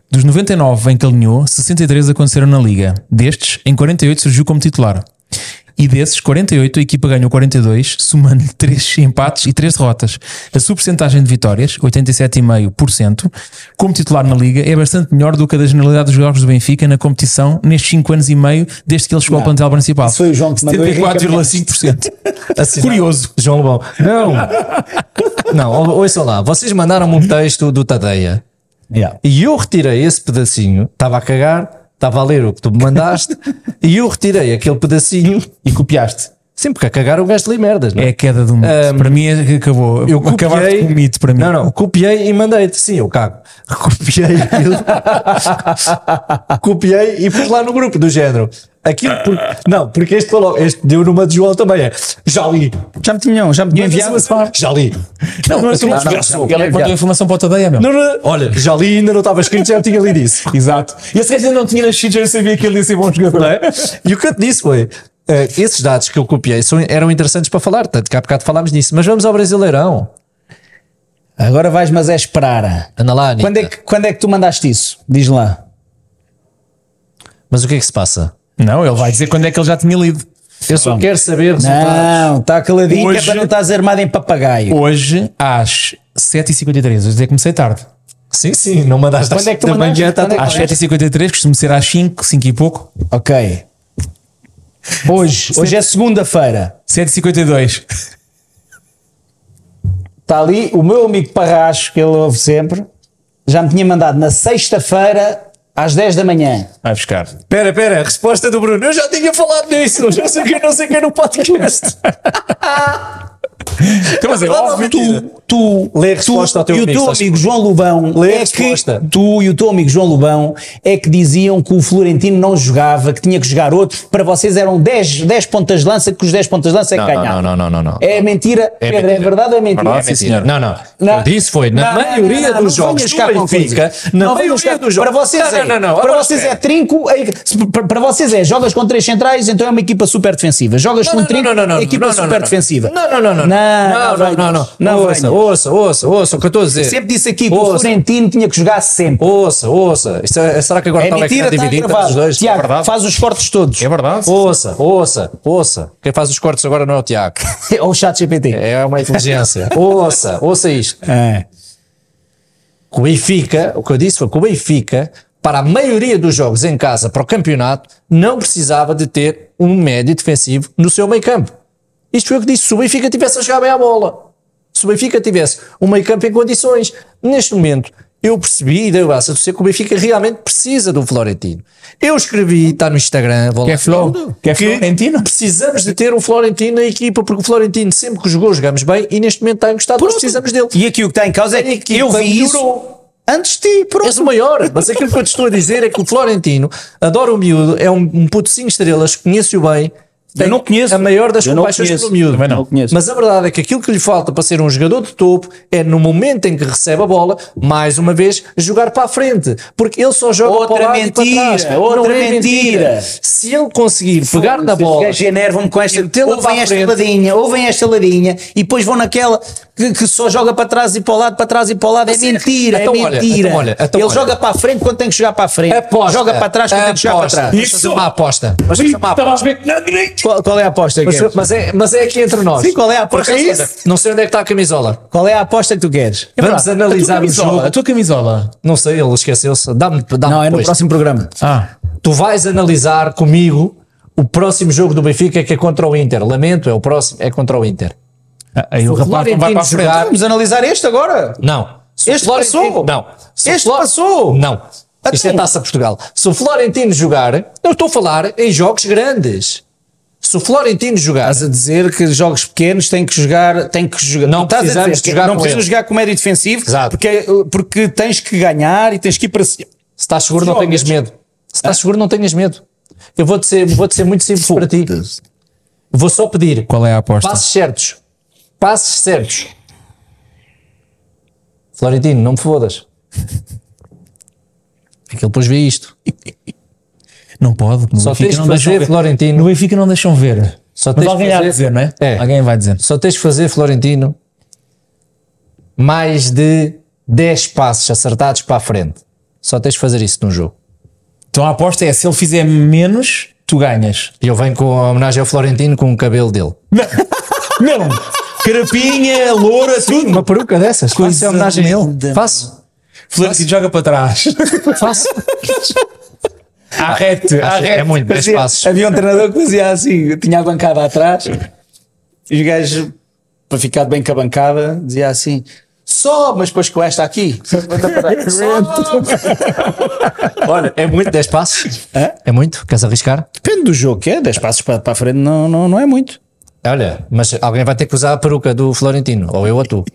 Speaker 2: Dos 99 em que alinhou, 63 aconteceram na Liga. Destes, em 48 surgiu como titular. E desses 48, a equipa ganhou 42, somando-lhe 3 empates e 3 derrotas. A sua porcentagem de vitórias, 87,5%, como titular na Liga, é bastante melhor do que a da generalidade dos jogos do Benfica na competição nestes 5 anos e meio desde que ele chegou ao plantel principal.
Speaker 3: Isso foi o João que mandou
Speaker 2: 74,5%.
Speaker 3: [LAUGHS] Ah,
Speaker 4: Curioso. João Lobão. Não. Não, ou- ouçam lá. Vocês mandaram-me um texto do Tadeia.
Speaker 3: Yeah.
Speaker 4: E eu retirei esse pedacinho. Estava a cagar. Estava a ler o que tu me mandaste. e eu retirei aquele pedacinho.
Speaker 2: E copiaste.
Speaker 4: Sim, porque a cagar o gajo lê merdas, não
Speaker 2: É a queda do mito. para mim é que acabou.
Speaker 4: Eu
Speaker 2: Acabaste
Speaker 4: copiei.
Speaker 2: com o mito para mim.
Speaker 4: Não, não, copiei e mandei-te. Sim, eu cago. [LAUGHS] Copiei aquilo. [LAUGHS] copiei e pus lá no grupo do género. Aquilo por- Não, porque este falou, este deu numa de João também. É já li.
Speaker 3: Já me tinham, já me tinham enviado.
Speaker 4: Já li.
Speaker 2: Não,
Speaker 4: Não,
Speaker 2: aquilo-
Speaker 4: não, não,
Speaker 2: ele é
Speaker 4: não,
Speaker 2: que
Speaker 4: não,
Speaker 2: mandou a informação para o é Tadeia, meu.
Speaker 4: Não, não, Olha, já li, ainda não estava escrito, já tinha lido isso.
Speaker 2: [LAUGHS] Exato. E esse gajo ainda não tinha nascido, já sabia que ele ia ser bom jogador.
Speaker 4: não é? E o que eu te disse foi: eh, esses dados que eu copiei são- eram interessantes para falar, tanto que há bocado falámos nisso. Mas vamos ao Brasileirão.
Speaker 3: Agora vais, mas é esperar.
Speaker 4: Anda lá, Anitta.
Speaker 3: Quando é, que, quando é que tu mandaste isso? Diz lá.
Speaker 4: Mas o que é que se passa?
Speaker 2: Não, ele vai dizer quando é que ele já tinha lido.
Speaker 4: Eu só quero saber resultados.
Speaker 3: Não, está caladinho que é
Speaker 2: Hoje-
Speaker 3: para não estás armado em papagaio.
Speaker 2: Hoje, às 7h53, hoje é que comecei tarde.
Speaker 4: Sim, sim, não mandaste
Speaker 3: Quando é que tu
Speaker 4: da
Speaker 3: mandaste?
Speaker 4: manhã, tá-
Speaker 3: Quando é que
Speaker 2: Às 7h53, costumo ser às 5, 5 e pouco.
Speaker 3: Ok. Hoje, hoje é segunda-feira.
Speaker 2: 7h52.
Speaker 3: Está Tá ali o meu amigo Parracho, que ele ouve sempre, já me tinha mandado na sexta-feira às 10 da manhã.
Speaker 2: Vai buscar.
Speaker 4: Pera, pera, resposta do Bruno. Eu já tinha falado nisso. Já sei que não sei quem no podcast.
Speaker 2: Então, mas é
Speaker 4: Não, não,
Speaker 2: óbvio.
Speaker 4: mentira.
Speaker 3: tu,
Speaker 4: Lê a
Speaker 3: tu
Speaker 4: resposta ao teu
Speaker 3: e
Speaker 4: amigo,
Speaker 3: o teu
Speaker 4: estás
Speaker 3: amigo João Lobão
Speaker 4: Lê a
Speaker 3: é que
Speaker 4: resposta.
Speaker 3: tu e o teu amigo João Lobão é que diziam que o Florentino não jogava, que tinha que jogar outro. Para vocês eram 10, 10 pontas de lança, que os 10 pontas de lança é que
Speaker 4: Não, não,
Speaker 3: ganhavam.
Speaker 4: não, não, não, não.
Speaker 3: É mentira, Pedro, é
Speaker 4: mentira.
Speaker 3: verdade ou é mentira?
Speaker 2: Verdade, sim, senhor.
Speaker 4: Não, não.
Speaker 3: Não.
Speaker 4: Eu disse foi, na
Speaker 3: Não, não,
Speaker 4: maioria
Speaker 3: não, não,
Speaker 4: dos
Speaker 3: não
Speaker 4: jogos
Speaker 3: venhas
Speaker 4: do
Speaker 3: cá com
Speaker 4: Benfica,
Speaker 3: coisas.
Speaker 4: na
Speaker 3: Não venhas
Speaker 4: maioria
Speaker 3: cá.
Speaker 4: dos jogos.
Speaker 3: Para vocês
Speaker 4: não,
Speaker 3: é,
Speaker 4: não, não, não.
Speaker 3: Para
Speaker 4: Agora
Speaker 3: vocês é
Speaker 4: espera.
Speaker 3: trinco, é- se- para- para vocês é, jogas com três centrais, então é uma equipa super defensiva. Jogas com
Speaker 4: Não,
Speaker 3: um
Speaker 4: não,
Speaker 3: trinco,
Speaker 4: não, não, não,
Speaker 3: equipa
Speaker 4: não, não,
Speaker 3: super
Speaker 4: não.
Speaker 3: defensiva.
Speaker 4: Não, não, não, não. Não, não, não, não. Ouça,
Speaker 3: venhas.
Speaker 4: ouça, ouça, ouça o que eu estou a dizer.
Speaker 3: Sempre disse aqui que o
Speaker 4: Ouça,
Speaker 3: Florentino tinha que jogar sempre.
Speaker 4: ouça, ouça. Isto é- será que agora
Speaker 3: É
Speaker 4: está o
Speaker 3: mentira,
Speaker 4: ecrã
Speaker 3: está
Speaker 4: dividido entre
Speaker 3: gravado.
Speaker 4: os dois?
Speaker 3: Tiago,
Speaker 4: É verdade.
Speaker 3: faz os cortes todos.
Speaker 2: É verdade.
Speaker 4: Ouça, ouça, ouça. Quem faz os cortes agora não é o Tiago. [LAUGHS]
Speaker 3: Ou o chat GPT.
Speaker 4: É uma inteligência. ouça, ouça isto.
Speaker 3: É.
Speaker 4: que o Benfica, o que eu disse foi que o Benfica, para a maioria dos jogos em casa, para o campeonato, não precisava de ter um médio defensivo no seu meio campo. Isto foi o que disse. Se o Benfica tivesse a jogar bem à bola, se o Benfica tivesse um meio campo em condições, neste momento eu percebi e dei o braço a torcer que o Benfica realmente precisa do Florentino. Eu escrevi, está no Instagram, vou lá.
Speaker 2: Que é Flo? Que é Florentino?
Speaker 4: Precisamos de ter um Florentino na equipa, porque o Florentino sempre que jogou, jogamos bem e neste momento está encostado, nós precisamos dele.
Speaker 3: E aqui o que está em causa é que eu vi isso
Speaker 4: Melhorou.
Speaker 3: antes de ti. Pronto.
Speaker 4: És o maior, mas aquilo que eu te estou a dizer é que o Florentino adora o miúdo, é um, um puto 5 estrelas, conhece-o bem. tem
Speaker 3: não conheço.
Speaker 4: A maior das
Speaker 3: Eu não
Speaker 4: compaixões
Speaker 3: conheço.
Speaker 4: pelo miúdo.
Speaker 3: Também não. Não conheço.
Speaker 4: Mas a verdade é que aquilo que lhe falta para ser um jogador de topo é no momento em que recebe a bola, mais uma vez, jogar para a frente. Porque ele só joga
Speaker 3: Outra
Speaker 4: para o lado e
Speaker 3: mentira,
Speaker 4: para trás.
Speaker 3: outra
Speaker 4: Não é
Speaker 3: mentira.
Speaker 4: Se ele conseguir pegar na
Speaker 3: Esses
Speaker 4: bola.
Speaker 3: gajos enervam-me com esta.
Speaker 4: metê-la para
Speaker 3: Ouvem
Speaker 4: a
Speaker 3: esta
Speaker 4: frente.
Speaker 3: ladinha, ouvem esta ladinha e depois vão naquela. que, que só joga para trás e para o lado, para trás e para o lado. É mentira,
Speaker 4: Então
Speaker 3: é
Speaker 4: olha,
Speaker 3: mentira.
Speaker 4: então olha, então
Speaker 3: Ele
Speaker 4: olha.
Speaker 3: joga para a frente quando tem que chegar para a frente.
Speaker 4: Aposta.
Speaker 3: Joga para trás quando tem que chegar para
Speaker 4: Aposta.
Speaker 3: trás.
Speaker 4: Vamos fazer uma aposta. Vamos fazer uma
Speaker 2: Estava a
Speaker 4: aposta.
Speaker 2: ver que não direito.
Speaker 3: Qual, qual é a aposta que
Speaker 4: Mas, mas é, mas é aqui entre nós.
Speaker 3: Sim, qual é a aposta?
Speaker 4: Porque,
Speaker 3: É isso.
Speaker 4: olha, Não sei onde é que está a camisola.
Speaker 3: Qual é a aposta que tu queres?
Speaker 4: Vamos analisar o jogo.
Speaker 2: A tua camisola.
Speaker 4: Não sei, ele esqueceu-se. Dá-me dá
Speaker 3: Não, é no próximo programa.
Speaker 2: Ah,
Speaker 4: Tu vais analisar comigo o próximo jogo do Benfica que é contra o Inter. Lamento, é o próximo, é contra o Inter.
Speaker 2: Ah, aí o rapaz não vai para a
Speaker 4: Florentino
Speaker 2: frente.
Speaker 4: jogar-
Speaker 3: Então Vamos analisar este agora.
Speaker 4: Não. Se o
Speaker 3: Este
Speaker 4: Florentino-
Speaker 3: passou.
Speaker 4: Não. Se o
Speaker 3: Este passou.
Speaker 4: Não. Isto é
Speaker 3: Então.
Speaker 4: Taça Portugal. Se o Florentino jogar, eu estou a falar em jogos grandes. Se o Florentino jogar,
Speaker 3: Estás a dizer que jogos pequenos têm que jogar, têm que jogar.
Speaker 4: Não
Speaker 3: estás a
Speaker 4: precisamos
Speaker 3: dizer que
Speaker 4: jogar
Speaker 3: não
Speaker 4: com
Speaker 3: precisas
Speaker 4: ele.
Speaker 3: jogar com médio defensivo,
Speaker 4: Exato.
Speaker 3: porque porque tens que ganhar e tens que ir para cima.
Speaker 4: Se estás seguro, não
Speaker 3: Jovens.
Speaker 4: tenhas medo. Se
Speaker 3: Ah.
Speaker 4: estás seguro, não tenhas medo. Eu vou-te ser, vou ser muito simples para ti. Vou só pedir
Speaker 2: Qual é a aposta?
Speaker 4: passos certos. Passos certos. Florentino, não me [LAUGHS] fodas. É que ele depois vê isto.
Speaker 2: Não pode. No
Speaker 4: Só
Speaker 2: Benfica
Speaker 4: tens
Speaker 2: não
Speaker 4: de
Speaker 2: deixam
Speaker 4: fazer,
Speaker 2: ver.
Speaker 4: Florentino.
Speaker 2: No Benfica não deixam ver.
Speaker 4: Só
Speaker 2: Mas
Speaker 4: tens de
Speaker 2: alguém vai
Speaker 4: fazer-
Speaker 2: dizer, não é?
Speaker 4: É.
Speaker 2: Alguém vai dizer.
Speaker 4: Só tens de fazer, Florentino, mais de 10 passos acertados para a frente. Só tens de fazer isso num jogo.
Speaker 2: Então a aposta é se ele fizer menos, tu ganhas.
Speaker 4: E eu venho com a homenagem ao Florentino com o cabelo dele.
Speaker 3: [LAUGHS]
Speaker 2: Não! Carapinha, loura,
Speaker 3: assim,
Speaker 2: tudo.
Speaker 4: Uma peruca dessas. Faço
Speaker 2: Coisa
Speaker 4: a homenagem a
Speaker 2: linda.
Speaker 4: ele. Faço.
Speaker 2: Florentino joga para trás.
Speaker 4: [LAUGHS] Faço.
Speaker 2: Arrete,
Speaker 4: acho-
Speaker 2: arrete.
Speaker 4: é muito, dez
Speaker 3: Fazia-
Speaker 4: passos.
Speaker 3: Havia um treinador que fazia assim, tinha a bancada atrás e os gajos, para ficar bem com a bancada, dizia assim: só, mas depois com esta aqui. [LAUGHS] Manda para aí. Só.
Speaker 4: Olha, é muito 10 passos. É muito? Queres arriscar?
Speaker 3: Depende do jogo que é, 10 passos para, para a frente não, não, não é muito.
Speaker 4: Olha, mas alguém vai ter que usar a peruca do Florentino, ou eu ou tu.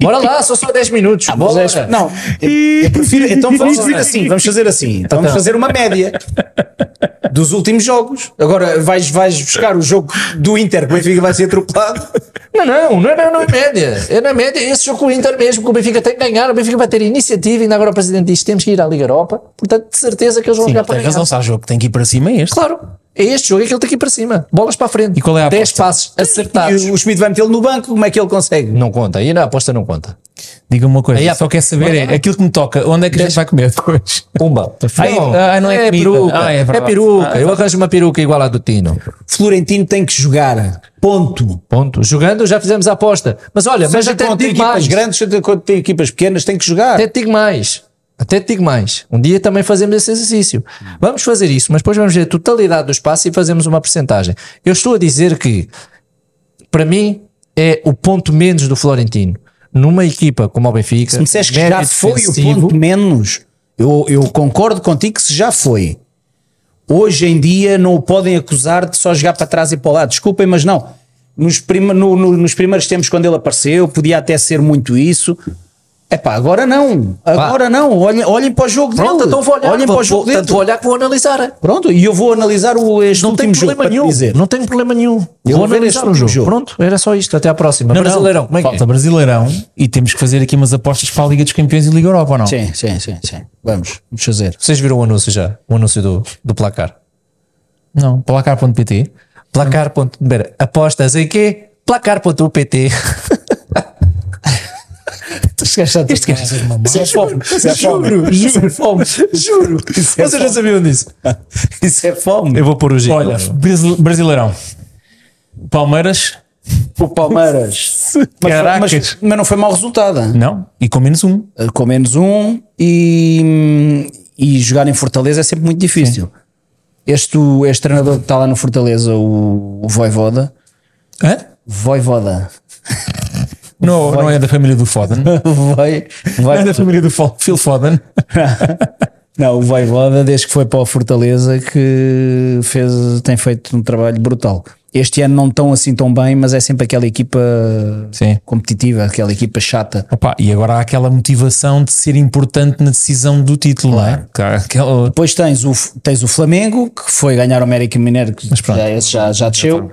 Speaker 4: Bora lá, são só 10 minutos.
Speaker 3: Mas
Speaker 4: Bora.
Speaker 3: é- não, eu, eu prefiro. Então
Speaker 4: [LAUGHS]
Speaker 3: vamos fazer assim, vamos fazer assim. Então vamos fazer uma média dos últimos jogos. Agora vais, vais buscar o jogo do Inter, é que o Benfica vai ser atropelado.
Speaker 4: Não, não, não é, não é média. É na média. Esse jogo com o Inter mesmo, que o Benfica tem que ganhar. O Benfica vai ter iniciativa. Ainda agora o presidente diz que temos que ir à Liga Europa. Portanto, de certeza que eles vão
Speaker 2: Sim,
Speaker 4: jogar para
Speaker 2: tem
Speaker 4: Então ganhar.
Speaker 2: razão, se há jogo que tem que ir para cima é este.
Speaker 4: Claro, é este jogo é aquele daqui para cima. Bolas para a frente.
Speaker 2: E qual é a
Speaker 4: 10
Speaker 2: aposta?
Speaker 4: passos
Speaker 3: E
Speaker 4: acertados.
Speaker 3: o Schmidt vai metê-lo no banco, como é que ele consegue?
Speaker 4: Não conta. E na aposta não conta.
Speaker 2: Diga-me uma coisa,
Speaker 4: Aí há-
Speaker 2: só quer saber é aquilo que me toca, onde é que a gente vai comer depois?
Speaker 4: Pumba.
Speaker 2: Ai, ah, não é comida.
Speaker 4: peruca.
Speaker 2: Ah, é
Speaker 4: é,
Speaker 2: verdade.
Speaker 4: peruca. Eu arranjo uma peruca igual à do Tino.
Speaker 3: Florentino tem que jogar. Ponto.
Speaker 4: Ponto. Jogando, já fizemos a aposta. Mas olha, mas
Speaker 3: Seja
Speaker 4: até te
Speaker 3: contra
Speaker 4: digo
Speaker 3: equipas
Speaker 4: mais.
Speaker 3: grandes, seja contra equipas pequenas, tem que jogar.
Speaker 4: Até te digo mais. Até te digo mais. Um dia também fazemos esse exercício. Vamos fazer isso, mas depois vamos ver a totalidade do espaço e fazemos uma percentagem. Eu estou a dizer que, para mim, é o ponto menos do Florentino. Numa equipa como o Benfica,
Speaker 3: Se me disseste que
Speaker 4: médio
Speaker 3: já foi o
Speaker 4: defensivo,
Speaker 3: ponto menos, eu, eu concordo contigo que se já foi. Hoje em dia não o podem acusar de só jogar para trás e para lá. Desculpem, mas não. Nos, prima- no- no- nos primeiros tempos, quando ele apareceu, podia até ser muito isso. Epá, agora não. Agora não. Olhem, olhem para o jogo
Speaker 4: Pronto,
Speaker 3: dele.
Speaker 4: então vou olhar.
Speaker 3: olhem
Speaker 4: vou,
Speaker 3: para o jogo
Speaker 4: vou,
Speaker 3: dele.
Speaker 4: tanto vou olhar que vou analisar.
Speaker 3: Pronto, e eu vou analisar o, este
Speaker 4: Não tem
Speaker 3: último jogo
Speaker 4: problema
Speaker 3: para te
Speaker 4: nenhum.
Speaker 3: dizer.
Speaker 4: Não tenho problema nenhum.
Speaker 3: Eu
Speaker 4: vou
Speaker 3: vou ver
Speaker 4: analisar
Speaker 3: este
Speaker 4: o jogo.
Speaker 3: jogo.
Speaker 4: Pronto, era só isto. Até à próxima. Brasileirão. Como é que é?
Speaker 2: Falta Brasileirão e temos que fazer aqui umas apostas para a Liga dos Campeões e Liga Europa, ou não?
Speaker 3: Sim, sim, sim, sim. Vamos, vamos fazer.
Speaker 4: Vocês viram o anúncio já? O anúncio do, do placar.
Speaker 2: Não, placar.pt.
Speaker 4: Placar. ponto- Pera, apostas em quê? Placar.upt.
Speaker 3: Este gajo Isso é fome. Isso é fome.
Speaker 4: Juro,
Speaker 3: Isso é fome. Juro. Isso é
Speaker 4: Vocês não
Speaker 3: fome.
Speaker 4: sabiam disso?
Speaker 3: Isso é fome.
Speaker 4: Eu vou pôr o G.
Speaker 2: Olha, Brasi- Brasileirão. Palmeiras, [LAUGHS]
Speaker 3: O Palmeiras. Mas, foi-
Speaker 2: Caracas.
Speaker 3: mas, mas não foi mau resultado. hein?
Speaker 2: não. E com menos um.
Speaker 3: Com menos um e, e jogar em Fortaleza é sempre muito difícil. Este, este treinador que está lá no Fortaleza, o, o Voivoda.
Speaker 2: Hã?
Speaker 3: Voivoda.
Speaker 2: Não, não é da família do Foden. Não
Speaker 3: Vai, vai,
Speaker 2: é da família do Fo- Phil Foden.
Speaker 3: Não, o Voivoda, desde que foi para o Fortaleza, que fez, tem feito um trabalho brutal. Este ano não estão assim tão bem, mas é sempre aquela equipa
Speaker 2: Sim.
Speaker 3: competitiva, aquela equipa chata.
Speaker 2: Opa, e agora há aquela motivação de ser importante na decisão do título, não é? Que há Aquela,
Speaker 3: Depois tens o, tens o Flamengo, que foi ganhar o América Mineiro, que já, esse já, já desceu,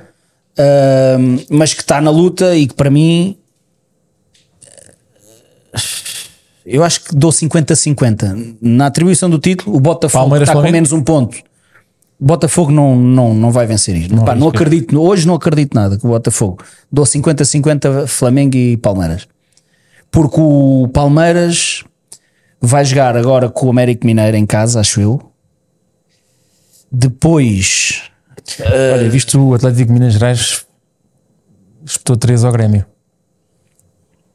Speaker 3: Ahm, mas que está na luta e que para mim. Eu acho que dou 50-50. Na atribuição do título, o Botafogo
Speaker 2: Palmeiras,
Speaker 3: está com
Speaker 2: Flamengo?
Speaker 3: menos um ponto. Botafogo não, não, não vai vencer isto. Pá, não
Speaker 2: arrisca.
Speaker 3: acredito, hoje não acredito nada que o Botafogo. Dou 50-50 Flamengo e Palmeiras. Porque o Palmeiras vai jogar agora com o Américo Mineiro em casa, acho eu. Depois
Speaker 2: Olha, viste o Atlético de Minas Gerais espetou 3 ao Grêmio.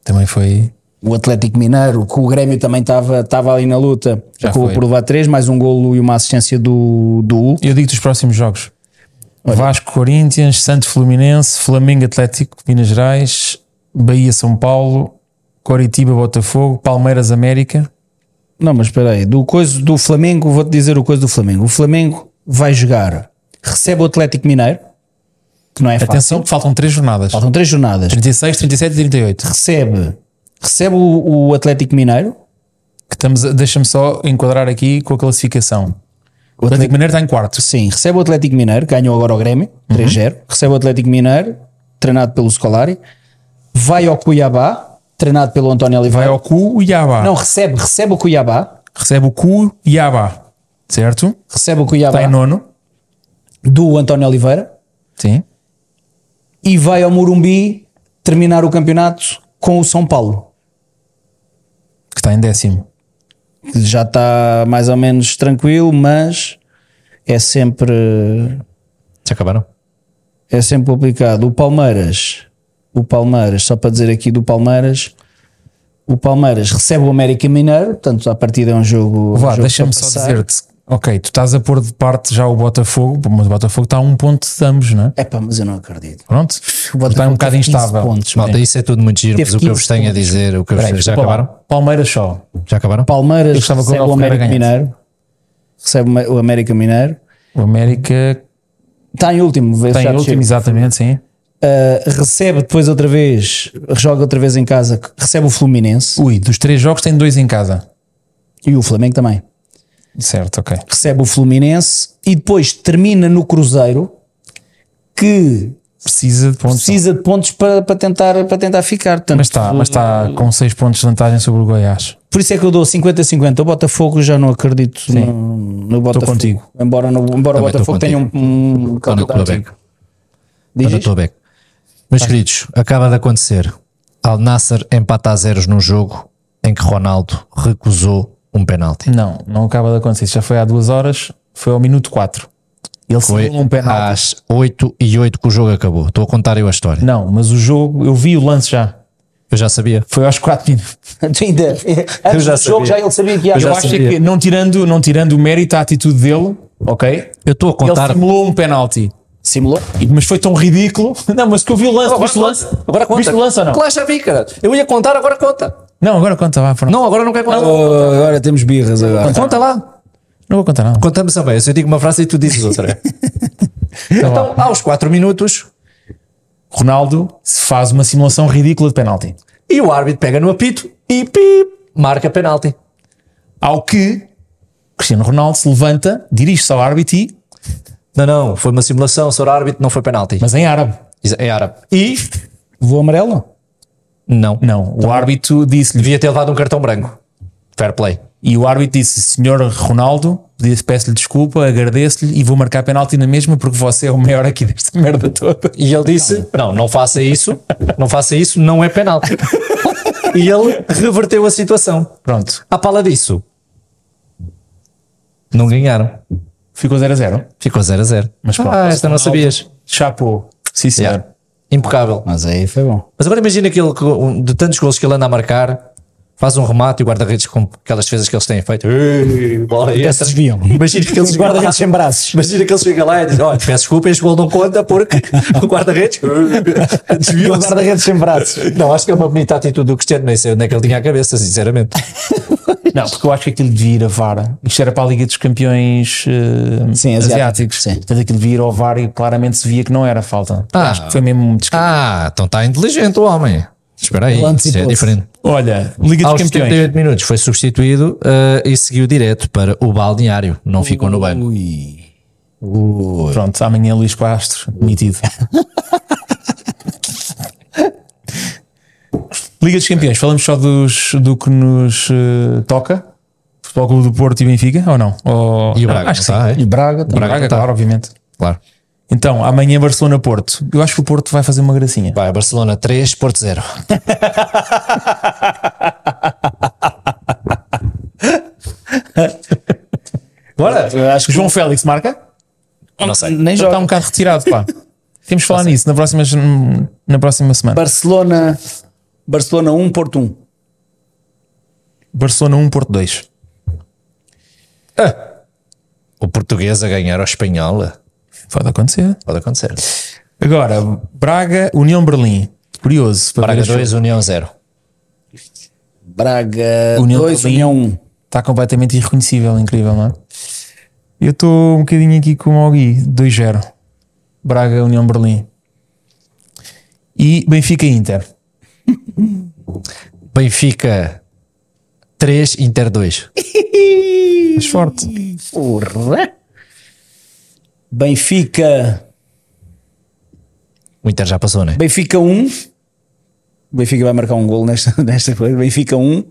Speaker 2: Também foi.
Speaker 3: o Atlético Mineiro, que o Grêmio também estava estava ali na luta.
Speaker 2: Já
Speaker 3: Acabou
Speaker 2: foi.
Speaker 3: por levar 3, mais um golo e uma assistência do, do U.
Speaker 2: Eu digo dos próximos jogos: Vasco, Corinthians, Santo Fluminense, Flamengo, Atlético, Minas Gerais, Bahia, São Paulo, Coritiba, Botafogo, Palmeiras, América.
Speaker 3: Não, mas espera aí. Do, coisa, do Flamengo, vou-te dizer o coisa do Flamengo. O Flamengo vai jogar, recebe o Atlético Mineiro, que não é fácil.
Speaker 2: Atenção, que faltam 3 jornadas:
Speaker 3: Faltam três jornadas.
Speaker 2: 36, 37 e 38.
Speaker 3: Recebe, recebe o, o Atlético Mineiro.
Speaker 2: Que estamos a- Deixa-me só enquadrar aqui com a classificação. O Atlético Mineiro está em quarto.
Speaker 3: Sim, recebe o Atlético Mineiro, ganhou agora o Grêmio,
Speaker 2: Uhum.
Speaker 3: 3-0. Recebe o Atlético Mineiro, treinado pelo Scolari. Vai ao Cuiabá, treinado pelo António
Speaker 2: Vai
Speaker 3: Oliveira.
Speaker 2: ao cu e Iabá.
Speaker 3: Não, recebe, recebe o Cuiabá.
Speaker 2: Recebe o cu e Iabá. Certo?
Speaker 3: Recebe o
Speaker 2: Está Tá em
Speaker 3: Cuiabá
Speaker 2: nono.
Speaker 3: do António Oliveira.
Speaker 2: Sim.
Speaker 3: e vai ao Morumbi terminar o campeonato com o São Paulo,
Speaker 2: Que está em décimo.
Speaker 3: que já está mais ou menos tranquilo, mas é sempre,
Speaker 4: Já acabaram?
Speaker 3: é sempre complicado. O Palmeiras, o Palmeiras, só para dizer aqui do Palmeiras, o Palmeiras recebe o América Mineiro, portanto a partida é um jogo. um
Speaker 2: Vá,
Speaker 3: jogo
Speaker 2: deixa-me
Speaker 3: para
Speaker 2: só
Speaker 3: passar.
Speaker 2: dizer-te. Ok, tu estás a pôr de parte já o Botafogo, mas o Botafogo está a um ponto de ambos, não é?
Speaker 3: Epá, mas eu não acredito.
Speaker 2: Pronto.
Speaker 3: Botafogo
Speaker 2: está um bocado
Speaker 3: teve 15
Speaker 2: instável.
Speaker 3: pontos,
Speaker 2: Malta,
Speaker 4: Malta,
Speaker 3: man.
Speaker 4: isso é tudo muito giro,
Speaker 3: Teve
Speaker 4: mas o que eu
Speaker 3: 15
Speaker 4: vos tenho a dizer, o que eu vos
Speaker 2: Espera aí,
Speaker 4: já
Speaker 2: desculpa lá.
Speaker 4: acabaram?
Speaker 2: Palmeiras só.
Speaker 4: Já acabaram?
Speaker 3: Palmeiras
Speaker 2: gostava que o
Speaker 3: recebe o
Speaker 2: Abel Ferreira
Speaker 3: América
Speaker 2: ganhasse.
Speaker 3: Mineiro, recebe o América Mineiro,
Speaker 2: O América
Speaker 3: está Tá em último, vê se
Speaker 2: tem
Speaker 3: já
Speaker 2: Tá último,
Speaker 3: desceu.
Speaker 2: exatamente, sim.
Speaker 3: Uh, recebe depois outra vez, joga outra vez em casa, recebe o Fluminense
Speaker 2: Ui, dos três jogos tem dois em casa.
Speaker 3: e o Flamengo também.
Speaker 2: Certo, ok.
Speaker 3: Recebe o Fluminense e depois termina no Cruzeiro que
Speaker 2: Precisa de pontos.
Speaker 3: precisa de pontos para, para, tentar, para tentar ficar. Portanto,
Speaker 2: Mas tá. está, mas está com seis pontos de vantagem sobre o Goiás.
Speaker 3: Por isso é que eu dou 50-50. O Botafogo já não acredito no, no Botafogo.
Speaker 2: contigo.
Speaker 3: Embora, no, embora o
Speaker 4: Também estou
Speaker 3: Botafogo tenha um, um
Speaker 4: Está no
Speaker 3: campeonato.
Speaker 4: Clubeco.
Speaker 3: Diz
Speaker 4: Para
Speaker 3: [LAUGHS] isto?
Speaker 4: Tolbeck. Meus queridos, acaba de acontecer. Al Nasser empata a zeros num jogo em que Ronaldo recusou um penalti.
Speaker 2: Não, não acaba de acontecer. Isso já foi há duas horas, foi ao minuto 4. Ele
Speaker 4: Foi
Speaker 2: segurou um penalti.
Speaker 4: às 8 e 8 que o jogo acabou. Estou a contar eu a história.
Speaker 2: Não, mas o jogo, eu vi o lance já.
Speaker 4: Eu já sabia.
Speaker 2: Foi aos 4 [LAUGHS] minutos.
Speaker 3: Tu ainda, antes
Speaker 4: já
Speaker 3: do
Speaker 4: sabia.
Speaker 3: jogo já ele sabia que ia
Speaker 4: Eu já
Speaker 2: Eu
Speaker 3: acabar.
Speaker 2: acho é
Speaker 4: sabia.
Speaker 2: que, não tirando, não tirando o mérito, a atitude dele, ok?
Speaker 4: Eu estou a
Speaker 2: Ele
Speaker 4: contar.
Speaker 2: simulou um penalti.
Speaker 3: Simulou.
Speaker 2: E- Mas foi tão ridículo. [LAUGHS] Não, mas que eu vi o lance. viste o lance?
Speaker 4: Agora conta.
Speaker 2: Viste o lance ou não?
Speaker 4: Claro, já vi, cara. Eu ia contar, agora conta.
Speaker 2: Não, agora conta, vá. Fernando.
Speaker 4: Não, agora não quero contar.
Speaker 3: agora temos birras agora.
Speaker 4: Conta lá.
Speaker 2: Não vou contar, não.
Speaker 4: Contamos a vez. Eu digo uma frase e tu dizes outra. então, aos 4 minutos,
Speaker 2: Ronaldo se faz uma simulação ridícula de penalti.
Speaker 4: e o árbitro pega no apito e pip, marca penalti.
Speaker 2: Ao que Cristiano Ronaldo se levanta, dirige-se ao árbitro e.
Speaker 4: Não, não, foi uma simulação, senhor árbitro, não foi penalti.
Speaker 2: Mas em árabe.
Speaker 4: Mas, é árabe.
Speaker 2: E.
Speaker 3: Vou amarelo?
Speaker 4: Não. Então,
Speaker 2: Não, o árbitro disse-lhe.
Speaker 4: Devia ter levado um cartão branco. Fair play.
Speaker 2: E o árbitro disse: Senhor Ronaldo, disse, peço-lhe desculpa, agradeço-lhe e vou marcar penalti na mesma porque você é o maior aqui desta [LAUGHS] merda toda.
Speaker 4: E ele disse: Não, não faça isso, não faça isso, não é penalti. e ele reverteu a situação.
Speaker 2: Pronto,
Speaker 4: À pala disso, não ganharam.
Speaker 2: ficou 0 a 0.
Speaker 4: Ficou 0 a 0.
Speaker 2: Mas pronto.
Speaker 4: ah, esta não sabias.
Speaker 2: Chapou. Sim, senhor.
Speaker 4: Yeah. Impecável.
Speaker 3: Mas aí foi bom.
Speaker 4: Mas agora imagina que ele, que um- de tantos gols que ele anda a marcar, faz um remate e o guarda-redes com aquelas defesas que eles têm feito. Ei, bola aí, essa.
Speaker 3: desviam.
Speaker 4: Imagina que
Speaker 2: [LAUGHS]
Speaker 4: eles guardam
Speaker 3: Guarda-redes sem braços.
Speaker 4: Imagina que eles chegam lá e dizem: Olha, peço desculpa, este gol não conta [LAUGHS] porque o guarda-redes
Speaker 3: E o
Speaker 4: desviou.
Speaker 3: guarda-redes sem braços.
Speaker 4: Não, acho que é uma bonita atitude do Cristiano, nem sei onde é que ele tinha a cabeça, sinceramente.
Speaker 2: Não, porque eu acho que aquilo devia ir a VAR. Isto era para a Liga dos Campeões eh,
Speaker 3: Sim, asiáticos.
Speaker 2: asiáticos.
Speaker 3: Sim.
Speaker 2: Portanto, aquilo devia ir ao VAR e claramente se via que não era falta.
Speaker 4: Ah.
Speaker 2: Acho que foi mesmo muito esquisito.
Speaker 4: Ah, então está inteligente o homem. Espera aí,
Speaker 3: Ele
Speaker 4: isso é
Speaker 3: antecipou-se.
Speaker 4: diferente.
Speaker 2: Olha, Liga dos
Speaker 4: Aos
Speaker 2: Campeões.
Speaker 4: 78 minutos foi substituído eh, e seguiu direto para o balneário, não ficou no banco.
Speaker 3: Ui.
Speaker 2: Pronto, amanhã Luís Castro,
Speaker 4: [LAUGHS]
Speaker 2: demitido. Liga dos Campeões, falamos só dos, do que nos eh, toca. Futebol Clube do Porto e Benfica, ou não? Ou-
Speaker 4: E o Braga,
Speaker 2: acho que
Speaker 4: não está,
Speaker 2: sim.
Speaker 4: é?
Speaker 3: E Braga
Speaker 2: O
Speaker 3: também.
Speaker 2: Braga,
Speaker 4: Braga tá.
Speaker 2: claro, obviamente.
Speaker 4: Claro.
Speaker 2: Então, amanhã Barcelona-Porto. Eu acho que o Porto vai fazer uma gracinha.
Speaker 4: Vai, Barcelona 3, Porto 0.
Speaker 2: Bora!
Speaker 3: Eu acho que
Speaker 2: João Félix marca?
Speaker 4: Não sei.
Speaker 3: nem
Speaker 2: Já está
Speaker 3: joga.
Speaker 2: um bocado retirado, pá. Temos de falar nisso na próxima, na próxima semana.
Speaker 3: Barcelona, Barcelona 1, Porto 1.
Speaker 2: Barcelona 1, Porto 2.
Speaker 3: Ah.
Speaker 4: O português a ganhar ao espanhol eh,
Speaker 2: Pode acontecer.
Speaker 4: pode acontecer.
Speaker 2: Agora, Braga, União Berlim. Curioso. para ver
Speaker 4: Braga
Speaker 2: este jogo.
Speaker 4: 2, União 0.
Speaker 3: Braga
Speaker 2: União
Speaker 3: 2,
Speaker 2: Berlim.
Speaker 3: União 1.
Speaker 2: Está Tá completamente irreconhecível, incrível, não é? Eu estou um bocadinho aqui com o Mogui, 2-0. Braga, União Berlim. E Benfica Inter.
Speaker 4: Benfica 3, Inter 2.
Speaker 2: Mas forte.
Speaker 3: Porra. Benfica,
Speaker 4: O Inter já passou, né?
Speaker 3: Benfica 1. O Benfica vai marcar um gol nesta, [LAUGHS] nesta coisa. Benfica 1.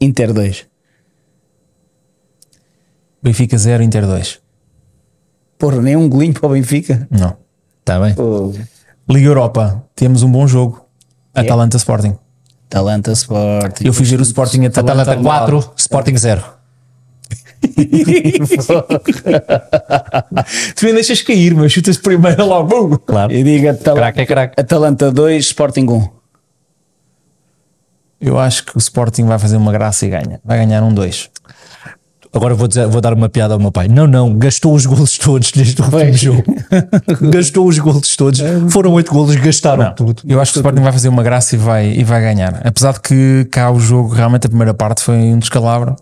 Speaker 3: Inter 2.
Speaker 2: Benfica 0, Inter 2.
Speaker 3: Porra, nem um golinho para o Benfica.
Speaker 2: Não.
Speaker 4: Está bem?
Speaker 3: Pô,
Speaker 2: Liga Europa. Temos um bom jogo. Atalanta Sporting.
Speaker 3: Atalanta Sporting.
Speaker 2: Eu fui ver o Sporting Atalanta,
Speaker 4: Atalanta 4, Sporting 0.
Speaker 3: [LAUGHS]
Speaker 2: Tu nem deixas cair, mas chutas primeiro logo.
Speaker 4: Claro.
Speaker 3: Eu digo Atal-
Speaker 4: Crack é crack.
Speaker 3: Atalanta 2, Sporting 1.
Speaker 2: Eu acho que o Sporting vai fazer uma graça e ganha. Vai ganhar um 2.
Speaker 4: Agora vou, dizer- vou dar uma piada ao meu pai. Não, não, gastou os golos todos neste último jogo. gastou os golos todos. Foram 8 golos, gastaram tudo.
Speaker 2: Eu acho que o Sporting vai fazer uma graça e vai, e vai ganhar. Apesar de que cá o jogo, realmente, a primeira parte foi um descalabro.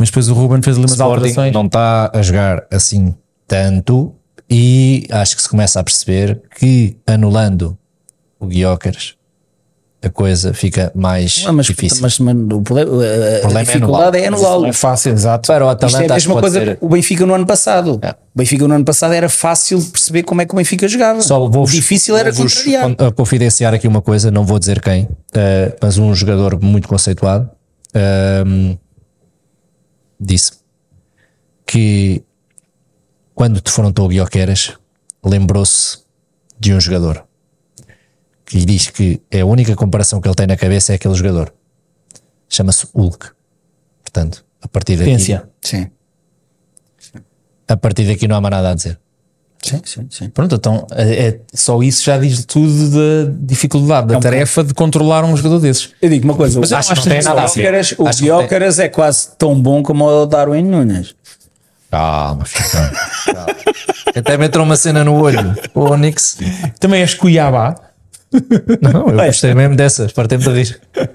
Speaker 2: Mas depois o Ruben fez ali umas
Speaker 4: Sporting
Speaker 2: alterações.
Speaker 4: não está a jogar assim tanto e acho que se começa a perceber que anulando o Guiocas a coisa fica mais
Speaker 3: Ah, mas,
Speaker 4: difícil.
Speaker 3: mas, mano, o problema, a- a
Speaker 4: problema é
Speaker 3: dificuldade é anulá-lo.
Speaker 2: É fácil, exato.
Speaker 4: Para o
Speaker 3: Isto é
Speaker 4: Atalanta
Speaker 3: a
Speaker 4: acho que
Speaker 3: mesma
Speaker 4: pode
Speaker 3: coisa
Speaker 4: ser-
Speaker 3: que o Benfica no ano passado.
Speaker 4: É.
Speaker 3: O Benfica no ano passado era fácil perceber como é que o Benfica jogava.
Speaker 4: Só
Speaker 3: o
Speaker 4: vou
Speaker 3: difícil era contrariar.
Speaker 4: a eh, confidenciar aqui uma coisa, não vou dizer quem, eh, mas um jogador muito conceituado ehm, disse que quando defrontou o Guioqueras lembrou-se de um jogador que lhe diz que é a única comparação que ele tem na cabeça é aquele jogador. Chama-se Hulk. Portanto, a partir daqui,
Speaker 2: Ciência.
Speaker 3: Sim.
Speaker 4: a partir daqui não há mais nada a dizer.
Speaker 3: Sim, sim, sim.
Speaker 2: Pronto, então é- é- só isso já diz tudo da
Speaker 4: É
Speaker 2: dificuldade, da
Speaker 4: um
Speaker 2: tarefa de controlar um jogador desses.
Speaker 3: Eu digo uma coisa,
Speaker 4: eu
Speaker 3: o-
Speaker 4: acho que não tem
Speaker 3: o
Speaker 4: nada a ver.
Speaker 3: Gyökeres- o
Speaker 4: Acho que não tem-
Speaker 3: Gyökeres é quase tão bom como o Darwin Nunes.
Speaker 4: Calma, filho, calma. calma. Até me entrou uma cena no olho. O Onix.
Speaker 2: Também és Cuiabá.
Speaker 4: Não, eu gostei mesmo dessas. Partei-me de rir. Então,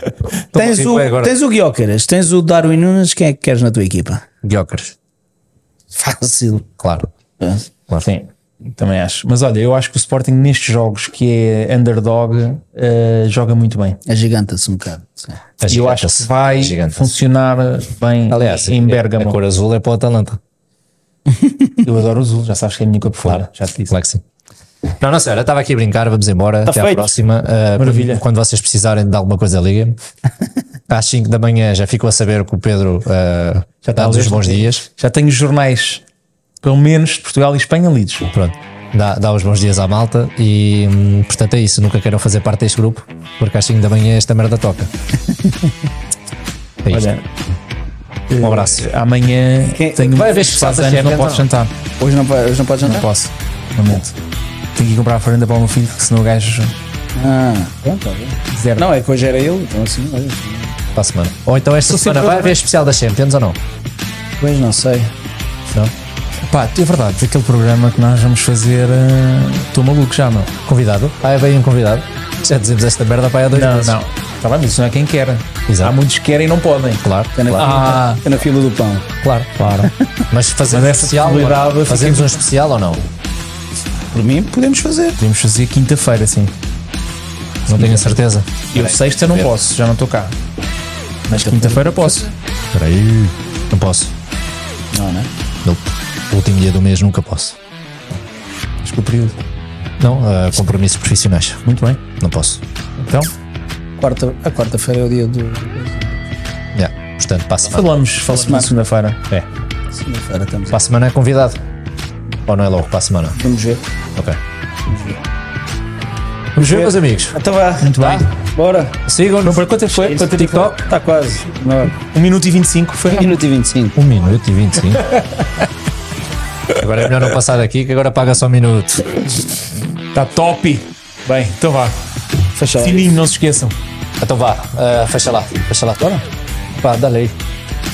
Speaker 3: Tens
Speaker 2: um-
Speaker 3: o, tens o Gyökeres, tens o Darwin Nunes, quem é que queres na tua equipa?
Speaker 4: Guiocas.
Speaker 3: Fácil.
Speaker 4: Claro.
Speaker 3: É,
Speaker 2: Sim, também acho. Mas olha, eu acho que o Sporting nestes jogos que é underdog eh, joga muito bem.
Speaker 3: Agiganta-se um bocado. Sim.
Speaker 2: E eu acho que vai
Speaker 4: Gigante.
Speaker 2: funcionar bem
Speaker 4: Aliás,
Speaker 2: em
Speaker 4: A
Speaker 2: Bergamo.
Speaker 4: cor azul é para o Atalanta.
Speaker 2: Eu adoro azul, já sabes que é a minha cor preferida. Já te disse.
Speaker 4: Claro que sim. Não, não, senhora, estava aqui a brincar. Vamos embora. Até à
Speaker 3: feito.
Speaker 4: próxima. Ah,
Speaker 2: Tá Maravilha.
Speaker 4: Quando vocês precisarem de alguma coisa,
Speaker 2: [LAUGHS]
Speaker 4: liguem-me. Às 5 da manhã já ficou a saber que o Pedro ah, já
Speaker 2: está tá a
Speaker 4: está
Speaker 2: ler
Speaker 4: os bons
Speaker 2: tudo.
Speaker 4: dias.
Speaker 2: Já tenho os jornais, pelo menos de Portugal e Espanha, lidos.
Speaker 4: Pronto, dá, dá os bons dias à malta e hum, portanto é isso. Nunca queiram fazer parte deste grupo, porque às 5 da manhã esta merda
Speaker 2: [LAUGHS]
Speaker 4: toca. É isto.
Speaker 2: Olha, eh,
Speaker 4: um abraço.
Speaker 2: amanhã
Speaker 3: Quem-
Speaker 2: tenho
Speaker 4: vai haver especial
Speaker 2: faz
Speaker 4: da
Speaker 2: anos, não
Speaker 4: Champions, então?
Speaker 2: posso
Speaker 4: não?
Speaker 2: jantar.
Speaker 3: Hoje não, pa- hoje não pode
Speaker 2: Não
Speaker 3: jantar?
Speaker 2: posso. Lamento. Tenho que ir comprar a farenda para o meu filho, porque senão o gajo
Speaker 3: Ah, pronto, olha.
Speaker 2: zero.
Speaker 3: Não, é que hoje era ele, então assim, olha.
Speaker 4: Para a semana. Ou então esta semana vai haver especial da Champions ou não?
Speaker 3: Pois não sei.
Speaker 4: Não?
Speaker 2: Pá, é verdade, aquele programa que nós vamos fazer. eh, Estou maluco já, meu.
Speaker 4: Convidado? Ah, vem um convidado. Já dizemos esta merda para aí há dois meses.
Speaker 2: Está bem, mas isso não é quem quer.
Speaker 4: Exato.
Speaker 2: Há muitos que querem e não podem.
Speaker 4: Claro,
Speaker 3: É na,
Speaker 4: claro,
Speaker 2: Ah.
Speaker 3: fila, é na fila do pão.
Speaker 4: claro, claro. Mas fazemos
Speaker 2: Mas
Speaker 4: um
Speaker 2: essa
Speaker 4: especial. ou não?
Speaker 2: possibilidade
Speaker 4: Fazemos um especial ou não?
Speaker 3: Por mim, podemos fazer.
Speaker 2: Podemos fazer quinta-feira, sim.
Speaker 4: Não tenho a certeza.
Speaker 2: Eu sexta não posso, já não estou cá. Mas quinta-feira posso.
Speaker 4: Espera aí. Não posso.
Speaker 3: Não, né?
Speaker 4: Nope. O último dia do mês nunca posso.
Speaker 2: Acho que o período.
Speaker 4: Não, ah, compromissos profissionais.
Speaker 2: Muito bem.
Speaker 4: Não posso.
Speaker 2: Então,
Speaker 3: quarta, a quarta-feira é o dia do
Speaker 4: Yeah. Portanto, para a semana.
Speaker 2: Falamos, falamos na
Speaker 3: semana.
Speaker 2: segunda-feira.
Speaker 4: É.
Speaker 3: segunda-feira estamos.
Speaker 4: Para a semana é convidado. Ou não é logo para a semana?
Speaker 3: Vamos ver.
Speaker 4: Ok. Vamos ver, meus amigos.
Speaker 3: Então vá. Muito
Speaker 2: bem.
Speaker 3: Bora.
Speaker 2: Não,
Speaker 4: Sigam-nos.
Speaker 2: para quanto é que foi? Quanto é que foi?
Speaker 3: Está quase. Uma hora.
Speaker 2: 1 minuto e 25 foi?
Speaker 3: Minuto e 25.
Speaker 4: Um minuto e 25. agora é melhor não passar aqui, que agora paga só um minuto.
Speaker 2: Está Tá top! Bem, então vá.
Speaker 3: Fechado.
Speaker 2: Sininho, não se esqueçam.
Speaker 4: Então vá, ah, fecha lá, fecha lá. Bora? Pá, dá-lhe aí.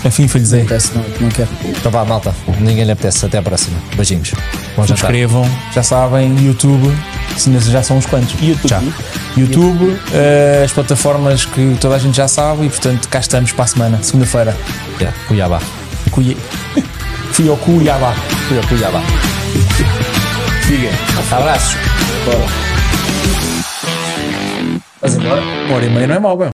Speaker 2: Afim foi-lhes aí.
Speaker 3: Acontece, não, não quero.
Speaker 4: Então vá, malta. Ninguém lhe apetece. Até à próxima. Beijinhos. Bom jantar.
Speaker 2: Subscrevam, já sabem, YouTube, se não- já são uns quantos. YouTube. YouTube, eh, as plataformas que toda a gente já sabe e portanto cá estamos para a semana, segunda-feira.
Speaker 4: Yeah. É, Cuiabá.
Speaker 2: Cuia- [LAUGHS] Fui ao Cuiabá.
Speaker 4: Cuia- Cuiabá.
Speaker 2: Diga.
Speaker 4: Abraços.
Speaker 2: Uma hora e meia não é mal, bem.